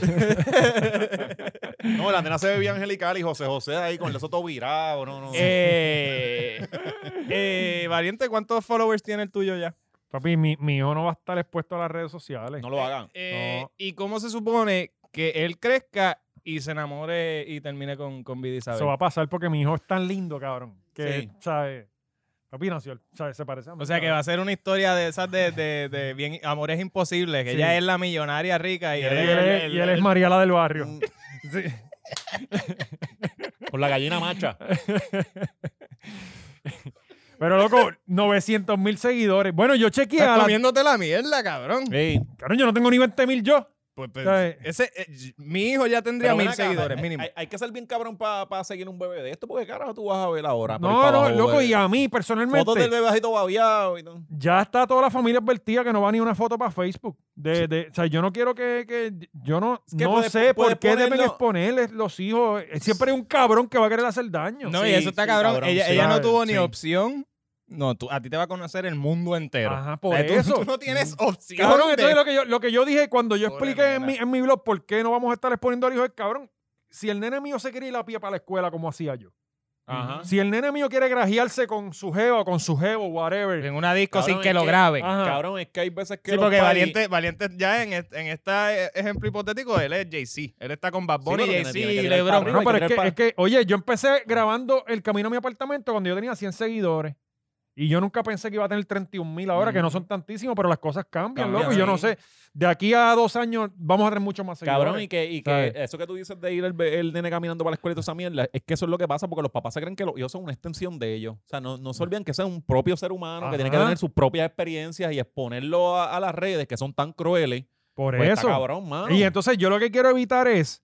[SPEAKER 2] No, la nena se bebía angelical y José José ahí con el oso todo virado. No, no.
[SPEAKER 3] Eh, eh, Valiente, ¿cuántos followers tiene el tuyo ya?
[SPEAKER 1] Papi, mi, mi hijo no va a estar expuesto a las redes sociales.
[SPEAKER 2] no lo hagan.
[SPEAKER 3] Eh,
[SPEAKER 1] No.
[SPEAKER 3] ¿Y cómo se supone que él crezca y se enamore y termine con, con Vida Isabel?
[SPEAKER 1] Eso va a pasar porque mi hijo es tan lindo, cabrón. Que,
[SPEAKER 2] Sí.
[SPEAKER 1] ¿sabes? Papi nació, ¿sabes? Se parece a mí.
[SPEAKER 3] O sea que va a ser una historia de esas de, de, de bien amores imposibles, que
[SPEAKER 1] Sí.
[SPEAKER 3] ella es la millonaria rica y
[SPEAKER 1] Y
[SPEAKER 3] él
[SPEAKER 1] él,
[SPEAKER 3] es
[SPEAKER 1] y él- y él es Mariela del barrio.
[SPEAKER 2] Mm.
[SPEAKER 1] Sí.
[SPEAKER 2] Con la gallina macha.
[SPEAKER 1] Pero loco, 900 mil seguidores. Bueno, yo chequeé a
[SPEAKER 3] Estás
[SPEAKER 1] la...
[SPEAKER 3] comiéndote la mierda, cabrón.
[SPEAKER 2] Sí.
[SPEAKER 1] Cabrón, yo no tengo ni 20 mil yo.
[SPEAKER 3] Pues, pues,
[SPEAKER 1] ¿Sabes?
[SPEAKER 3] ese, eh, mi hijo ya tendría
[SPEAKER 2] Pero ven
[SPEAKER 3] mil
[SPEAKER 2] acá,
[SPEAKER 3] seguidores
[SPEAKER 2] hay-
[SPEAKER 3] mínimo.
[SPEAKER 2] Hay, hay que ser bien cabrón para seguir un bebé de esto, porque carajo tú vas a ver ahora. ah, por ahí
[SPEAKER 1] No,
[SPEAKER 2] para
[SPEAKER 1] no,
[SPEAKER 2] abajo,
[SPEAKER 1] loco,
[SPEAKER 2] bebé.
[SPEAKER 1] y este. a mí
[SPEAKER 2] Fotos del
[SPEAKER 1] personalmente.
[SPEAKER 2] bebé así todo babiado y todo.
[SPEAKER 1] Ya está toda la familia advertida que no va ni una foto para Facebook. De, de- o sea, yo no quiero que. que- yo no,
[SPEAKER 2] que
[SPEAKER 1] no
[SPEAKER 2] puede-
[SPEAKER 1] sé
[SPEAKER 2] puede
[SPEAKER 1] por qué deben
[SPEAKER 2] ponerlo-
[SPEAKER 1] exponerles los hijos. Eh, Siempre hay un cabrón que va a querer hacer daño.
[SPEAKER 3] no,
[SPEAKER 2] sí,
[SPEAKER 3] y eso está
[SPEAKER 2] sí,
[SPEAKER 3] cabrón.
[SPEAKER 2] cabrón,
[SPEAKER 3] ella
[SPEAKER 2] sí.
[SPEAKER 3] ella no
[SPEAKER 1] Claro,
[SPEAKER 3] tuvo ni
[SPEAKER 1] sí.
[SPEAKER 3] opción. No, tú, a ti te va a conocer el mundo entero.
[SPEAKER 1] Ajá, por
[SPEAKER 3] Eh, tú-
[SPEAKER 1] eso.
[SPEAKER 3] Tú no tienes opción.
[SPEAKER 1] Cabrón,
[SPEAKER 3] de-
[SPEAKER 1] entonces lo que, yo, lo que yo dije cuando yo
[SPEAKER 3] Pobre
[SPEAKER 1] expliqué en
[SPEAKER 3] nena.
[SPEAKER 1] mi, en mi blog por qué no vamos a estar exponiendo al hijo es cabrón. Si el nene mío se quería ir a pie para la escuela como hacía yo,
[SPEAKER 3] Ah.
[SPEAKER 2] Ajá.
[SPEAKER 3] Mm,
[SPEAKER 1] Si el nene mío quiere grajearse con su jeva o con su jevo, whatever.
[SPEAKER 3] En una disco
[SPEAKER 2] Cabrón,
[SPEAKER 3] sin que
[SPEAKER 2] es
[SPEAKER 3] lo
[SPEAKER 2] que-
[SPEAKER 3] graben.
[SPEAKER 1] Ajá.
[SPEAKER 2] Cabrón, es que hay veces que.
[SPEAKER 3] Sí,
[SPEAKER 2] los
[SPEAKER 3] porque
[SPEAKER 2] party-
[SPEAKER 3] Valiente, Valiente ya en, este- en este ejemplo hipotético, él es Jay-Z. Él está con Bad Bunny,
[SPEAKER 2] pero tiene-
[SPEAKER 3] Jay-Z
[SPEAKER 2] tiene que
[SPEAKER 3] y
[SPEAKER 2] tirar
[SPEAKER 3] LeBron.
[SPEAKER 2] para
[SPEAKER 1] No,
[SPEAKER 2] hay
[SPEAKER 1] pero
[SPEAKER 2] que
[SPEAKER 1] es que,
[SPEAKER 2] trepa.
[SPEAKER 1] es que, oye, yo empecé grabando el camino a mi apartamento cuando yo tenía 100 seguidores. Y yo nunca pensé que iba a tener 31 mil ahora, que no son tantísimos, pero las cosas cambian,
[SPEAKER 2] Cambian,
[SPEAKER 1] loco. Y yo no
[SPEAKER 2] sí.
[SPEAKER 1] sé, de aquí a dos años vamos a tener mucho más seguidores.
[SPEAKER 2] Cabrón, y que, y que
[SPEAKER 1] ¿Sabes?
[SPEAKER 2] eso que tú dices de ir el, be- el nene caminando para la escuela y toda esa mierda, es que eso es lo que pasa porque los papás se creen que los hijos son una extensión de ellos. O sea, no, no se olvidan que ese es un propio ser humano que tiene
[SPEAKER 1] Mm.
[SPEAKER 2] que
[SPEAKER 1] Ajá.
[SPEAKER 2] tener sus propias experiencias y exponerlo a, a las redes que son tan crueles.
[SPEAKER 1] Por
[SPEAKER 2] Pues está
[SPEAKER 1] eso.
[SPEAKER 2] cabrón, mano.
[SPEAKER 1] Y entonces yo lo que quiero evitar es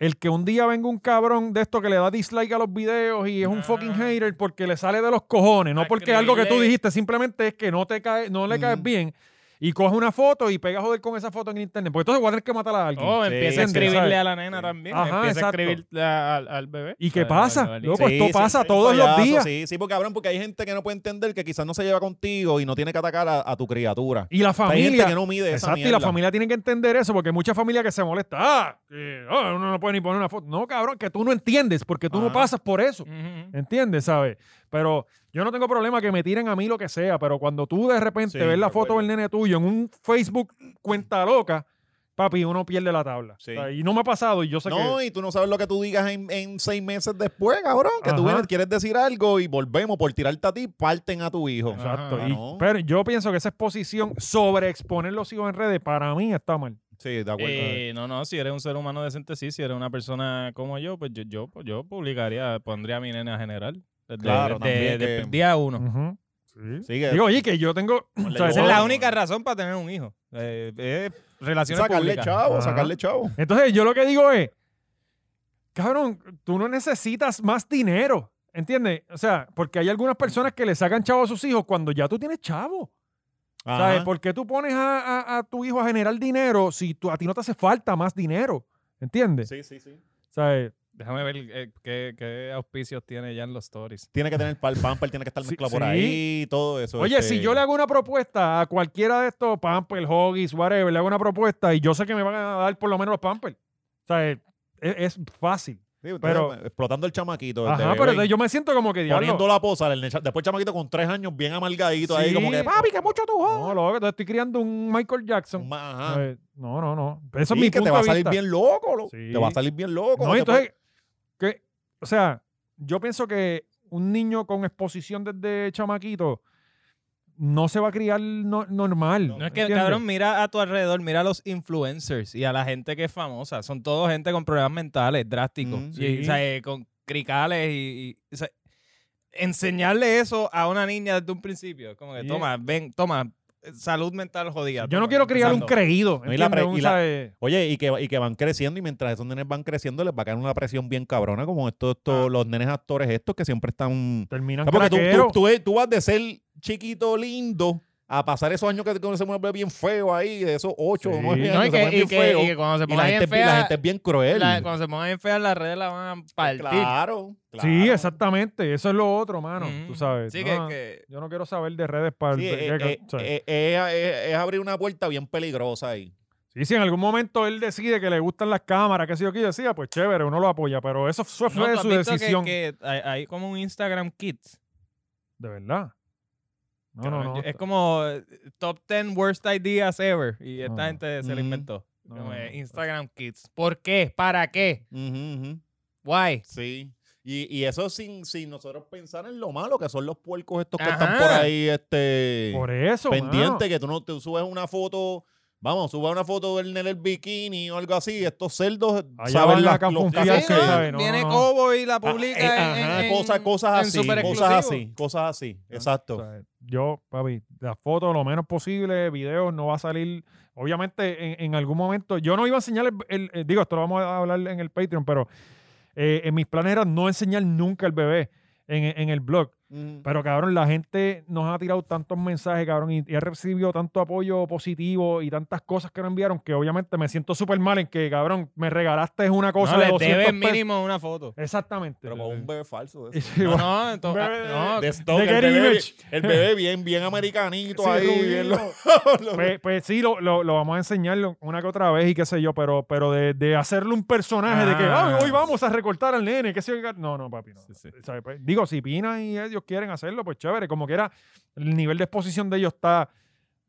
[SPEAKER 1] el que un día venga un cabrón de esto que le da dislike a los videos y es un
[SPEAKER 3] Ah.
[SPEAKER 1] fucking hater porque le sale de los cojones, no
[SPEAKER 3] A
[SPEAKER 1] porque algo que tú
[SPEAKER 3] escribirle.
[SPEAKER 1] dijiste, simplemente es que no te cae, no le caes
[SPEAKER 2] Ujú.
[SPEAKER 1] bien y coge una foto y pega a joder con esa foto en internet, porque entonces voy a tener que matar a alguien.
[SPEAKER 3] Oh, empieza a
[SPEAKER 1] Sí,
[SPEAKER 3] escribirle
[SPEAKER 1] ¿sabes?
[SPEAKER 3] a la nena también.
[SPEAKER 1] Ajá,
[SPEAKER 3] empieza
[SPEAKER 1] exacto.
[SPEAKER 3] a escribirle a- al, al bebé.
[SPEAKER 1] ¿Y qué
[SPEAKER 3] Al-
[SPEAKER 1] pasa,
[SPEAKER 3] al Valiente.
[SPEAKER 1] loco? Pues, esto pasa
[SPEAKER 2] hay un
[SPEAKER 1] todos los días.
[SPEAKER 2] Sí, sí, porque cabrón, porque hay gente que no puede entender que quizás no se lleva contigo y no tiene que atacar a, a tu criatura.
[SPEAKER 1] Y la
[SPEAKER 2] hay gente
[SPEAKER 1] familia,
[SPEAKER 2] que no mide esa
[SPEAKER 1] exacto, y la
[SPEAKER 2] mierda.
[SPEAKER 1] familia tiene que entender eso porque hay mucha familia que se molesta, ah, que, ah, uno no puede ni poner una foto. No, cabrón, que tú no entiendes porque tú no
[SPEAKER 2] Ajá.
[SPEAKER 1] pasas por eso.
[SPEAKER 3] Ujú.
[SPEAKER 1] ¿Entiendes? ¿Sabes? Pero yo no tengo problema que me tiren a mí lo que sea, pero cuando tú de repente
[SPEAKER 2] Sí,
[SPEAKER 1] ves la
[SPEAKER 2] de
[SPEAKER 1] foto del
[SPEAKER 2] acuerdo.
[SPEAKER 1] nene tuyo en un Facebook cuenta loca, papi, uno pierde la tabla.
[SPEAKER 2] Sí.
[SPEAKER 1] ¿Sabes? Y no me ha pasado y yo sé
[SPEAKER 2] No,
[SPEAKER 1] que...
[SPEAKER 2] y tú no sabes lo que tú digas en, en seis meses después, cabrón. Que tú
[SPEAKER 1] Ajá.
[SPEAKER 2] vienes, quieres decir algo y volvemos por tirarte a ti, parten a tu hijo.
[SPEAKER 1] Exacto.
[SPEAKER 2] Ah,
[SPEAKER 1] y-
[SPEAKER 2] no.
[SPEAKER 1] Pero yo pienso que esa exposición sobre exponer los hijos en redes para mí está mal.
[SPEAKER 2] Sí, de acuerdo.
[SPEAKER 3] Eh, no, no, si eres un ser humano decente, sí. Si eres una persona como yo, pues yo, yo, yo publicaría, pondría a mi nena general. Desde,
[SPEAKER 2] Claro,
[SPEAKER 3] desde-
[SPEAKER 2] también
[SPEAKER 3] desde
[SPEAKER 2] que-
[SPEAKER 3] día uno.
[SPEAKER 1] Ujú. Sí.
[SPEAKER 2] Sigue.
[SPEAKER 1] Digo, oye, que yo tengo...
[SPEAKER 2] Ponle
[SPEAKER 1] ¿sabes?
[SPEAKER 3] Esa es la
[SPEAKER 2] Bueno.
[SPEAKER 3] única razón para tener un hijo. Eh, eh, relaciones
[SPEAKER 2] sacarle
[SPEAKER 3] públicas.
[SPEAKER 2] chavo,
[SPEAKER 1] Ajá.
[SPEAKER 2] sacarle chavo.
[SPEAKER 1] Entonces, yo lo que digo es, cabrón, tú no necesitas más dinero, ¿entiendes? O sea, porque hay algunas personas que le sacan chavo a sus hijos cuando ya tú tienes chavo. ¿Sabes?
[SPEAKER 2] Ajá.
[SPEAKER 1] ¿Por qué tú pones a, a- a tu hijo a generar dinero si tú- a ti no te hace falta más dinero? ¿Entiendes?
[SPEAKER 2] Sí, sí, sí.
[SPEAKER 1] ¿Sabes?
[SPEAKER 3] Déjame ver eh, qué, qué auspicios tiene ya en los stories.
[SPEAKER 2] Tiene que tener pal pamper, tiene que estar
[SPEAKER 1] Sí,
[SPEAKER 2] mezclado por
[SPEAKER 1] sí.
[SPEAKER 2] ahí, todo eso.
[SPEAKER 1] Oye,
[SPEAKER 2] este,
[SPEAKER 1] si yo le hago una propuesta a cualquiera de estos, Pampers, Hoggies, whatever, le hago una propuesta y yo sé que me van a dar por lo menos los Pampers. O sea, es, es fácil.
[SPEAKER 2] Sí, ustedes
[SPEAKER 1] pero-
[SPEAKER 2] explotando el chamaquito. este
[SPEAKER 1] Ajá,
[SPEAKER 2] bebé,
[SPEAKER 1] pero entonces yo me siento como que diablo.
[SPEAKER 2] poniendo la posa, el- después el chamaquito con tres años bien amargadito ahí,
[SPEAKER 1] Sí.
[SPEAKER 2] como que, papi, que mucho tú jodas.
[SPEAKER 1] No, loco, te estoy criando un Michael Jackson.
[SPEAKER 2] Ajá.
[SPEAKER 1] Eh, No, no, no. Eso
[SPEAKER 2] Sí,
[SPEAKER 1] es mi
[SPEAKER 2] que
[SPEAKER 1] punto
[SPEAKER 2] te va a
[SPEAKER 1] de
[SPEAKER 2] salir
[SPEAKER 1] vista.
[SPEAKER 2] bien loco, lo-
[SPEAKER 1] Sí.
[SPEAKER 2] te va a salir bien loco. pues,
[SPEAKER 1] No,
[SPEAKER 2] te
[SPEAKER 1] entonces, que, o sea, yo pienso que un niño con exposición desde chamaquito no se va a criar no- normal.
[SPEAKER 3] No es que,
[SPEAKER 1] ¿entiendes?
[SPEAKER 3] cabrón, mira a tu alrededor, mira a los influencers y a la gente que es famosa. Son todo gente con problemas mentales drásticos.
[SPEAKER 2] Mm,
[SPEAKER 3] Y,
[SPEAKER 1] sí.
[SPEAKER 3] o sea, eh, con cricales y. y, o sea, enseñarle eso a una niña desde un principio. es Como que,
[SPEAKER 1] Sí.
[SPEAKER 3] toma, ven, toma. eh, Salud mental jodida.
[SPEAKER 1] Yo
[SPEAKER 3] toma,
[SPEAKER 1] no quiero criar un
[SPEAKER 3] empezando.
[SPEAKER 1] creído.
[SPEAKER 2] No, y la
[SPEAKER 1] ¿entiendes?
[SPEAKER 2] pre-
[SPEAKER 1] Un
[SPEAKER 2] y la-
[SPEAKER 1] sabe-
[SPEAKER 2] Oye, y que, y que van creciendo y mientras esos nenes van creciendo les va a caer una presión bien cabrona como
[SPEAKER 1] Ah.
[SPEAKER 2] estos, estos- los nenes actores estos que siempre están...
[SPEAKER 1] Terminan
[SPEAKER 2] Ah, Porque tú,
[SPEAKER 1] craqueros.
[SPEAKER 2] tú- tú ves- tú vas de ser chiquito lindo a pasar esos años que te conoces muy bien feo ahí, de esos ocho
[SPEAKER 1] Sí.
[SPEAKER 2] o nueve
[SPEAKER 1] No,
[SPEAKER 2] años se
[SPEAKER 3] y que,
[SPEAKER 2] ponen
[SPEAKER 3] y
[SPEAKER 2] bien
[SPEAKER 3] que-
[SPEAKER 2] feo.
[SPEAKER 3] y que cuando se
[SPEAKER 2] Y la
[SPEAKER 3] pongan bien
[SPEAKER 2] gente, es- la
[SPEAKER 3] feas,
[SPEAKER 2] gente es bien cruel.
[SPEAKER 3] la- cuando se pongan bien feas, las redes la van a partir.
[SPEAKER 2] claro, claro.
[SPEAKER 1] Sí, exactamente. Eso es lo otro, mano.
[SPEAKER 3] Ujú.
[SPEAKER 1] Tú sabes.
[SPEAKER 3] Sí,
[SPEAKER 1] no,
[SPEAKER 3] que- que,
[SPEAKER 1] Yo no quiero saber de redes para... el-
[SPEAKER 2] Sí, eh,
[SPEAKER 1] que-
[SPEAKER 2] eh,
[SPEAKER 1] o sea,
[SPEAKER 2] eh, eh, es- es abrir una puerta bien peligrosa ahí.
[SPEAKER 1] sí, si en algún momento él decide que le gustan las cámaras, que sé yo qué, decía, pues chévere, uno lo apoya. Pero eso fue
[SPEAKER 3] No, ¿tú
[SPEAKER 1] fue
[SPEAKER 3] has
[SPEAKER 1] su
[SPEAKER 3] visto que-
[SPEAKER 1] decisión.
[SPEAKER 3] que hay, hay como un Instagram Kids.
[SPEAKER 1] De verdad. No, no,
[SPEAKER 3] Cabrón,
[SPEAKER 1] no.
[SPEAKER 3] yo- Es como eh, top 10 worst ideas ever. Y esta
[SPEAKER 1] No.
[SPEAKER 3] gente se la
[SPEAKER 2] Mm.
[SPEAKER 3] inventó.
[SPEAKER 1] No,
[SPEAKER 3] Como,
[SPEAKER 1] no,
[SPEAKER 3] eh,
[SPEAKER 1] no.
[SPEAKER 3] Instagram Kids. ¿Por qué? ¿Para qué?
[SPEAKER 2] Ujú, ujú.
[SPEAKER 3] Why?
[SPEAKER 2] Sí. Y, y eso sin, sin nosotros pensar en lo malo que son los puercos estos que
[SPEAKER 3] Ajá.
[SPEAKER 2] están por ahí este,
[SPEAKER 1] Por eso, mano.
[SPEAKER 2] pendiente, que tú no te subes una foto, vamos, subes una foto del nene el bikini o algo así, estos cerdos
[SPEAKER 1] Allá
[SPEAKER 2] saben
[SPEAKER 1] van
[SPEAKER 2] la,
[SPEAKER 1] la
[SPEAKER 3] Sí,
[SPEAKER 1] confianza,
[SPEAKER 3] ¿no?
[SPEAKER 1] sabe, no,
[SPEAKER 3] Viene
[SPEAKER 1] no.
[SPEAKER 3] Cobo y
[SPEAKER 1] Ah,
[SPEAKER 3] la
[SPEAKER 1] eh,
[SPEAKER 3] publica en-
[SPEAKER 2] Ah, eh, Ajá,
[SPEAKER 3] en-
[SPEAKER 2] cosas,
[SPEAKER 3] en
[SPEAKER 2] cosas así,
[SPEAKER 3] superexclusivo.
[SPEAKER 2] cosas así, cosas así, exacto.
[SPEAKER 1] Ah, O sea, yo, papi, las fotos lo menos posible, videos no va a salir. Obviamente, en, en algún momento, yo no iba a enseñar, el, el- eh, digo, esto lo vamos a hablar en el Patreon, pero eh, en mis planes era no enseñar nunca el bebé en, en el blog.
[SPEAKER 2] Ujú.
[SPEAKER 1] Pero cabrón, la gente nos ha tirado tantos mensajes, cabrón, y, y ha recibido tanto apoyo positivo y tantas cosas que nos enviaron que obviamente me siento súper mal en que, cabrón, me regalaste una cosa
[SPEAKER 3] no,
[SPEAKER 1] de
[SPEAKER 3] les
[SPEAKER 1] 200
[SPEAKER 3] debes
[SPEAKER 1] pesos.
[SPEAKER 3] mínimo una foto.
[SPEAKER 1] Exactamente.
[SPEAKER 2] Pero con un bebé falso. De,
[SPEAKER 1] Y
[SPEAKER 2] eso.
[SPEAKER 1] pues *laughs* sí,
[SPEAKER 3] No,
[SPEAKER 1] bueno,
[SPEAKER 3] no, ento-
[SPEAKER 1] Bebé.
[SPEAKER 3] no,
[SPEAKER 2] De stock,
[SPEAKER 1] De
[SPEAKER 2] el,
[SPEAKER 1] Gary
[SPEAKER 2] bebé,
[SPEAKER 1] Image.
[SPEAKER 2] el bebé bien, bien americanito
[SPEAKER 1] Sí,
[SPEAKER 2] ahí.
[SPEAKER 1] rubio.
[SPEAKER 2] bien lo- *laughs* lo-
[SPEAKER 1] pues, pues sí, lo, lo- lo vamos a enseñarlo una que otra vez y qué sé yo, pero, pero de, de hacerle un personaje de que
[SPEAKER 3] Ah.
[SPEAKER 1] "Ay, hoy vamos a recortar al nene, qué sé yo. No, no, papi, no.
[SPEAKER 3] Sí, sí.
[SPEAKER 1] ¿Sabes? Pues, digo, si Pina y ellos quieren hacerlo, pues chévere. Como quiera, el nivel de exposición de ellos está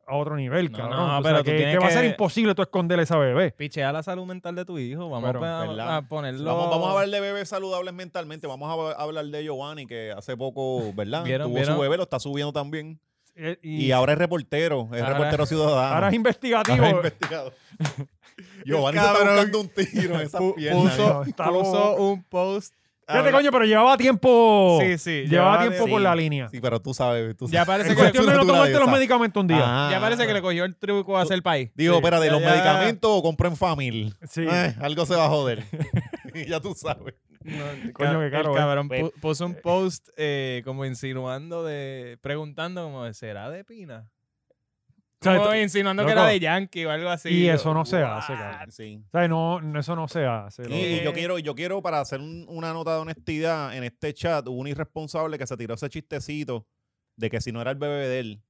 [SPEAKER 1] a otro nivel,
[SPEAKER 3] No,
[SPEAKER 1] cabrón.
[SPEAKER 3] no,
[SPEAKER 1] O sea,
[SPEAKER 3] pero tú
[SPEAKER 1] que,
[SPEAKER 3] tienes
[SPEAKER 1] que va a ser
[SPEAKER 3] que-
[SPEAKER 1] imposible tú esconderle a esa bebé.
[SPEAKER 3] Pichea la salud mental de tu hijo. Vamos
[SPEAKER 1] Pero,
[SPEAKER 3] a- a,
[SPEAKER 2] ¿verdad?
[SPEAKER 3] ponerlo.
[SPEAKER 2] Vamos, vamos a hablar de bebés saludables mentalmente. Vamos a hab- hablar de Giovanni, que hace poco, ¿verdad?
[SPEAKER 3] ¿Vieron,
[SPEAKER 2] Tuvo
[SPEAKER 3] vieron?
[SPEAKER 2] su bebé, lo está subiendo también.
[SPEAKER 1] Eh,
[SPEAKER 2] Y, ahora es reportero, es
[SPEAKER 3] Ahora-
[SPEAKER 2] reportero ciudadano. *laughs*
[SPEAKER 1] ahora es investigativo.
[SPEAKER 2] Ahora
[SPEAKER 1] *laughs*
[SPEAKER 2] es investigado. Giovanni se está
[SPEAKER 4] Cabrón.
[SPEAKER 2] buscando un tiro en esas
[SPEAKER 4] Pu-
[SPEAKER 2] piernas.
[SPEAKER 4] puso,
[SPEAKER 1] Está loco.
[SPEAKER 4] puso un post.
[SPEAKER 1] Fíjate, coño, pero llevaba tiempo.
[SPEAKER 3] Sí, sí,
[SPEAKER 1] Llevaba
[SPEAKER 3] llevaba
[SPEAKER 1] tiempo
[SPEAKER 3] de-
[SPEAKER 1] por
[SPEAKER 3] sí.
[SPEAKER 1] la línea.
[SPEAKER 2] Sí, pero tú sabes. Tú
[SPEAKER 3] Ya
[SPEAKER 2] sabes.
[SPEAKER 3] parece
[SPEAKER 1] En
[SPEAKER 3] que-
[SPEAKER 1] cuestión de no
[SPEAKER 2] Naturaleza.
[SPEAKER 1] tomarte los médicamente un día.
[SPEAKER 2] Ah.
[SPEAKER 3] Ya parece que le cogió el truco a hacer el país.
[SPEAKER 2] Digo,
[SPEAKER 3] Sí.
[SPEAKER 2] espérate,
[SPEAKER 3] Ya,
[SPEAKER 2] los
[SPEAKER 3] ya.
[SPEAKER 2] medicamentos o compro en Famil.
[SPEAKER 1] Sí.
[SPEAKER 2] Ay, algo se va
[SPEAKER 1] *laughs*
[SPEAKER 2] a joder. *laughs* ya tú sabes.
[SPEAKER 3] No,
[SPEAKER 1] Coño, qué
[SPEAKER 3] el
[SPEAKER 1] caro, ¿eh?
[SPEAKER 3] cabrón pu- puso un post eh, como insinuando de. preguntando como, ¿será de Pina?
[SPEAKER 1] O sea,
[SPEAKER 3] Como
[SPEAKER 1] t-
[SPEAKER 3] insinuando que
[SPEAKER 1] loco.
[SPEAKER 3] era de Yankee o algo así.
[SPEAKER 1] Y
[SPEAKER 3] Yo,
[SPEAKER 1] eso no se
[SPEAKER 3] "What?".
[SPEAKER 1] hace, cabrón.
[SPEAKER 2] Sí.
[SPEAKER 1] O sea, no, no, eso no se hace.
[SPEAKER 2] Y,
[SPEAKER 1] loco.
[SPEAKER 2] y yo quiero, yo quiero para hacer un- una nota de honestidad en este chat, hubo un irresponsable que se tiró ese chistecito de que si no era el bebé de él.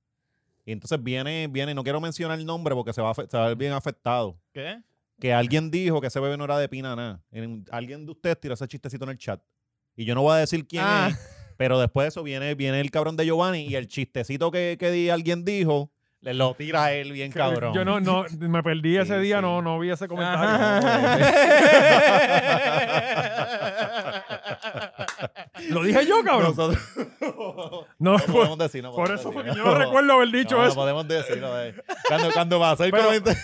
[SPEAKER 2] Y entonces viene, viene, no quiero mencionar el nombre porque se va a, afe- se va a ver bien afectado.
[SPEAKER 3] ¿Qué?
[SPEAKER 2] Que alguien dijo que ese bebé no era de Pina nada. En- Alguien de ustedes tiró ese chistecito en el chat. Y yo no voy a decir quién
[SPEAKER 3] Ah.
[SPEAKER 2] es, pero después de eso viene, viene el cabrón de Giovanni y el chistecito que, que di- alguien dijo, le lo tira a él bien
[SPEAKER 1] Que-
[SPEAKER 2] cabrón.
[SPEAKER 1] Yo no, no, me perdí ese
[SPEAKER 2] Sí,
[SPEAKER 1] día,
[SPEAKER 2] sí.
[SPEAKER 1] no, no vi ese comentario. *laughs*
[SPEAKER 2] *laughs* Ajá.
[SPEAKER 1] Lo dije yo, cabrón.
[SPEAKER 2] Nosotros-
[SPEAKER 1] No,
[SPEAKER 2] No
[SPEAKER 1] por,
[SPEAKER 2] podemos decir, no
[SPEAKER 1] por
[SPEAKER 2] podemos
[SPEAKER 1] eso
[SPEAKER 2] decir.
[SPEAKER 1] porque yo no recuerdo haber dicho
[SPEAKER 2] No, no
[SPEAKER 1] eso.
[SPEAKER 2] podemos decirlo. eh. Cuando, cuando va a ser
[SPEAKER 1] Pero-
[SPEAKER 2] comente-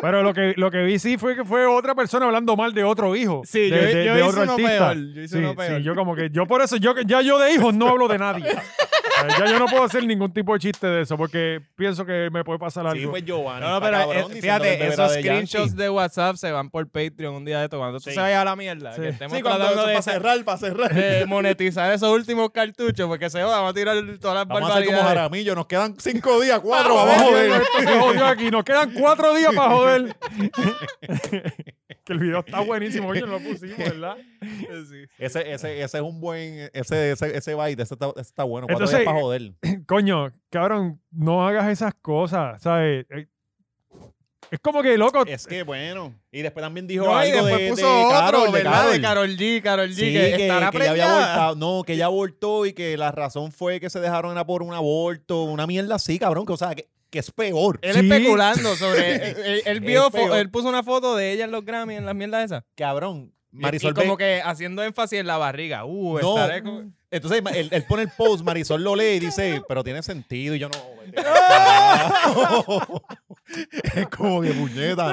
[SPEAKER 1] Pero lo que, lo que vi sí fue que fue otra persona hablando mal de otro hijo. de,
[SPEAKER 3] Sí, yo-
[SPEAKER 1] de-
[SPEAKER 3] yo
[SPEAKER 1] de
[SPEAKER 3] hice
[SPEAKER 1] otro
[SPEAKER 3] uno
[SPEAKER 1] artista.
[SPEAKER 3] peor, yo hice
[SPEAKER 1] sí,
[SPEAKER 3] uno peor.
[SPEAKER 1] sí, yo como que, yo por eso, yo que- ya yo de hijos no hablo de nadie.
[SPEAKER 3] *laughs*
[SPEAKER 1] Eh, ya yo no puedo hacer ningún tipo de chiste de eso porque pienso que me puede pasar algo.
[SPEAKER 2] Sí, pues Giovanni.
[SPEAKER 3] No, no,
[SPEAKER 2] está
[SPEAKER 3] pero
[SPEAKER 2] cabrón diciendo
[SPEAKER 3] eh,
[SPEAKER 2] que el
[SPEAKER 3] fíjate,
[SPEAKER 2] bebé
[SPEAKER 3] esos
[SPEAKER 2] era de Yankee.
[SPEAKER 3] screenshots de WhatsApp se van por Patreon un día de esto. Cuando tú
[SPEAKER 2] Sí.
[SPEAKER 3] se vayas a la mierda, que estemos
[SPEAKER 2] Sí, cuando Eh, eso
[SPEAKER 3] tratando de,
[SPEAKER 2] para cerrar, para cerrar.
[SPEAKER 3] esa- de monetizar esos últimos cartuchos, porque se joda, vamos a tirar todas las
[SPEAKER 2] Vamos a hacer como
[SPEAKER 3] barbaridades.
[SPEAKER 2] Jaramillo. Nos quedan cinco días, cuatro.
[SPEAKER 1] Vamos
[SPEAKER 2] Vamos a joder.
[SPEAKER 1] esto se jodió aquí. Nos quedan cuatro días para
[SPEAKER 2] *laughs*
[SPEAKER 1] joder. *laughs* que el video está buenísimo. Oye, no lo pusimos, ¿verdad?
[SPEAKER 3] *laughs* Sí.
[SPEAKER 2] Ese, ese, ese es un buen. Ese, ese, ese baile, ese está, ese está bueno. Cuatro
[SPEAKER 1] Entonces-
[SPEAKER 2] días para joder.
[SPEAKER 1] Coño, cabrón, no hagas esas cosas, ¿sabes? Eh, Es como que, loco,
[SPEAKER 2] Es que bueno. Y después también dijo
[SPEAKER 3] No, y
[SPEAKER 2] algo
[SPEAKER 3] después
[SPEAKER 2] de,
[SPEAKER 3] puso
[SPEAKER 2] de
[SPEAKER 3] otro,
[SPEAKER 2] Carol, de
[SPEAKER 3] ¿verdad?
[SPEAKER 2] Carol.
[SPEAKER 3] De Carol G, Carol G,
[SPEAKER 2] Sí,
[SPEAKER 3] que,
[SPEAKER 2] que,
[SPEAKER 3] estará
[SPEAKER 2] que ya había
[SPEAKER 3] preñada.
[SPEAKER 2] abortado. No, que ella abortó y que la razón fue que se dejaron era por un aborto. Una mierda así, cabrón. Que, o sea, que, que es peor.
[SPEAKER 3] Él
[SPEAKER 1] Sí.
[SPEAKER 2] *laughs*
[SPEAKER 3] especulando sobre. él, él- él vio
[SPEAKER 2] Es peor.
[SPEAKER 3] fo- él puso una foto de ella en los Grammy, en las mierdas esas.
[SPEAKER 2] Cabrón.
[SPEAKER 3] Y-
[SPEAKER 2] Marisol
[SPEAKER 3] y como
[SPEAKER 2] ve-
[SPEAKER 3] que haciendo énfasis en la barriga. Uh,
[SPEAKER 2] No.
[SPEAKER 3] estaré con-
[SPEAKER 2] Entonces ma- él, él pone el post, Marisol lo lee y dice, pero tiene sentido. Y yo no. vete pa'l carajo. es como que puñeta,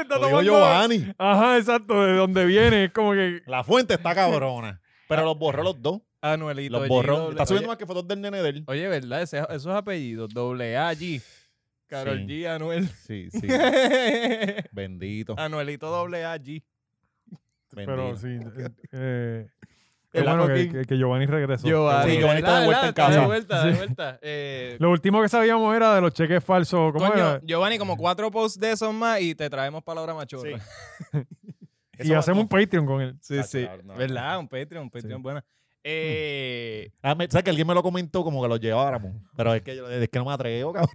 [SPEAKER 1] *laughs* está
[SPEAKER 2] Lo dijo Giovanni.
[SPEAKER 1] Ajá, exacto, de donde viene. Es como que.
[SPEAKER 2] La fuente está cabrona. Pero los borró los dos.
[SPEAKER 3] Anuelito.
[SPEAKER 2] Los
[SPEAKER 3] G,
[SPEAKER 2] borró.
[SPEAKER 3] doble-
[SPEAKER 2] Está subiendo
[SPEAKER 3] oye,
[SPEAKER 2] más que fotos del nene de él.
[SPEAKER 3] oye, ¿verdad? Ese- esos apellidos. Doble A, G. Carol
[SPEAKER 2] Sí.
[SPEAKER 3] G, Anuel. *laughs*
[SPEAKER 2] Sí, sí. Bendito.
[SPEAKER 3] Ah, Anuelito doble A, G.
[SPEAKER 2] bendito.
[SPEAKER 1] Pero sí.
[SPEAKER 2] *laughs*
[SPEAKER 1] eh, eh, qué
[SPEAKER 3] El
[SPEAKER 1] bueno que,
[SPEAKER 3] fucking-
[SPEAKER 1] que- que Giovanni regresó.
[SPEAKER 3] Giovanni,
[SPEAKER 2] Sí, Giovanni está
[SPEAKER 3] ¿verdad?
[SPEAKER 2] de vuelta en
[SPEAKER 3] Está
[SPEAKER 1] casa.
[SPEAKER 3] De vuelta, de
[SPEAKER 1] Sí.
[SPEAKER 3] vuelta. Eh,
[SPEAKER 1] Lo último que sabíamos era de los cheques falsos. ¿Cómo
[SPEAKER 3] coño,
[SPEAKER 1] era?
[SPEAKER 3] Giovanni, como cuatro posts de esos más y te traemos palabra machorra.
[SPEAKER 2] Sí. *laughs*
[SPEAKER 1] Y hacemos un Patreon con él.
[SPEAKER 3] Sí,
[SPEAKER 2] Ah,
[SPEAKER 3] sí.
[SPEAKER 2] claro, no,
[SPEAKER 3] ¿Verdad? Un Patreon, un Patreon buena. Eh,
[SPEAKER 2] Ah, me- ¿Sabes que alguien me lo comentó como que lo lleváramos? Pero es que, yo- es que no me atrevo, cabrón.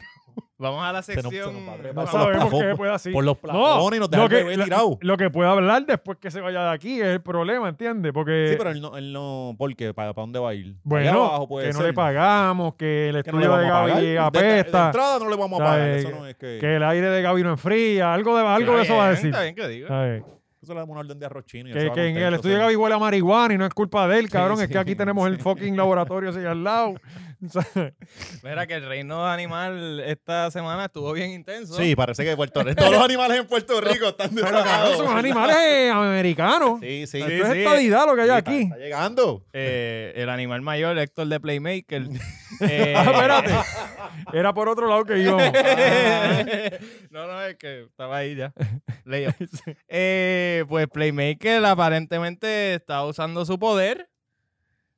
[SPEAKER 3] vamos a la
[SPEAKER 2] nos- se nos
[SPEAKER 3] sección.
[SPEAKER 2] va a tremer.
[SPEAKER 1] No
[SPEAKER 2] por los
[SPEAKER 1] sabemos qué
[SPEAKER 2] plafones,
[SPEAKER 1] se puede así.
[SPEAKER 2] Por los plafones y nos deja
[SPEAKER 1] lo
[SPEAKER 2] el
[SPEAKER 1] que,
[SPEAKER 2] bebé
[SPEAKER 1] la-
[SPEAKER 2] tirado.
[SPEAKER 1] lo que pueda hablar después que se vaya de aquí es el problema, ¿entiendes? Porque.
[SPEAKER 2] Sí, pero él no, él no ¿por qué? ¿Para, para dónde va a ir? Allá
[SPEAKER 1] eh, Bueno,
[SPEAKER 2] abajo puede
[SPEAKER 1] que no
[SPEAKER 2] ser.
[SPEAKER 1] le pagamos, que el
[SPEAKER 2] Que no
[SPEAKER 1] estudio
[SPEAKER 2] le
[SPEAKER 1] de
[SPEAKER 2] vamos a pagar.
[SPEAKER 1] Gaby
[SPEAKER 2] De- De, de
[SPEAKER 1] apesta,
[SPEAKER 2] entrada no le vamos a
[SPEAKER 1] ¿Sabes?
[SPEAKER 2] pagar. Eso no es que...
[SPEAKER 1] eh, que el aire de Gaby no enfría, algo de, algo de eso va a decir.
[SPEAKER 3] Está bien que digo.
[SPEAKER 1] ¿Sabes?
[SPEAKER 2] Eso le damos una orden de arroz chino y él se
[SPEAKER 1] Que,
[SPEAKER 2] va
[SPEAKER 1] que en el
[SPEAKER 2] contento,
[SPEAKER 1] estudio de
[SPEAKER 2] o sea.
[SPEAKER 1] Gaby huele a marihuana y no es culpa de él, cabrón. es que aquí
[SPEAKER 2] sí,
[SPEAKER 1] tenemos el fucking laboratorio así al
[SPEAKER 2] *laughs*
[SPEAKER 1] lado. ¿Sabes?
[SPEAKER 3] Mira que el reino animal esta semana estuvo bien intenso.
[SPEAKER 2] Sí, parece que Puerto Rico. Todos los animales en Puerto Rico están
[SPEAKER 1] Pero cabrón, son
[SPEAKER 2] desatados.
[SPEAKER 1] animales eh, americanos.
[SPEAKER 2] Sí, sí.
[SPEAKER 1] Esto
[SPEAKER 2] sí,
[SPEAKER 1] es
[SPEAKER 3] sí.
[SPEAKER 1] estadidad lo que hay
[SPEAKER 2] está-
[SPEAKER 1] aquí. *laughs*
[SPEAKER 2] Está llegando.
[SPEAKER 3] Eh, el animal mayor, Héctor de *laughs* Playmaker. eh, *laughs*
[SPEAKER 1] Ah, espérate. Era por otro lado que
[SPEAKER 2] *laughs*
[SPEAKER 1] íbamos.
[SPEAKER 3] Ah. no, no, es que estaba ahí *laughs* ya. Leo. Eh, pues Playmaker aparentemente está usando su poder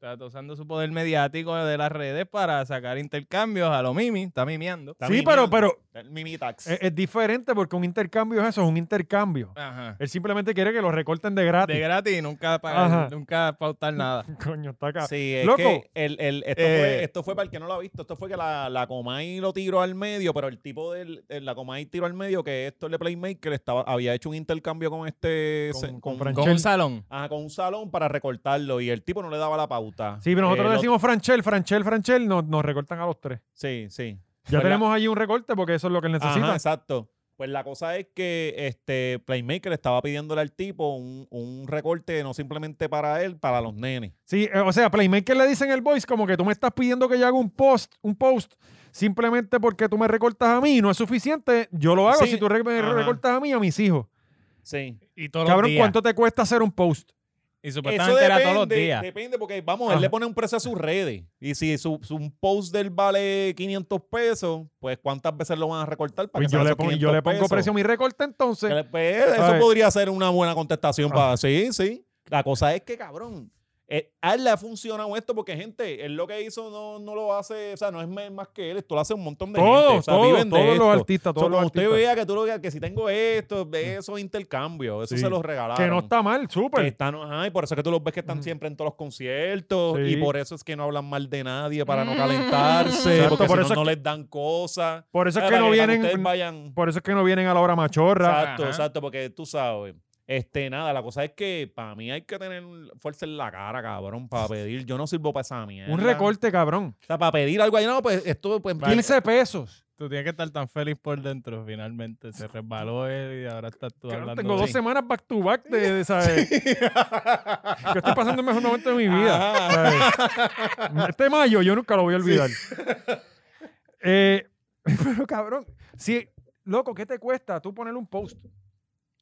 [SPEAKER 3] Está usando su poder mediático de las redes para sacar intercambios a lo Mimi. Está mimiando.
[SPEAKER 2] Está
[SPEAKER 1] sí, pero,
[SPEAKER 2] mimiando.
[SPEAKER 1] pero e,
[SPEAKER 2] El mini tax.
[SPEAKER 1] es, es diferente porque un intercambio es eso, es un intercambio.
[SPEAKER 3] Ajá.
[SPEAKER 1] Él simplemente quiere que lo recorten de gratis.
[SPEAKER 3] De gratis y nunca, pagar-
[SPEAKER 1] Ajá.
[SPEAKER 3] nunca pautar nada.
[SPEAKER 1] *laughs* Coño, está acá.
[SPEAKER 2] Sí, es
[SPEAKER 1] Loco.
[SPEAKER 2] que el- el- esto,
[SPEAKER 1] Eh.
[SPEAKER 2] fue, esto fue para el que no lo ha visto. Esto fue que la, la Comay lo tiró al medio, pero el tipo del el- la Comay tiró al medio que esto el de Playmaker estaba, había hecho un intercambio con este
[SPEAKER 1] Con-
[SPEAKER 2] se-
[SPEAKER 1] con
[SPEAKER 2] con,
[SPEAKER 1] Franchel.
[SPEAKER 3] Con un salón.
[SPEAKER 2] ajá, con un salón para recortarlo y el tipo no le daba la pauta.
[SPEAKER 1] Sí, pero nosotros
[SPEAKER 2] Eh,
[SPEAKER 1] le
[SPEAKER 2] lo-
[SPEAKER 1] decimos Franchel, Franchel, Franchel, nos, nos recortan a los tres.
[SPEAKER 2] Sí, sí.
[SPEAKER 1] Ya
[SPEAKER 2] Pues la-
[SPEAKER 1] tenemos allí un recorte porque eso es lo que él necesita.
[SPEAKER 2] Ajá, exacto. Pues la cosa es que este Playmaker estaba pidiéndole al tipo un, un recorte no simplemente para él, para los nenes.
[SPEAKER 1] Sí, eh, o sea, Playmaker le dice en el voice como que tú me estás pidiendo que yo haga un post, un post, simplemente porque tú me recortas a mí y no es suficiente. Yo lo hago
[SPEAKER 2] Sí,
[SPEAKER 1] si tú re- me
[SPEAKER 2] ajá.
[SPEAKER 1] recortas a mí y a mis hijos.
[SPEAKER 2] Sí.
[SPEAKER 3] Y todos
[SPEAKER 1] Cabrón,
[SPEAKER 3] los días.
[SPEAKER 1] ¿cuánto te cuesta hacer un post?
[SPEAKER 3] Y supuestamente era todos los días.
[SPEAKER 2] Depende, porque vamos,
[SPEAKER 1] Ajá.
[SPEAKER 2] él le pone un precio a sus redes. Y si su, su- un post del vale 500 pesos, pues ¿cuántas veces lo van a recortar para
[SPEAKER 1] Pues yo,
[SPEAKER 2] que sean
[SPEAKER 1] le
[SPEAKER 2] esos
[SPEAKER 1] pongo,
[SPEAKER 2] 500
[SPEAKER 1] yo le pongo
[SPEAKER 2] pesos?
[SPEAKER 1] precio a mi recorte entonces.
[SPEAKER 2] Que le- pues, eso
[SPEAKER 1] ¿Sabes?
[SPEAKER 2] podría ser una buena contestación
[SPEAKER 1] Ajá.
[SPEAKER 2] para. Sí, sí. La cosa es que, cabrón. eh, A él le ha funcionado esto porque, gente, él lo que hizo no, no lo hace, o sea, no es me- más que él, esto lo hace un montón de gente. O
[SPEAKER 1] Todos,
[SPEAKER 2] sea,
[SPEAKER 1] todos,
[SPEAKER 2] viven de
[SPEAKER 1] todos los
[SPEAKER 2] esto.
[SPEAKER 1] artistas, todos
[SPEAKER 2] Solo
[SPEAKER 1] los
[SPEAKER 2] usted
[SPEAKER 1] artistas. Mm.
[SPEAKER 2] vea que tú lo veas, que si tengo esto, de esos intercambios, eso
[SPEAKER 1] Sí.
[SPEAKER 2] se los regalaron.
[SPEAKER 1] que no está mal,
[SPEAKER 2] Que
[SPEAKER 1] súper.
[SPEAKER 2] están, ajá, y por eso es que tú los ves que están
[SPEAKER 1] Ujú.
[SPEAKER 2] siempre en todos los conciertos
[SPEAKER 1] Sí.
[SPEAKER 2] y por eso es que no hablan mal de nadie para no calentarse,
[SPEAKER 1] Exacto,
[SPEAKER 2] porque
[SPEAKER 1] por
[SPEAKER 2] si no,
[SPEAKER 1] eso es
[SPEAKER 2] no
[SPEAKER 1] que-
[SPEAKER 2] les dan cosas.
[SPEAKER 1] Por eso es
[SPEAKER 2] Ah,
[SPEAKER 1] que
[SPEAKER 2] para
[SPEAKER 1] no
[SPEAKER 2] cuando ustedes
[SPEAKER 1] vienen,
[SPEAKER 2] vayan-
[SPEAKER 1] por eso es que no vienen a la hora machorra.
[SPEAKER 2] Exacto,
[SPEAKER 3] Ajá.
[SPEAKER 2] exacto, porque tú sabes. Este, nada, la cosa es que para mí hay que tener fuerza en la cara, cabrón, para pedir. Yo no sirvo para esa mierda.
[SPEAKER 1] Un recorte, cabrón.
[SPEAKER 2] O sea, para pedir algo ahí, no, pues esto, pues.
[SPEAKER 1] 15 pesos.
[SPEAKER 3] Tú tienes que estar tan feliz por dentro. Finalmente se resbaló él y ahora estás tú
[SPEAKER 1] Cabrón,
[SPEAKER 3] hablando.
[SPEAKER 1] tengo
[SPEAKER 3] de-
[SPEAKER 1] dos semanas back to back de, de, ¿sabes? Yo estoy pasando el mejor momento de mi
[SPEAKER 3] Ah.
[SPEAKER 1] vida. ¿sabes? Este mayo yo nunca lo voy a olvidar. Eh, *laughs* pero cabrón, si, loco, ¿qué te cuesta tú poner un post?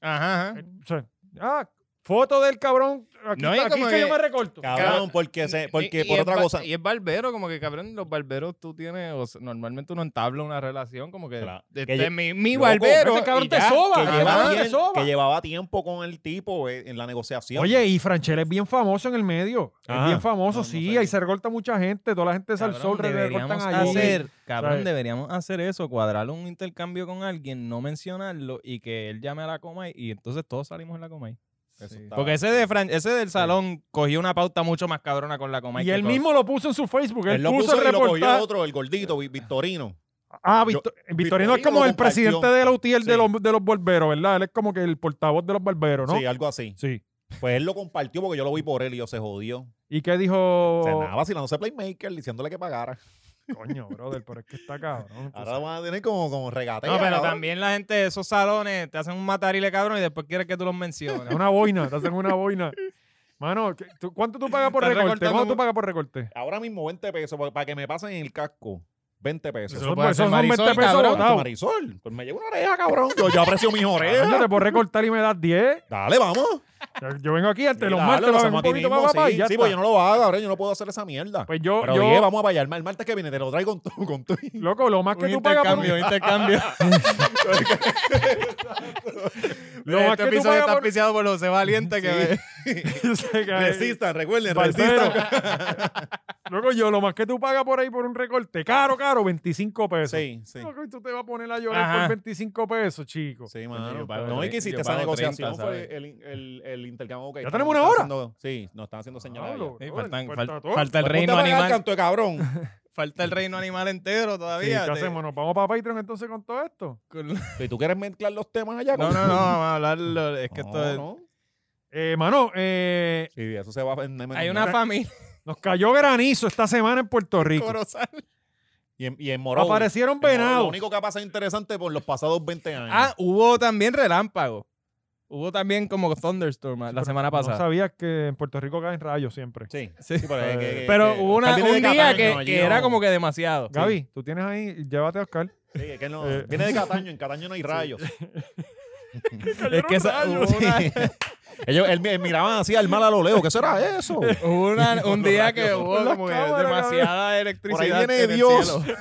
[SPEAKER 3] Ajá. ajá.
[SPEAKER 1] Eh, o sea, ah, foto del cabrón. Aquí,
[SPEAKER 3] No, y
[SPEAKER 1] está- aquí
[SPEAKER 3] como
[SPEAKER 1] es que yo
[SPEAKER 3] que-
[SPEAKER 1] me recorto.
[SPEAKER 2] cabrón, porque, se- porque
[SPEAKER 3] Y- y
[SPEAKER 2] por
[SPEAKER 3] es
[SPEAKER 2] otra
[SPEAKER 3] ba-
[SPEAKER 2] cosa.
[SPEAKER 3] Y es barbero, como que cabrón, los barberos tú tienes, o sea, normalmente uno entabla una relación como que.
[SPEAKER 2] Claro.
[SPEAKER 3] este
[SPEAKER 2] Que
[SPEAKER 3] es
[SPEAKER 2] lle-
[SPEAKER 3] mi, mi
[SPEAKER 2] Loco,
[SPEAKER 3] barbero.
[SPEAKER 1] este cabrón
[SPEAKER 3] y
[SPEAKER 1] te
[SPEAKER 3] ya.
[SPEAKER 1] soba,
[SPEAKER 2] que,
[SPEAKER 1] Ah,
[SPEAKER 2] llevaba
[SPEAKER 1] cabrón,
[SPEAKER 2] tiem-
[SPEAKER 1] que soba.
[SPEAKER 2] que llevaba tiempo con el tipo eh, en la negociación.
[SPEAKER 1] Oye, y Franchel es bien famoso en el medio.
[SPEAKER 2] Ajá.
[SPEAKER 1] Es bien famoso,
[SPEAKER 2] No, no
[SPEAKER 1] sí.
[SPEAKER 2] sabía.
[SPEAKER 1] ahí se recorta mucha gente. Toda la gente es al
[SPEAKER 3] Cabrón,
[SPEAKER 1] sol, le
[SPEAKER 3] deberíamos
[SPEAKER 1] recortan allí.
[SPEAKER 3] hacer, cabrón,
[SPEAKER 1] ¿Sabes?
[SPEAKER 3] deberíamos hacer eso, cuadrar un intercambio con alguien, no mencionarlo y que él llame a la Comay y entonces todos salimos en la Comay.
[SPEAKER 2] Eso está-
[SPEAKER 3] Porque ese de Fran- ese del salón cogió una pauta mucho más cabrona con la Comay.
[SPEAKER 1] Y
[SPEAKER 3] que
[SPEAKER 1] él
[SPEAKER 3] con-
[SPEAKER 1] mismo lo puso en su Facebook. Él,
[SPEAKER 2] él lo
[SPEAKER 1] puso el
[SPEAKER 2] puso y lo cogió
[SPEAKER 1] reportaje.
[SPEAKER 2] otro, el gordito, Vi- Victorino.
[SPEAKER 1] Ah,
[SPEAKER 2] Yo-
[SPEAKER 1] Victor- Victorino es
[SPEAKER 2] Victorino
[SPEAKER 1] como
[SPEAKER 2] lo
[SPEAKER 1] el presidente
[SPEAKER 2] compartió.
[SPEAKER 1] de la UTIER de,
[SPEAKER 2] Sí.
[SPEAKER 1] los, de los barberos, ¿verdad? Él es como que el portavoz de los barberos, ¿no?
[SPEAKER 2] Sí, algo así.
[SPEAKER 1] Sí.
[SPEAKER 2] Pues él lo compartió porque yo lo vi por él y yo se jodió.
[SPEAKER 1] ¿Y qué dijo?
[SPEAKER 2] Se andaba vacilándose Playmaker diciéndole que pagara.
[SPEAKER 1] *laughs* Coño, brother, pero es que está cabrón.
[SPEAKER 2] *laughs* Ahora van a tener como, como regateo.
[SPEAKER 3] No, pero también la gente de esos salones te hacen un matarile cabrón y después quieres que tú los menciones.
[SPEAKER 1] *laughs* Una boina, te hacen una boina. Mano, ¿qué- tú- ¿cuánto tú pagas por
[SPEAKER 3] Estás
[SPEAKER 1] recorte?
[SPEAKER 3] recortando
[SPEAKER 1] ¿Cuánto tú
[SPEAKER 3] mu-
[SPEAKER 1] pagas por recorte?
[SPEAKER 2] Ahora mismo 20 pesos pa- para, que me pasen el casco. 20 pesos.
[SPEAKER 3] Eso lo
[SPEAKER 1] Esos-
[SPEAKER 3] puede hacer
[SPEAKER 1] esos son 20
[SPEAKER 3] Marisol,
[SPEAKER 1] pesos
[SPEAKER 3] cabrón.
[SPEAKER 1] botados.
[SPEAKER 2] Marisol, pues me llevo una oreja, cabrón. Yo, yo
[SPEAKER 1] *laughs*
[SPEAKER 2] aprecio mis
[SPEAKER 1] Coño,
[SPEAKER 2] orejas.
[SPEAKER 1] te puedo recortar y me das 10.
[SPEAKER 2] Dale, vamos.
[SPEAKER 1] Yo- Yo vengo aquí antes
[SPEAKER 2] Dale,
[SPEAKER 1] los martes
[SPEAKER 2] lo
[SPEAKER 1] para ver
[SPEAKER 2] hacemos
[SPEAKER 1] un
[SPEAKER 2] aquí
[SPEAKER 1] poquito
[SPEAKER 2] mismo,
[SPEAKER 1] más papá
[SPEAKER 2] sí,
[SPEAKER 1] y ya
[SPEAKER 2] sí,
[SPEAKER 1] está.
[SPEAKER 2] pues yo no lo hago, cabrón. Yo no puedo hacer esa mierda.
[SPEAKER 1] Pues yo,
[SPEAKER 2] pero
[SPEAKER 1] yo-
[SPEAKER 2] oye, vamos a bailarme el martes que viene. Te lo traigo con tu. Con tu... *laughs*
[SPEAKER 1] loco, lo más que tú pagas por *laughs* un,
[SPEAKER 3] intercambio.
[SPEAKER 1] lo más que tú
[SPEAKER 3] este episodio
[SPEAKER 1] pagas
[SPEAKER 3] está
[SPEAKER 1] por
[SPEAKER 3] auspiciado por José Valiente que ve-
[SPEAKER 2] Resistan, recuerden,
[SPEAKER 1] eh, Barbero.
[SPEAKER 2] resistan.
[SPEAKER 1] *laughs* Loco, yo lo más que tú pagas por ahí por un recorte, caro, caro, 25 pesos.
[SPEAKER 2] Sí, sí.
[SPEAKER 1] Loco, y tú te vas a poner a llorar
[SPEAKER 3] Ajá.
[SPEAKER 1] por 25 pesos, chico.
[SPEAKER 2] Sí, mano.
[SPEAKER 3] Pues, yo pago
[SPEAKER 2] no, y
[SPEAKER 3] tre-
[SPEAKER 2] que hiciste
[SPEAKER 3] yo
[SPEAKER 2] esa
[SPEAKER 3] pago
[SPEAKER 2] negociación
[SPEAKER 3] 30,
[SPEAKER 2] fue el, el, el intercambio que.
[SPEAKER 1] ¿Ya tenemos
[SPEAKER 2] están
[SPEAKER 1] una hora?
[SPEAKER 2] haciendo- sí, nos están haciendo señales.
[SPEAKER 1] Diablo,
[SPEAKER 3] Sí,
[SPEAKER 1] brother,
[SPEAKER 3] faltan-
[SPEAKER 1] falta
[SPEAKER 3] fal-
[SPEAKER 1] todo.
[SPEAKER 3] falta
[SPEAKER 2] Pues
[SPEAKER 3] el
[SPEAKER 2] ponte
[SPEAKER 3] reino
[SPEAKER 2] a pagar,
[SPEAKER 3] animal.
[SPEAKER 2] canto de cabrón.
[SPEAKER 3] *laughs* Falta el reino animal entero
[SPEAKER 1] Sí,
[SPEAKER 3] todavía.
[SPEAKER 1] ¿Qué
[SPEAKER 3] Te-
[SPEAKER 1] hacemos? ¿Nos vamos para Patreon entonces con todo esto?
[SPEAKER 3] con-
[SPEAKER 2] Si tú quieres mezclar los temas allá.
[SPEAKER 3] No, no,
[SPEAKER 2] con-
[SPEAKER 3] no, vamos a hablarlo. Es que
[SPEAKER 2] No,
[SPEAKER 3] esto es-
[SPEAKER 2] no.
[SPEAKER 1] Eh, mano, eh,
[SPEAKER 2] Sí, de eso se va. en- en-
[SPEAKER 3] Hay una
[SPEAKER 1] no.
[SPEAKER 3] familia
[SPEAKER 1] nos cayó granizo esta semana en Puerto
[SPEAKER 3] en
[SPEAKER 1] Rico.
[SPEAKER 3] Corozal.
[SPEAKER 2] Y en, y en Morovis.
[SPEAKER 1] Aparecieron
[SPEAKER 2] En Morovis, Lo
[SPEAKER 1] venados.
[SPEAKER 2] único que ha pasado interesante por los pasados 20 años.
[SPEAKER 3] Ah, hubo también relámpago. Hubo también como thunderstorm la
[SPEAKER 1] Pero
[SPEAKER 3] semana
[SPEAKER 1] No
[SPEAKER 3] pasada.
[SPEAKER 1] sabías que en Puerto Rico caen rayos siempre.
[SPEAKER 2] Sí.
[SPEAKER 3] Sí.
[SPEAKER 2] sí, pero, es que- que-
[SPEAKER 3] Pero
[SPEAKER 2] que
[SPEAKER 3] hubo una-
[SPEAKER 2] Oscar viene
[SPEAKER 3] un
[SPEAKER 2] de
[SPEAKER 3] día
[SPEAKER 2] Cataño,
[SPEAKER 3] que,
[SPEAKER 2] allí
[SPEAKER 3] que
[SPEAKER 2] no-
[SPEAKER 3] era como que demasiado.
[SPEAKER 1] Gaby, tú tienes ahí, llévate a Oscar.
[SPEAKER 2] Sí, es que no-
[SPEAKER 1] Eh.
[SPEAKER 2] Viene de Cataño, en Cataño no hay rayos.
[SPEAKER 3] Es que esa- hubo
[SPEAKER 1] *laughs*
[SPEAKER 3] una-
[SPEAKER 2] Ellos él, él miraban así al mal a lo lejos. ¿Qué será
[SPEAKER 3] *laughs*
[SPEAKER 2] eso?
[SPEAKER 3] Hubo una- un día que
[SPEAKER 1] Por
[SPEAKER 3] hubo
[SPEAKER 1] las
[SPEAKER 3] como que
[SPEAKER 1] cámaras,
[SPEAKER 3] demasiada
[SPEAKER 2] Por ahí
[SPEAKER 3] electricidad.
[SPEAKER 2] viene
[SPEAKER 3] en el
[SPEAKER 2] Dios.
[SPEAKER 3] cielo.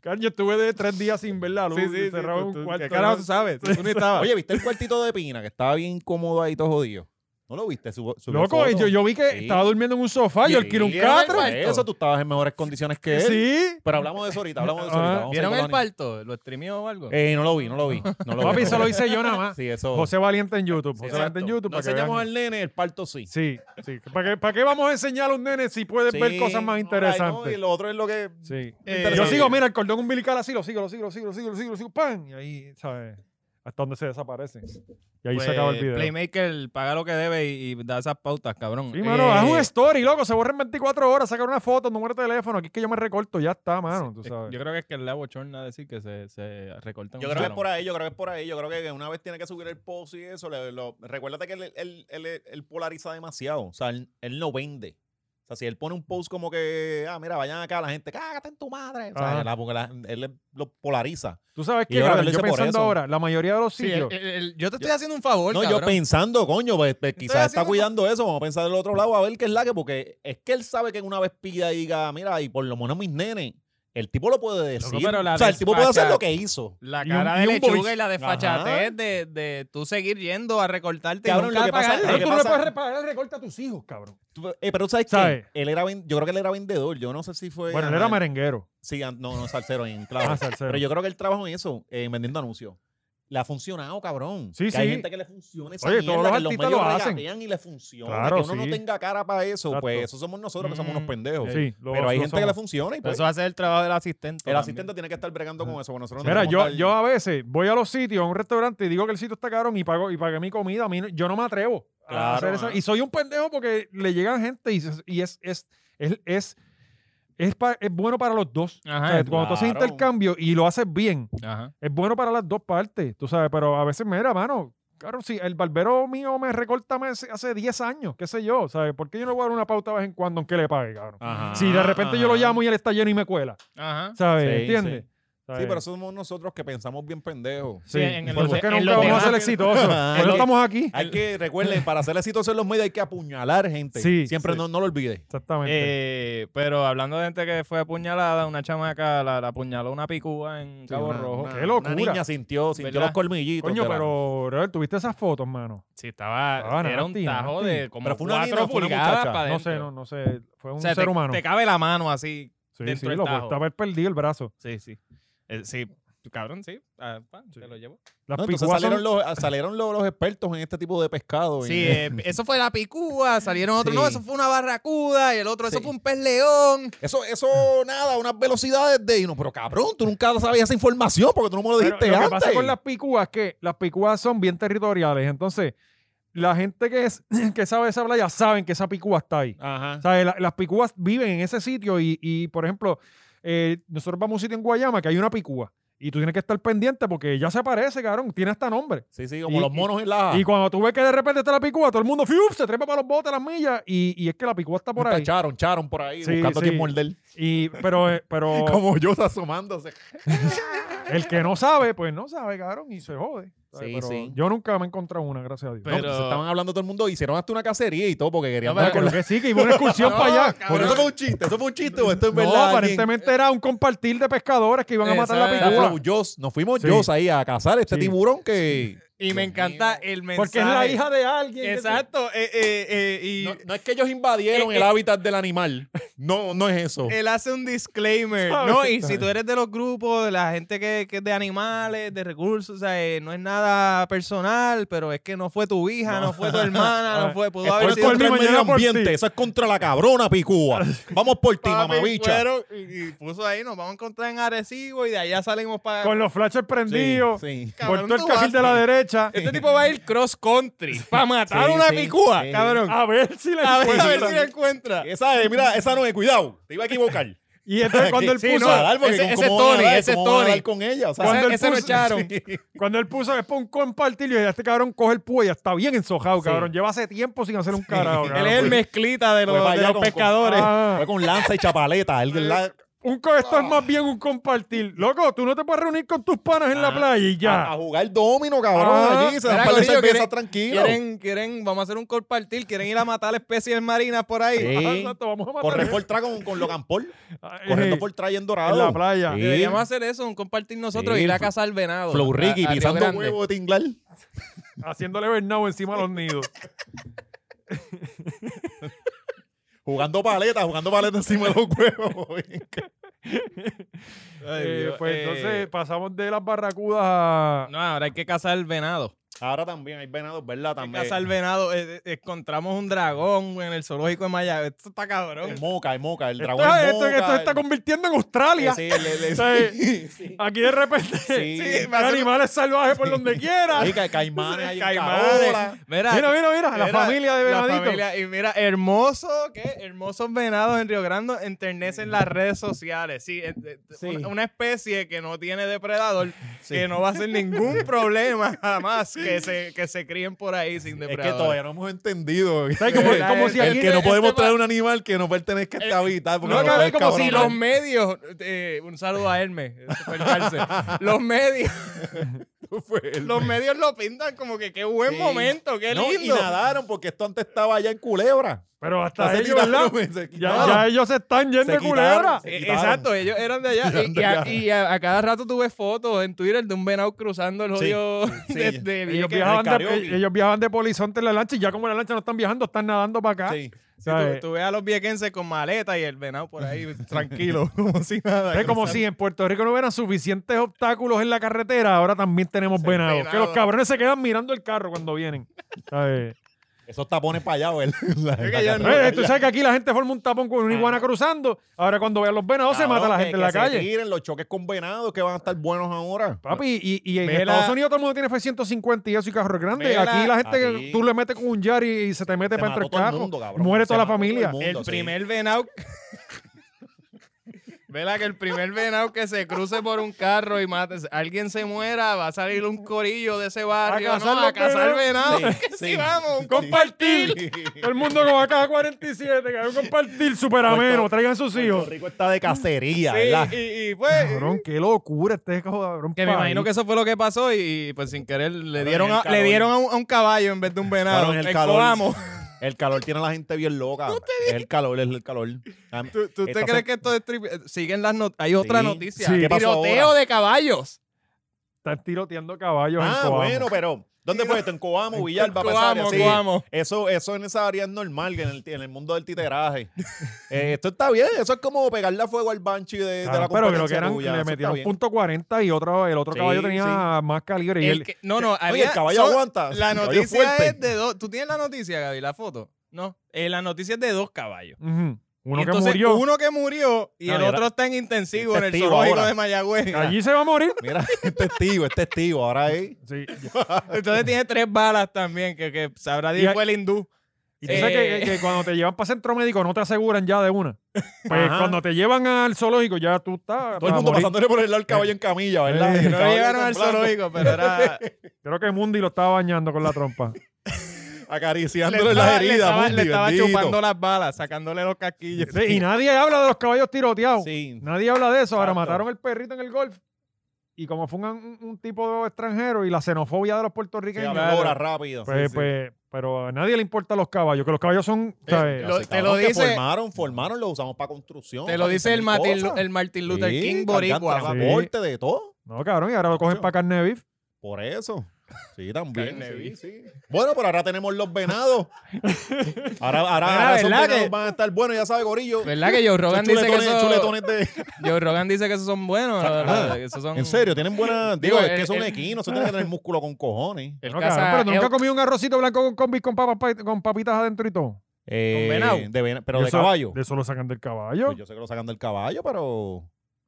[SPEAKER 1] Carl, yo estuve de tres días sin ver la luz.
[SPEAKER 3] Sí, sí, sí,
[SPEAKER 1] encerrado en
[SPEAKER 3] tú-
[SPEAKER 1] un
[SPEAKER 3] tú-
[SPEAKER 1] cuarto. *laughs*
[SPEAKER 3] ¿Qué carajo tú sabes? Tú ni estabas.
[SPEAKER 2] Oye, ¿viste el cuartito de Pina? Que estaba bien cómodo ahí, todo jodido. ¿No lo viste? Subo- subió
[SPEAKER 1] Loco,
[SPEAKER 2] foto.
[SPEAKER 1] yo, yo vi que
[SPEAKER 2] Sí.
[SPEAKER 1] estaba durmiendo en un sofá, yo alquilé un
[SPEAKER 2] Sí, era el
[SPEAKER 1] catre.
[SPEAKER 2] cuarto. Eso tú estabas en mejores condiciones que él.
[SPEAKER 1] Sí.
[SPEAKER 2] Pero hablamos de eso ahorita, hablamos de eso
[SPEAKER 1] Ah.
[SPEAKER 2] ahorita. Vamos a
[SPEAKER 4] ¿Vieron
[SPEAKER 2] ir
[SPEAKER 4] el
[SPEAKER 2] con Dani.
[SPEAKER 4] parto? ¿Lo streameó o algo?
[SPEAKER 2] Eh, no lo vi, no lo vi. No lo vi.
[SPEAKER 1] Papi, eso lo hice yo nada más.
[SPEAKER 2] Sí, eso.
[SPEAKER 1] José Valiente en YouTube. José
[SPEAKER 2] Exacto.
[SPEAKER 1] Valiente en YouTube.
[SPEAKER 2] No
[SPEAKER 1] para que
[SPEAKER 2] enseñamos
[SPEAKER 1] vean.
[SPEAKER 2] al nene, el parto sí.
[SPEAKER 1] Sí, sí. ¿Para qué, ¿Para qué vamos a enseñar a un nene si puedes ver
[SPEAKER 2] Sí,
[SPEAKER 1] cosas más
[SPEAKER 2] ay, no,
[SPEAKER 1] interesantes?
[SPEAKER 2] y lo otro es lo que.
[SPEAKER 1] Sí.
[SPEAKER 2] Eh,
[SPEAKER 1] Yo sigo, mira, el cordón umbilical así, lo sigo, lo sigo, lo sigo, lo sigo, lo sigo, lo sigo, ¡pam! Y ahí, ¿sabes? Hasta donde se desaparece. Y ahí se
[SPEAKER 2] Pues,
[SPEAKER 1] acaba el video.
[SPEAKER 3] Pues, Playmaker paga lo que debe y, y da esas pautas, cabrón.
[SPEAKER 1] Sí, mano, haz
[SPEAKER 3] Eh,
[SPEAKER 1] un story, loco, se borra en 24 horas, sacar una foto, número de teléfono, aquí es que yo me recorto, ya está, mano, tú
[SPEAKER 3] eh,
[SPEAKER 1] sabes.
[SPEAKER 3] Yo creo que es que el labo chorna decir que se, se recortan.
[SPEAKER 2] Yo creo que es por ahí, yo creo que es por ahí. Yo creo que una vez tiene que subir el post y eso. le- lo- recuérdate que él, él- él- él polariza demasiado. O sea, él, él no vende. O sea, si él pone un post como que, ah, mira, vayan acá, la gente, cágate en tu madre. O sea,
[SPEAKER 1] Ajá.
[SPEAKER 2] la- porque la- él lo polariza.
[SPEAKER 1] Tú sabes que,
[SPEAKER 2] Y yo creo que
[SPEAKER 1] cabrón,
[SPEAKER 2] lo
[SPEAKER 1] yo
[SPEAKER 2] hice por
[SPEAKER 1] pensando
[SPEAKER 2] eso. eh,
[SPEAKER 1] ahora, la mayoría de los
[SPEAKER 4] Sí,
[SPEAKER 1] sitios...
[SPEAKER 4] el- el- el- yo te estoy haciendo un favor,
[SPEAKER 2] No, yo
[SPEAKER 4] cabrón.
[SPEAKER 2] pensando, coño, pues, pues, quizás está
[SPEAKER 4] haciendo-
[SPEAKER 2] cuidando eso. Vamos a pensar del otro lado, a ver qué es la que, porque es que él sabe que una vez pida y diga, mira, y por lo menos mis nenes, el tipo lo puede decir.
[SPEAKER 3] Loco, pero la
[SPEAKER 2] o sea, el tipo puede hacer
[SPEAKER 3] despacha.
[SPEAKER 2] lo que hizo.
[SPEAKER 4] La
[SPEAKER 1] Y un-
[SPEAKER 4] cara
[SPEAKER 1] y un
[SPEAKER 4] de lechuga
[SPEAKER 1] voice.
[SPEAKER 4] y la desfachatez de, de tú seguir yendo a recortarte
[SPEAKER 2] Cabrón,
[SPEAKER 4] y nunca
[SPEAKER 2] lo que pasa-
[SPEAKER 4] pagar.
[SPEAKER 1] Pero
[SPEAKER 2] lo que
[SPEAKER 1] tú no le
[SPEAKER 2] pasa-
[SPEAKER 1] puedes reparar el recorte a tus hijos, cabrón.
[SPEAKER 2] Tú- eh, pero ¿sabes,
[SPEAKER 1] ¿Sabes?
[SPEAKER 2] qué? Él era, ven- yo creo que él era vendedor. Yo no sé si fue.
[SPEAKER 1] Bueno, él
[SPEAKER 2] ah,
[SPEAKER 1] era
[SPEAKER 2] *laughs*
[SPEAKER 1] merenguero.
[SPEAKER 2] Sí, ah, no, no, salsero en claro.
[SPEAKER 1] *laughs* Ah, salsero.
[SPEAKER 2] pero yo creo que él trabajó en eso, eh, vendiendo anuncios. Le ha funcionado, cabrón.
[SPEAKER 1] Sí,
[SPEAKER 2] que Hay
[SPEAKER 1] sí.
[SPEAKER 2] gente que le funciona esa
[SPEAKER 1] Oye,
[SPEAKER 2] mierda,
[SPEAKER 1] todos los
[SPEAKER 2] que los
[SPEAKER 1] artistas
[SPEAKER 2] medios
[SPEAKER 1] lo hacen.
[SPEAKER 2] regatean y le funciona.
[SPEAKER 1] Claro,
[SPEAKER 2] que uno no
[SPEAKER 1] sí.
[SPEAKER 2] tenga cara para eso, pues
[SPEAKER 1] Exacto.
[SPEAKER 2] eso somos nosotros que somos unos
[SPEAKER 3] Mm,
[SPEAKER 2] pendejos.
[SPEAKER 1] Sí, lo-
[SPEAKER 2] pero hay
[SPEAKER 1] lo
[SPEAKER 2] gente que
[SPEAKER 1] somos.
[SPEAKER 2] le funciona y pues,
[SPEAKER 3] Eso hace el trabajo del asistente.
[SPEAKER 2] el
[SPEAKER 3] también.
[SPEAKER 2] asistente tiene que estar bregando con eso. porque nosotros no
[SPEAKER 1] Mira,
[SPEAKER 2] tenemos
[SPEAKER 1] yo,
[SPEAKER 2] tal-
[SPEAKER 1] yo a veces voy a los sitios, a un restaurante, y digo que el sitio está caro y pago y pagué mi comida. A mí no- yo no me atrevo a
[SPEAKER 2] Claro,
[SPEAKER 1] hacer eso.
[SPEAKER 2] ajá.
[SPEAKER 1] Y soy un pendejo porque le llegan gente y, se- y es, es, es, es, es pa- es bueno para los dos.
[SPEAKER 3] Ajá,
[SPEAKER 1] O sea, cuando tú haces
[SPEAKER 2] claro.
[SPEAKER 1] intercambio y lo haces bien,
[SPEAKER 3] Ajá.
[SPEAKER 1] es bueno para las dos partes, tú sabes. Pero a veces, mira, mano, claro, si el barbero mío me recorta hace hace 10 años, qué sé yo, ¿sabes? ¿Por qué yo no le voy a dar una pauta de vez en cuando aunque le pague, cabrón?
[SPEAKER 2] Ajá,
[SPEAKER 1] Si de repente
[SPEAKER 3] Ah.
[SPEAKER 1] yo lo
[SPEAKER 2] ajá.
[SPEAKER 1] llamo y él está lleno y me cuela,
[SPEAKER 3] Ajá.
[SPEAKER 1] ¿sabes?
[SPEAKER 2] Sí,
[SPEAKER 1] ¿Entiendes?
[SPEAKER 2] Sí,
[SPEAKER 1] ¿Sabes?
[SPEAKER 2] pero somos nosotros que pensamos bien pendejos.
[SPEAKER 1] Sí,
[SPEAKER 3] Sí, en el-
[SPEAKER 1] por eso es que
[SPEAKER 3] en
[SPEAKER 1] nunca
[SPEAKER 3] los
[SPEAKER 1] vamos a
[SPEAKER 3] demás.
[SPEAKER 1] ser
[SPEAKER 3] *laughs*
[SPEAKER 1] exitosos.
[SPEAKER 2] Ajá.
[SPEAKER 1] Por eso
[SPEAKER 2] Lo-
[SPEAKER 1] estamos aquí.
[SPEAKER 2] Hay que, recuerden, para ser exitoso en los medios hay que apuñalar gente.
[SPEAKER 1] Sí,
[SPEAKER 2] Siempre
[SPEAKER 1] sí.
[SPEAKER 2] No, no lo olvides.
[SPEAKER 1] Exactamente.
[SPEAKER 3] Eh, pero hablando de gente que fue apuñalada, una chamaca la, la apuñaló una picúa en
[SPEAKER 2] Sí,
[SPEAKER 3] Cabo
[SPEAKER 2] una-
[SPEAKER 3] Rojo.
[SPEAKER 2] una-
[SPEAKER 1] Qué locura.
[SPEAKER 2] Una niña sintió, sintió
[SPEAKER 3] ¿Verdad?
[SPEAKER 2] los colmillitos.
[SPEAKER 1] Coño,
[SPEAKER 2] de la-
[SPEAKER 1] pero Robert, tuviste esas fotos, mano.
[SPEAKER 3] Sí, estaba.
[SPEAKER 1] Ah,
[SPEAKER 3] era un
[SPEAKER 1] nasty,
[SPEAKER 3] tajo
[SPEAKER 1] nasty.
[SPEAKER 3] de como
[SPEAKER 2] Pero fue una
[SPEAKER 3] cuatro
[SPEAKER 2] nena, fue una
[SPEAKER 3] pulgadas
[SPEAKER 2] muchacha.
[SPEAKER 3] para
[SPEAKER 1] No sé, no, no sé. Fue un ser
[SPEAKER 3] te,
[SPEAKER 1] humano.
[SPEAKER 3] te cabe la mano así.
[SPEAKER 1] sí, sí,
[SPEAKER 3] dentro del
[SPEAKER 1] lo
[SPEAKER 3] tajo.
[SPEAKER 1] puedo haber perdido el brazo.
[SPEAKER 3] Sí, sí. Eh, sí, cabrón, sí. Ah, pan, Te lo llevo.
[SPEAKER 1] Las
[SPEAKER 2] No, entonces
[SPEAKER 1] picuas
[SPEAKER 2] salieron,
[SPEAKER 1] son-
[SPEAKER 2] los, ah, salieron los, los expertos en este tipo de pescado. *laughs*
[SPEAKER 4] Sí,
[SPEAKER 1] *laughs*
[SPEAKER 2] en-
[SPEAKER 4] eh, eso fue la picúa, salieron otros,
[SPEAKER 2] Sí.
[SPEAKER 4] no, eso fue una barracuda, y el otro, eso
[SPEAKER 2] Sí.
[SPEAKER 4] fue un pez león.
[SPEAKER 2] eso, eso, nada, unas velocidades de. y uno, pero cabrón, tú nunca sabías esa información porque tú no me lo
[SPEAKER 1] Pero
[SPEAKER 2] dijiste
[SPEAKER 1] lo que
[SPEAKER 2] antes.
[SPEAKER 1] pasa con las picuas es que las picuas son bien territoriales. Entonces, la gente que, es, *clears throat* que sabe esa playa saben que esa picúa está ahí.
[SPEAKER 2] Ajá.
[SPEAKER 1] O sea, la- las picúas viven en ese sitio y, y, por ejemplo, eh, nosotros vamos a un sitio en Guayama que hay una picúa y tú tienes que estar pendiente porque ella se parece, cabrón. Tiene hasta nombre.
[SPEAKER 2] Sí, sí, como
[SPEAKER 1] Y-
[SPEAKER 2] los monos en la.
[SPEAKER 1] Y cuando tú ves que de repente está la picúa, todo el mundo ¡fiu! se trepa para los botes, las millas, y, y es que la picúa está por ahí.
[SPEAKER 2] Charon, charon por ahí,
[SPEAKER 1] Sí,
[SPEAKER 2] buscando
[SPEAKER 1] sí.
[SPEAKER 2] quién morder.
[SPEAKER 1] Y, pero eh,
[SPEAKER 2] *laughs*
[SPEAKER 1] pero
[SPEAKER 2] Como yo asomándose.
[SPEAKER 1] el que no sabe, pues no sabe, cabrón, y se jode. ¿sabes?
[SPEAKER 2] Sí,
[SPEAKER 1] Pero
[SPEAKER 2] sí.
[SPEAKER 1] Yo nunca me he encontrado una, gracias a Dios.
[SPEAKER 2] No,
[SPEAKER 3] Pero-
[SPEAKER 2] pues, se estaban hablando todo el mundo, hicieron hasta una cacería y todo porque querían.
[SPEAKER 1] No, pero
[SPEAKER 2] dar con
[SPEAKER 1] creo
[SPEAKER 2] la-
[SPEAKER 1] que sí, que iba una
[SPEAKER 3] *laughs*
[SPEAKER 1] excursión para allá.
[SPEAKER 2] Pero
[SPEAKER 1] Porque-
[SPEAKER 2] eso fue un chiste, eso fue un chiste o esto es
[SPEAKER 1] no,
[SPEAKER 2] verdad. alguien-
[SPEAKER 1] aparentemente era un compartir de pescadores que iban a matar la
[SPEAKER 3] Esa-
[SPEAKER 2] La
[SPEAKER 1] picúa.
[SPEAKER 2] Flow Jaws, Nos fuimos
[SPEAKER 1] Sí.
[SPEAKER 2] yo ahí a cazar este
[SPEAKER 1] Sí.
[SPEAKER 2] tiburón que.
[SPEAKER 3] Y me encanta el mensaje.
[SPEAKER 1] Porque es la hija de alguien. que-
[SPEAKER 3] Exacto. eh, eh, eh, y
[SPEAKER 2] No, no es que ellos invadieron
[SPEAKER 3] Eh,
[SPEAKER 2] el
[SPEAKER 3] eh.
[SPEAKER 2] hábitat del animal. No, no es eso.
[SPEAKER 1] Eh,
[SPEAKER 3] él hace un disclaimer.
[SPEAKER 1] ¿Sabes?
[SPEAKER 3] No, y si tú eres de los grupos, de la gente que, que es de animales, de recursos, o sea, eh, no es nada personal, pero es que no fue tu hija, no, fue tu
[SPEAKER 1] *laughs*
[SPEAKER 3] hermana, no fue. Pudo
[SPEAKER 2] Esto
[SPEAKER 3] haber
[SPEAKER 2] es
[SPEAKER 3] sido
[SPEAKER 1] por
[SPEAKER 2] contra el
[SPEAKER 1] mí,
[SPEAKER 2] medio
[SPEAKER 1] mañana por ti.
[SPEAKER 2] ambiente. Eso es contra la
[SPEAKER 1] *laughs*
[SPEAKER 2] cabrona picúa. Vamos por ti,
[SPEAKER 3] Papi,
[SPEAKER 2] mamabicha.
[SPEAKER 3] fueron Y, y puso ahí, nos vamos a encontrar en Arecibo y de allá salimos para.
[SPEAKER 1] Con los flashes prendidos.
[SPEAKER 2] sí.
[SPEAKER 1] Por
[SPEAKER 3] Cabrón,
[SPEAKER 1] todo el
[SPEAKER 3] tú
[SPEAKER 1] cajil
[SPEAKER 3] vas-
[SPEAKER 1] de la derecha.
[SPEAKER 3] Este tipo va a ir cross country para matar
[SPEAKER 2] Sí,
[SPEAKER 3] una
[SPEAKER 2] sí,
[SPEAKER 3] picúa,
[SPEAKER 2] sí. *laughs*
[SPEAKER 3] cabrón.
[SPEAKER 1] A ver si le
[SPEAKER 3] A ver, a ver
[SPEAKER 1] encuentran.
[SPEAKER 3] si la encuentra.
[SPEAKER 2] Esa es, mira, esa no es, cuidado. Te iba a equivocar.
[SPEAKER 1] Y
[SPEAKER 3] *laughs*
[SPEAKER 1] entonces *laughs* cuando él
[SPEAKER 2] Sí,
[SPEAKER 1] puso.
[SPEAKER 2] no, a dar, porque
[SPEAKER 3] ese-
[SPEAKER 2] ¿cómo
[SPEAKER 3] ese
[SPEAKER 2] van
[SPEAKER 3] es
[SPEAKER 2] a
[SPEAKER 3] Tony,
[SPEAKER 2] dar?
[SPEAKER 3] ese es
[SPEAKER 2] ¿Cómo van a
[SPEAKER 3] Tony.
[SPEAKER 2] dar con ella? O sea,
[SPEAKER 1] Cuando
[SPEAKER 3] Ese,
[SPEAKER 1] él
[SPEAKER 3] ese lo
[SPEAKER 1] puso- *laughs*
[SPEAKER 3] echaron.
[SPEAKER 1] Cuando él puso después un compartir, yo dije, este cabrón coge el púa y ya está bien ensojado, cabrón. Lleva hace tiempo sin hacer un carajo,
[SPEAKER 3] Él es el
[SPEAKER 1] cabrón.
[SPEAKER 3] mezclita de los,
[SPEAKER 2] Fue para
[SPEAKER 3] de
[SPEAKER 2] allá
[SPEAKER 3] los
[SPEAKER 2] con- con-
[SPEAKER 3] pescadores.
[SPEAKER 1] Ah. Eh,
[SPEAKER 2] Fue con lanza y chapaleta. Él, la-
[SPEAKER 1] Un co- esto es
[SPEAKER 3] Ah.
[SPEAKER 1] más bien un compartir. Loco, tú no te puedes reunir con tus panas
[SPEAKER 3] Ah.
[SPEAKER 1] en la playa y
[SPEAKER 2] A, a
[SPEAKER 1] ya.
[SPEAKER 2] jugar domino, cabrón.
[SPEAKER 1] Ah,
[SPEAKER 2] allí se
[SPEAKER 3] Mira,
[SPEAKER 2] dan para de
[SPEAKER 3] Corillo,
[SPEAKER 2] cervezas
[SPEAKER 3] ¿quieren-
[SPEAKER 2] tranquilo.
[SPEAKER 3] Quieren, quieren, vamos a hacer un compartir, quieren ir a matar especies marinas por ahí.
[SPEAKER 2] Sí.
[SPEAKER 1] Ah, exacto, vamos a matar
[SPEAKER 2] Correr
[SPEAKER 1] gente.
[SPEAKER 2] por tra con, con Logan
[SPEAKER 1] *laughs*
[SPEAKER 2] Paul.
[SPEAKER 1] Ah, eh,
[SPEAKER 2] Corriendo
[SPEAKER 1] *laughs*
[SPEAKER 2] por tra y en dorado.
[SPEAKER 1] en la playa.
[SPEAKER 2] Sí.
[SPEAKER 3] Deberíamos hacer eso, un compartir nosotros,
[SPEAKER 2] Sí,
[SPEAKER 3] ir a
[SPEAKER 2] Flo-
[SPEAKER 3] cazar venado.
[SPEAKER 2] Flow Ricky
[SPEAKER 3] a- a Río
[SPEAKER 2] pisando
[SPEAKER 3] Grande.
[SPEAKER 2] huevo de tinglar. *laughs*
[SPEAKER 1] haciéndole Bernau encima de los nidos.
[SPEAKER 2] Jugando paleta, jugando paleta encima de los huevos. *laughs*
[SPEAKER 1] Eh, pues entonces pasamos de las barracudas a.
[SPEAKER 3] No, ahora hay que cazar venado.
[SPEAKER 2] Ahora también hay venados, ¿verdad?
[SPEAKER 3] Hay que
[SPEAKER 2] También.
[SPEAKER 3] cazar venado. Eh, eh, encontramos un dragón en el zoológico de Mayagüez. Esto está cabrón.
[SPEAKER 2] Es moca, es moca. El
[SPEAKER 1] Esto,
[SPEAKER 2] dragón es
[SPEAKER 1] esto-
[SPEAKER 2] moca.
[SPEAKER 1] esto se está
[SPEAKER 2] el-
[SPEAKER 1] convirtiendo en Australia.
[SPEAKER 2] Sí, le- le-
[SPEAKER 1] O sea,
[SPEAKER 2] sí, sí.
[SPEAKER 1] Aquí de repente *laughs*
[SPEAKER 2] Sí.
[SPEAKER 1] sí, animales salvajes por donde quiera.
[SPEAKER 2] Ahí ca- caimanes, hay
[SPEAKER 3] Caimanes.
[SPEAKER 2] caimanes.
[SPEAKER 3] Mira,
[SPEAKER 1] Mira, mira, mira, la
[SPEAKER 3] Mira,
[SPEAKER 1] familia de
[SPEAKER 3] la
[SPEAKER 1] Venadito.
[SPEAKER 3] familia, y mira, hermoso, ¿qué? Hermosos venados en Río Grande enternecen las redes sociales. Sí, eh, eh,
[SPEAKER 2] Sí.
[SPEAKER 3] Una, una especie que no tiene *laughs* depredador,
[SPEAKER 2] Sí.
[SPEAKER 3] que no va a ser *laughs* ningún problema jamás que se, que se críen por ahí sin
[SPEAKER 2] Es
[SPEAKER 3] depredador.
[SPEAKER 2] que todavía no hemos entendido.
[SPEAKER 1] ¿Sabes? Como,
[SPEAKER 3] Mira,
[SPEAKER 1] como
[SPEAKER 3] el-
[SPEAKER 1] si
[SPEAKER 3] el
[SPEAKER 1] aquí
[SPEAKER 2] que no
[SPEAKER 1] este
[SPEAKER 2] podemos
[SPEAKER 1] pa-
[SPEAKER 2] traer un animal que no pertenezca a esta vida.
[SPEAKER 3] No,
[SPEAKER 1] no,
[SPEAKER 3] cabrón,
[SPEAKER 1] es
[SPEAKER 3] como si
[SPEAKER 1] cabronar.
[SPEAKER 3] los medios, eh, un saludo a Hermes, super *laughs* Charce. los medios, los medios lo pintan como que qué buen
[SPEAKER 2] Sí.
[SPEAKER 3] momento, qué
[SPEAKER 2] No, y
[SPEAKER 3] lindo.
[SPEAKER 2] nadaron porque esto antes estaba allá en Culebra.
[SPEAKER 1] Pero hasta
[SPEAKER 2] Entonces
[SPEAKER 1] ellos,
[SPEAKER 2] tiraron,
[SPEAKER 1] ¿verdad?
[SPEAKER 2] se
[SPEAKER 1] Ya,
[SPEAKER 2] quitaron.
[SPEAKER 1] ya ellos se están yendo
[SPEAKER 2] Se
[SPEAKER 1] de culebra.
[SPEAKER 2] quitaron, se
[SPEAKER 3] Eh,
[SPEAKER 2] quitaron.
[SPEAKER 3] Exacto, ellos eran de allá.
[SPEAKER 2] Eran
[SPEAKER 3] Y,
[SPEAKER 2] de
[SPEAKER 3] y a,
[SPEAKER 2] allá.
[SPEAKER 3] y a- a cada rato tuve fotos en Twitter de un venado cruzando el
[SPEAKER 2] Sí,
[SPEAKER 3] jodido
[SPEAKER 2] sí.
[SPEAKER 3] *laughs* de, de
[SPEAKER 1] Ellos
[SPEAKER 3] Vieques.
[SPEAKER 1] viajaban,
[SPEAKER 2] el
[SPEAKER 1] de,
[SPEAKER 2] karaoke.
[SPEAKER 1] ellos viajaban de polizonte en la lancha y ya como en la lancha no están viajando, están nadando para acá.
[SPEAKER 2] Sí.
[SPEAKER 1] O
[SPEAKER 3] Sí,
[SPEAKER 1] sea,
[SPEAKER 3] tú,
[SPEAKER 1] eh,
[SPEAKER 3] tú ves a los viequenses con maleta y el venado por ahí tranquilo, como si nada.
[SPEAKER 1] es Pues como si en Puerto Rico no hubieran suficientes obstáculos en la carretera, ahora también tenemos
[SPEAKER 3] Sí,
[SPEAKER 1] venados.
[SPEAKER 3] venado.
[SPEAKER 1] Que los cabrones se quedan mirando el carro cuando vienen.
[SPEAKER 2] *laughs*
[SPEAKER 1] ¿Sabes?
[SPEAKER 2] Esos tapones para allá, ¿verdad? *laughs* La-
[SPEAKER 3] que
[SPEAKER 2] la
[SPEAKER 3] yo
[SPEAKER 2] carretera.
[SPEAKER 3] no-
[SPEAKER 1] Eh, tú sabes que aquí la gente forma un tapón con una iguana cruzando. Ahora cuando vean los venados se mata
[SPEAKER 2] Cabrón,
[SPEAKER 1] la
[SPEAKER 2] Ah. que-
[SPEAKER 1] gente en la
[SPEAKER 2] que
[SPEAKER 1] calle.
[SPEAKER 2] Se tiren los choques con venados que van a estar buenos ahora.
[SPEAKER 1] Papi, y, y en
[SPEAKER 3] Vela-
[SPEAKER 1] Estados Unidos todo el mundo tiene F-150 y eso y carros grandes.
[SPEAKER 3] Vela-
[SPEAKER 1] aquí la gente,
[SPEAKER 2] Aquí.
[SPEAKER 1] tú le metes con un yari y se te mete
[SPEAKER 2] Se
[SPEAKER 1] para entre
[SPEAKER 2] mató
[SPEAKER 1] el
[SPEAKER 2] todo el
[SPEAKER 1] carro.
[SPEAKER 2] mundo, cabrón.
[SPEAKER 1] muere
[SPEAKER 2] Se
[SPEAKER 1] toda la
[SPEAKER 2] mató todo el
[SPEAKER 1] familia.
[SPEAKER 2] mundo.
[SPEAKER 3] El
[SPEAKER 2] sí.
[SPEAKER 3] primer venado. *laughs* ¿Verdad que el primer venado que se cruce por un carro y mate, alguien se muera, va a salir un corillo de ese barrio
[SPEAKER 1] A
[SPEAKER 3] ¿no?
[SPEAKER 1] cazar
[SPEAKER 3] a
[SPEAKER 1] los
[SPEAKER 3] cazar
[SPEAKER 2] venados.
[SPEAKER 3] venado.
[SPEAKER 2] Sí,
[SPEAKER 3] Que *laughs* Sí,
[SPEAKER 2] sí.
[SPEAKER 3] vamos,
[SPEAKER 1] *laughs*
[SPEAKER 3] un
[SPEAKER 1] Compartir.
[SPEAKER 2] Sí.
[SPEAKER 1] Todo el mundo con AK-47, cabrón, compartir, super ameno,
[SPEAKER 2] Puerto-
[SPEAKER 1] traigan sus
[SPEAKER 2] Puerto
[SPEAKER 1] hijos.
[SPEAKER 2] Rico está de cacería,
[SPEAKER 3] Sí,
[SPEAKER 2] ¿verdad?
[SPEAKER 3] y, y pues.
[SPEAKER 1] Cabrón, qué locura este cabrón.
[SPEAKER 3] Que me
[SPEAKER 1] país.
[SPEAKER 3] imagino que eso fue lo que pasó y, y, pues sin querer le dieron,
[SPEAKER 2] en el
[SPEAKER 3] a, le
[SPEAKER 2] calor.
[SPEAKER 3] dieron a un, a un caballo en vez de un venado.
[SPEAKER 2] Cabrón, el
[SPEAKER 3] el
[SPEAKER 2] calor.
[SPEAKER 3] Coamo.
[SPEAKER 2] *laughs* El calor tiene a la gente bien loca. Es el calor, es el calor. Ah,
[SPEAKER 3] ¿Tú, tú te
[SPEAKER 2] esta
[SPEAKER 3] crees
[SPEAKER 2] se-
[SPEAKER 3] que esto es tripe- Siguen las noticias. Hay otra
[SPEAKER 2] Sí,
[SPEAKER 3] noticia.
[SPEAKER 1] sí. ¿Qué
[SPEAKER 2] pasó
[SPEAKER 3] Tiroteo
[SPEAKER 2] ahora?
[SPEAKER 3] de caballos.
[SPEAKER 1] Están tiroteando caballos en
[SPEAKER 2] Ah,
[SPEAKER 1] Coamo.
[SPEAKER 2] bueno, pero ¿dónde fue esto? En Coamo, Villalba, para esa área,
[SPEAKER 3] Coamo,
[SPEAKER 2] sí.
[SPEAKER 3] Coamo.
[SPEAKER 2] Eso, eso en esa área es normal que en el, en el mundo del titeraje. Eh, esto está bien, eso es como pegarle a fuego al banshee de, de
[SPEAKER 1] Claro,
[SPEAKER 2] la
[SPEAKER 1] pero creo que
[SPEAKER 2] competencia
[SPEAKER 1] eran,
[SPEAKER 2] tuya,
[SPEAKER 1] le
[SPEAKER 2] eso está
[SPEAKER 1] metieron
[SPEAKER 2] bien.
[SPEAKER 1] punto .40 y otro, el otro
[SPEAKER 2] Sí,
[SPEAKER 1] caballo tenía más calibre. Y
[SPEAKER 3] El
[SPEAKER 1] él-
[SPEAKER 3] que- no, no.
[SPEAKER 2] Oye,
[SPEAKER 3] había-
[SPEAKER 2] el caballo
[SPEAKER 3] son-
[SPEAKER 2] aguanta.
[SPEAKER 3] La
[SPEAKER 2] el caballo
[SPEAKER 3] noticia
[SPEAKER 2] fuerte.
[SPEAKER 3] es de dos. ¿Tú tienes la noticia, Gaby? La foto. No. Eh, la noticia es de dos caballos.
[SPEAKER 1] Ujú. Uno
[SPEAKER 3] Y
[SPEAKER 1] que
[SPEAKER 3] entonces,
[SPEAKER 1] murió.
[SPEAKER 3] Uno que murió y
[SPEAKER 2] No,
[SPEAKER 3] el
[SPEAKER 2] y ahora-
[SPEAKER 3] otro está en intensivo en el
[SPEAKER 2] Testigo
[SPEAKER 3] zoológico
[SPEAKER 2] ahora.
[SPEAKER 3] de Mayagüez.
[SPEAKER 1] Allí se va a morir.
[SPEAKER 2] Mira, es testigo, es testigo. Ahora es.
[SPEAKER 1] Sí.
[SPEAKER 3] Entonces tiene tres balas también, que, que sabrá
[SPEAKER 1] Y
[SPEAKER 3] Dios
[SPEAKER 1] hay-
[SPEAKER 3] fue el hindú.
[SPEAKER 1] Y tú sabes que,
[SPEAKER 3] Eh.
[SPEAKER 1] que- que cuando te llevan para centro médico no te aseguran ya de una. Pues
[SPEAKER 2] Ajá.
[SPEAKER 1] cuando te llevan al zoológico ya tú estás.
[SPEAKER 2] Todo el
[SPEAKER 1] para
[SPEAKER 2] mundo
[SPEAKER 1] morir.
[SPEAKER 2] pasándole por el lado del caballo en camilla, ¿verdad?
[SPEAKER 1] Sí.
[SPEAKER 2] El
[SPEAKER 3] Eh, No lo
[SPEAKER 2] caballo
[SPEAKER 3] llevaron al
[SPEAKER 2] temblando,
[SPEAKER 3] zoológico, pero *laughs* era.
[SPEAKER 2] *laughs*
[SPEAKER 1] Creo que Mundi lo estaba bañando con la trompa.
[SPEAKER 2] Acariciándole las
[SPEAKER 3] le
[SPEAKER 2] heridas.
[SPEAKER 3] estaba-
[SPEAKER 2] Mundi,
[SPEAKER 3] le estaba
[SPEAKER 2] bendito.
[SPEAKER 3] chupando las balas, sacándole los casquillos.
[SPEAKER 1] Sí, y nadie habla de los caballos tiroteados.
[SPEAKER 2] Sí.
[SPEAKER 1] Nadie habla de eso. Ahora
[SPEAKER 2] Exacto.
[SPEAKER 1] mataron el perrito en el golf. Y como fue un, un- un tipo extranjero y la xenofobia de los
[SPEAKER 2] Sí,
[SPEAKER 1] puertorriqueños.
[SPEAKER 2] habló ahora rápido.
[SPEAKER 1] pues,
[SPEAKER 2] Sí, sí.
[SPEAKER 1] pues, pero a nadie le importan los caballos, que los caballos son.
[SPEAKER 2] Eh,
[SPEAKER 1] ¿sabes?
[SPEAKER 2] ya
[SPEAKER 3] lo-
[SPEAKER 2] se
[SPEAKER 3] te lo
[SPEAKER 2] acabaron, que
[SPEAKER 3] dice-
[SPEAKER 2] Formaron, formaron, lo usamos para construcción.
[SPEAKER 3] Te lo
[SPEAKER 2] para
[SPEAKER 3] dice el
[SPEAKER 2] construir
[SPEAKER 3] Martin, Lu-
[SPEAKER 2] cosas.
[SPEAKER 3] el Martin Luther
[SPEAKER 2] Sí,
[SPEAKER 3] King
[SPEAKER 2] cargan
[SPEAKER 3] boricua.
[SPEAKER 1] cargan-
[SPEAKER 2] transporte de todo.
[SPEAKER 1] No, cabrón, y ahora lo cogen
[SPEAKER 2] Yo-
[SPEAKER 1] para carne de beef.
[SPEAKER 2] Por eso. Sí, también.
[SPEAKER 3] Carne
[SPEAKER 2] sí,
[SPEAKER 3] viva.
[SPEAKER 2] sí. Bueno, pero ahora tenemos los
[SPEAKER 3] *laughs*
[SPEAKER 2] venados. Ahora, ahora,
[SPEAKER 3] Mira,
[SPEAKER 2] ahora esos
[SPEAKER 3] ¿verdad
[SPEAKER 2] venados
[SPEAKER 3] que-
[SPEAKER 2] van a estar buenos, ya sabe, gorillo.
[SPEAKER 3] ¿Verdad que Joe
[SPEAKER 2] Esos
[SPEAKER 3] Rogan dice que
[SPEAKER 2] chuletones,
[SPEAKER 3] eso,
[SPEAKER 2] chuletones de...
[SPEAKER 3] Joe Rogan dice que esos son buenos? la verdad, que esos son-
[SPEAKER 2] En serio, tienen
[SPEAKER 3] *laughs*
[SPEAKER 2] buena... Digo,
[SPEAKER 3] Digo,
[SPEAKER 2] es que
[SPEAKER 3] el-
[SPEAKER 2] son
[SPEAKER 3] el-
[SPEAKER 2] equinos,
[SPEAKER 3] *laughs*
[SPEAKER 2] eso tiene que tener músculo con cojones.
[SPEAKER 3] El
[SPEAKER 1] No,
[SPEAKER 3] caza-
[SPEAKER 1] cabrón, pero tú nunca
[SPEAKER 3] el-
[SPEAKER 1] has comido un arrocito blanco con combis con, papas pa- con papitas adentro y todo.
[SPEAKER 2] Eh,
[SPEAKER 3] venado?
[SPEAKER 2] de vena- pero
[SPEAKER 1] Y
[SPEAKER 2] de
[SPEAKER 1] eso-
[SPEAKER 2] caballo.
[SPEAKER 1] De eso lo sacan del caballo.
[SPEAKER 2] Pues yo sé que lo sacan del caballo, pero...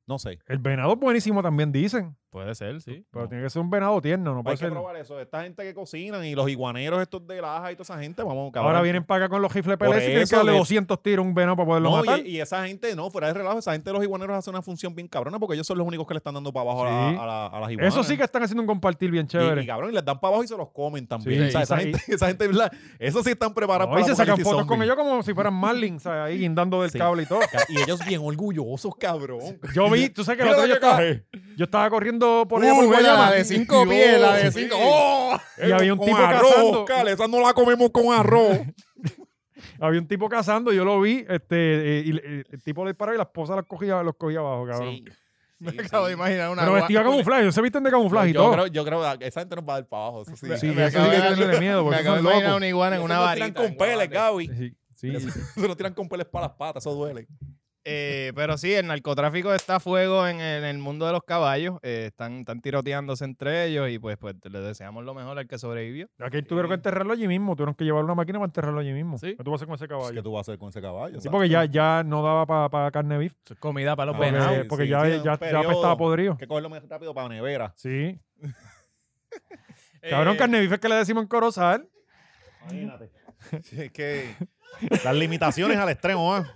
[SPEAKER 2] No sé.
[SPEAKER 1] El venado es buenísimo también, dicen.
[SPEAKER 3] Puede ser, sí.
[SPEAKER 1] Pero
[SPEAKER 2] No.
[SPEAKER 1] tiene que ser un venado tierno, no puede
[SPEAKER 2] Hay que
[SPEAKER 1] ser.
[SPEAKER 2] probar eso. Esta gente que cocinan y los iguaneros estos de laja y toda esa gente, vamos, cabrón.
[SPEAKER 1] Ahora vienen para acá con los rifles
[SPEAKER 2] Por
[SPEAKER 1] PLS y tienen que
[SPEAKER 2] eso,
[SPEAKER 1] darle
[SPEAKER 2] de-
[SPEAKER 1] 200 tiros a un venado para poderlo
[SPEAKER 2] No,
[SPEAKER 1] matar.
[SPEAKER 2] y, y esa gente, no, fuera de relajo, esa gente de los iguaneros hace una función bien cabrona porque ellos son los únicos que le están dando para abajo a, la-
[SPEAKER 1] Sí.
[SPEAKER 2] a la- a las iguanas.
[SPEAKER 1] Eso sí que están haciendo un compartir bien
[SPEAKER 2] Y,
[SPEAKER 1] chévere.
[SPEAKER 2] y cabrón, y les dan para abajo y se los comen también.
[SPEAKER 1] Sí,
[SPEAKER 2] o sea,
[SPEAKER 1] y
[SPEAKER 2] esa,
[SPEAKER 1] sa-
[SPEAKER 2] gente, *laughs* esa gente, ¿verdad? Eso sí están preparados
[SPEAKER 1] No,
[SPEAKER 2] para
[SPEAKER 1] y
[SPEAKER 2] el
[SPEAKER 1] se sacan
[SPEAKER 2] apocalipsis
[SPEAKER 1] fotos con
[SPEAKER 2] zombie.
[SPEAKER 1] ellos como si fueran Marlins, ¿sabes? ahí guindando del
[SPEAKER 2] Sí.
[SPEAKER 1] cable y todo.
[SPEAKER 2] Y ellos bien orgullosos, cabrón.
[SPEAKER 1] Yo vi, tú sabes que el otro día yo estaba, yo estaba corriendo por allá
[SPEAKER 3] Uh,
[SPEAKER 1] por
[SPEAKER 3] mira,
[SPEAKER 1] Guayama
[SPEAKER 3] la de cinco
[SPEAKER 2] Dios,
[SPEAKER 3] pies, la de
[SPEAKER 2] sí.
[SPEAKER 3] cinco. ¡Oh!
[SPEAKER 1] y había un
[SPEAKER 2] Con
[SPEAKER 1] tipo
[SPEAKER 2] arroz,
[SPEAKER 1] cazando.
[SPEAKER 2] Oscar, esa no la comemos con arroz. *laughs*
[SPEAKER 1] Había un tipo
[SPEAKER 2] *laughs*
[SPEAKER 1] cazando, yo lo vi, este, eh, y le- eh, el tipo le disparó y la esposa los cogía, los cogía abajo, cabrón.
[SPEAKER 2] Sí.
[SPEAKER 4] Me acabo de imaginar una
[SPEAKER 1] Pero
[SPEAKER 4] gua-
[SPEAKER 1] vestido de camuflaje, ellos se visten de camuflaje y
[SPEAKER 2] yo
[SPEAKER 1] todo.
[SPEAKER 2] creo, yo creo que esa gente nos va a dar para abajo. Eso sí.
[SPEAKER 1] sí,
[SPEAKER 4] me
[SPEAKER 1] eso hay
[SPEAKER 4] acabo
[SPEAKER 1] que
[SPEAKER 4] de-
[SPEAKER 1] tenerle miedo,
[SPEAKER 4] Me
[SPEAKER 1] porque
[SPEAKER 4] acabo de
[SPEAKER 1] son
[SPEAKER 4] imaginar
[SPEAKER 1] locos.
[SPEAKER 4] una iguana en
[SPEAKER 2] Eso
[SPEAKER 4] una
[SPEAKER 2] nos
[SPEAKER 4] varita.
[SPEAKER 2] tiran con
[SPEAKER 4] en una
[SPEAKER 2] peles,
[SPEAKER 4] varita.
[SPEAKER 2] *laughs* Gaby.
[SPEAKER 1] Sí, sí.
[SPEAKER 2] Se lo tiran con peles para las patas, eso duele.
[SPEAKER 3] Eh, pero sí, el narcotráfico está a fuego en, en el mundo de los caballos. Eh, están, están tiroteándose entre ellos y pues, pues le deseamos lo mejor al que sobrevivió.
[SPEAKER 1] Aquí tuvieron que enterrarlo allí mismo, tuvieron que llevar una máquina para enterrarlo allí mismo.
[SPEAKER 3] Sí.
[SPEAKER 1] ¿Qué tú vas a hacer con ese caballo?
[SPEAKER 2] ¿Qué tú vas a hacer con ese caballo?
[SPEAKER 1] Sí, porque ya, ya no daba para carne beef.
[SPEAKER 3] Eso es comida para los
[SPEAKER 2] Ah,
[SPEAKER 1] Porque,
[SPEAKER 2] bueno,
[SPEAKER 3] venados.
[SPEAKER 2] sí,
[SPEAKER 1] porque
[SPEAKER 2] sí,
[SPEAKER 1] ya,
[SPEAKER 2] sí,
[SPEAKER 1] ya,
[SPEAKER 2] un
[SPEAKER 1] ya
[SPEAKER 2] periodo.
[SPEAKER 1] apestaba podrido.
[SPEAKER 2] que cogerlo más rápido para nevera.
[SPEAKER 1] Sí. Cabrón,
[SPEAKER 3] Eh,
[SPEAKER 1] carne beef es que le decimos en Corozal.
[SPEAKER 2] *laughs* Imagínate. es *laughs* que las limitaciones al extremo, ¿ah?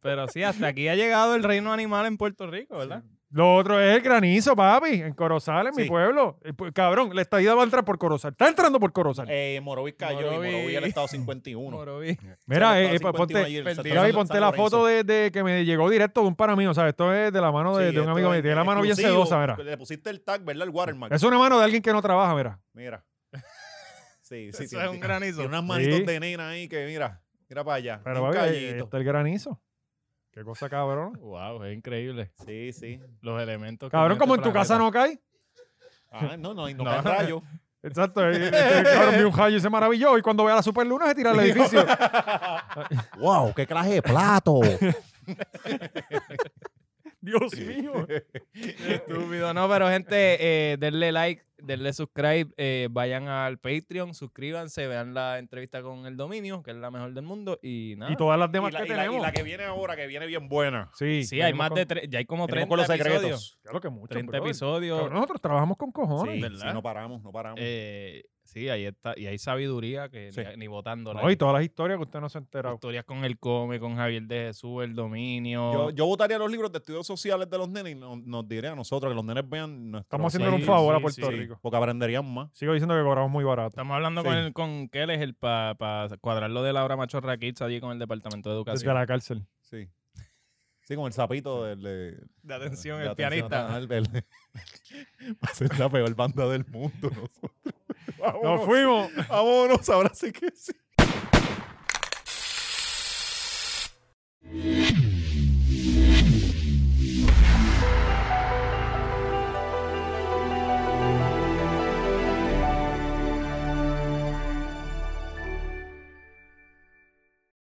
[SPEAKER 3] Pero sí, hasta aquí ha llegado el reino animal en Puerto Rico, ¿verdad?
[SPEAKER 1] Lo otro es el granizo, papi, en Corozal, en mi
[SPEAKER 2] Sí.
[SPEAKER 1] pueblo. Eh, pues, Cabrón, la estadía va a entrar por Corozal. Está entrando por Corozal.
[SPEAKER 2] Eh, Morovis cayó
[SPEAKER 3] Morovis.
[SPEAKER 2] y Morovis el estado 51.
[SPEAKER 3] Moroví.
[SPEAKER 1] Mira, eh,
[SPEAKER 2] El estado
[SPEAKER 1] eh, pa-
[SPEAKER 2] 51
[SPEAKER 1] ponte,
[SPEAKER 2] ayer,
[SPEAKER 3] perdí.
[SPEAKER 2] San-
[SPEAKER 1] Gaby,
[SPEAKER 2] San
[SPEAKER 1] ponte la
[SPEAKER 2] Lorenzo.
[SPEAKER 1] foto de, de que me llegó directo de un pana mío, o sea, esto es de la mano de,
[SPEAKER 2] Sí,
[SPEAKER 1] de un
[SPEAKER 2] esto
[SPEAKER 1] amigo
[SPEAKER 2] es
[SPEAKER 1] mío. Tiene la mano bien
[SPEAKER 2] exclusivo.
[SPEAKER 1] sedosa, mira.
[SPEAKER 2] Le pusiste el tag, ¿verdad? El watermark.
[SPEAKER 1] Es una mano de alguien que no trabaja, mira. *laughs*
[SPEAKER 2] Mira. Sí, sí.
[SPEAKER 3] Eso
[SPEAKER 2] tiene-
[SPEAKER 3] es un granizo.
[SPEAKER 2] Tiene unas manitos
[SPEAKER 1] Sí.
[SPEAKER 2] de nena ahí que mira. Mira para allá.
[SPEAKER 1] Pero,
[SPEAKER 2] un
[SPEAKER 1] papi, eh, ahí- ahí
[SPEAKER 2] callito.
[SPEAKER 1] está el granizo. Qué cosa, cabrón.
[SPEAKER 3] Wow, es increíble.
[SPEAKER 1] *laughs*
[SPEAKER 2] Sí, sí.
[SPEAKER 3] Los elementos. que
[SPEAKER 1] Cabrón,
[SPEAKER 3] tiene
[SPEAKER 1] como en
[SPEAKER 3] este
[SPEAKER 1] tu casa
[SPEAKER 3] planeta.
[SPEAKER 1] no cae.
[SPEAKER 2] Ah, no, no, y no,
[SPEAKER 3] No.
[SPEAKER 2] caen rayos.
[SPEAKER 1] Exacto. eh, eh, eh, cabrón, vi un rayo y se maravilló. Y cuando vea la superluna se
[SPEAKER 2] *laughs*
[SPEAKER 1] tira al edificio.
[SPEAKER 2] ¡Wow! ¡Qué clase de plato!
[SPEAKER 1] *laughs* Dios mío.
[SPEAKER 3] Estúpido, no, pero gente, eh, denle like, denle subscribe, eh, vayan al Patreon, suscríbanse, vean la entrevista con el dominio, que es la mejor del mundo, y nada.
[SPEAKER 1] Y todas las
[SPEAKER 2] y,
[SPEAKER 1] demás
[SPEAKER 2] la,
[SPEAKER 1] que
[SPEAKER 2] y la- y
[SPEAKER 1] tenemos.
[SPEAKER 2] la que viene ahora, que viene bien buena.
[SPEAKER 1] Sí,
[SPEAKER 3] sí, hay
[SPEAKER 1] venimos
[SPEAKER 3] más
[SPEAKER 1] con-
[SPEAKER 3] de tres, ya hay como
[SPEAKER 2] Venimos
[SPEAKER 3] 30
[SPEAKER 2] con los
[SPEAKER 3] episodios.
[SPEAKER 2] secretos.
[SPEAKER 1] Claro que mucho.
[SPEAKER 3] 30
[SPEAKER 1] brother.
[SPEAKER 3] episodios.
[SPEAKER 1] Cabrón, nosotros trabajamos con cojones.
[SPEAKER 2] Sí,
[SPEAKER 3] ¿verdad?
[SPEAKER 2] sí, no paramos, no paramos.
[SPEAKER 3] Eh, sí, ahí está, y hay sabiduría que
[SPEAKER 2] Sí.
[SPEAKER 3] ni, ni votándola.
[SPEAKER 1] No, y todas las historias que usted no se ha enterado.
[SPEAKER 3] Historias con el Come, con Javier de Jesús, el dominio.
[SPEAKER 2] yo, yo votaría los libros de estudios sociales de los nenes y no- nos diría a nosotros que los nenes vean nuestro-
[SPEAKER 1] Estamos haciéndole
[SPEAKER 3] Sí,
[SPEAKER 1] un favor a
[SPEAKER 3] sí,
[SPEAKER 1] Puerto
[SPEAKER 2] Sí,
[SPEAKER 1] Rico.
[SPEAKER 2] porque aprenderían más.
[SPEAKER 1] Sigo diciendo que cobramos muy barato.
[SPEAKER 3] Estamos hablando
[SPEAKER 2] Sí.
[SPEAKER 3] con, el, con Keles, el para cuadrar lo de Laura Machorra Kids allí con el Departamento de
[SPEAKER 1] Desde a
[SPEAKER 3] Educación.
[SPEAKER 1] la cárcel.
[SPEAKER 2] Sí. Sí, como el sapito del. De,
[SPEAKER 3] De atención,
[SPEAKER 2] de
[SPEAKER 3] el
[SPEAKER 2] atención
[SPEAKER 3] pianista.
[SPEAKER 2] al- del- *laughs* Va a *laughs* ser la peor banda del mundo. nosotros.
[SPEAKER 1] Nos
[SPEAKER 2] Vámonos,
[SPEAKER 1] fuimos.
[SPEAKER 2] vámonos, ahora sí que sí.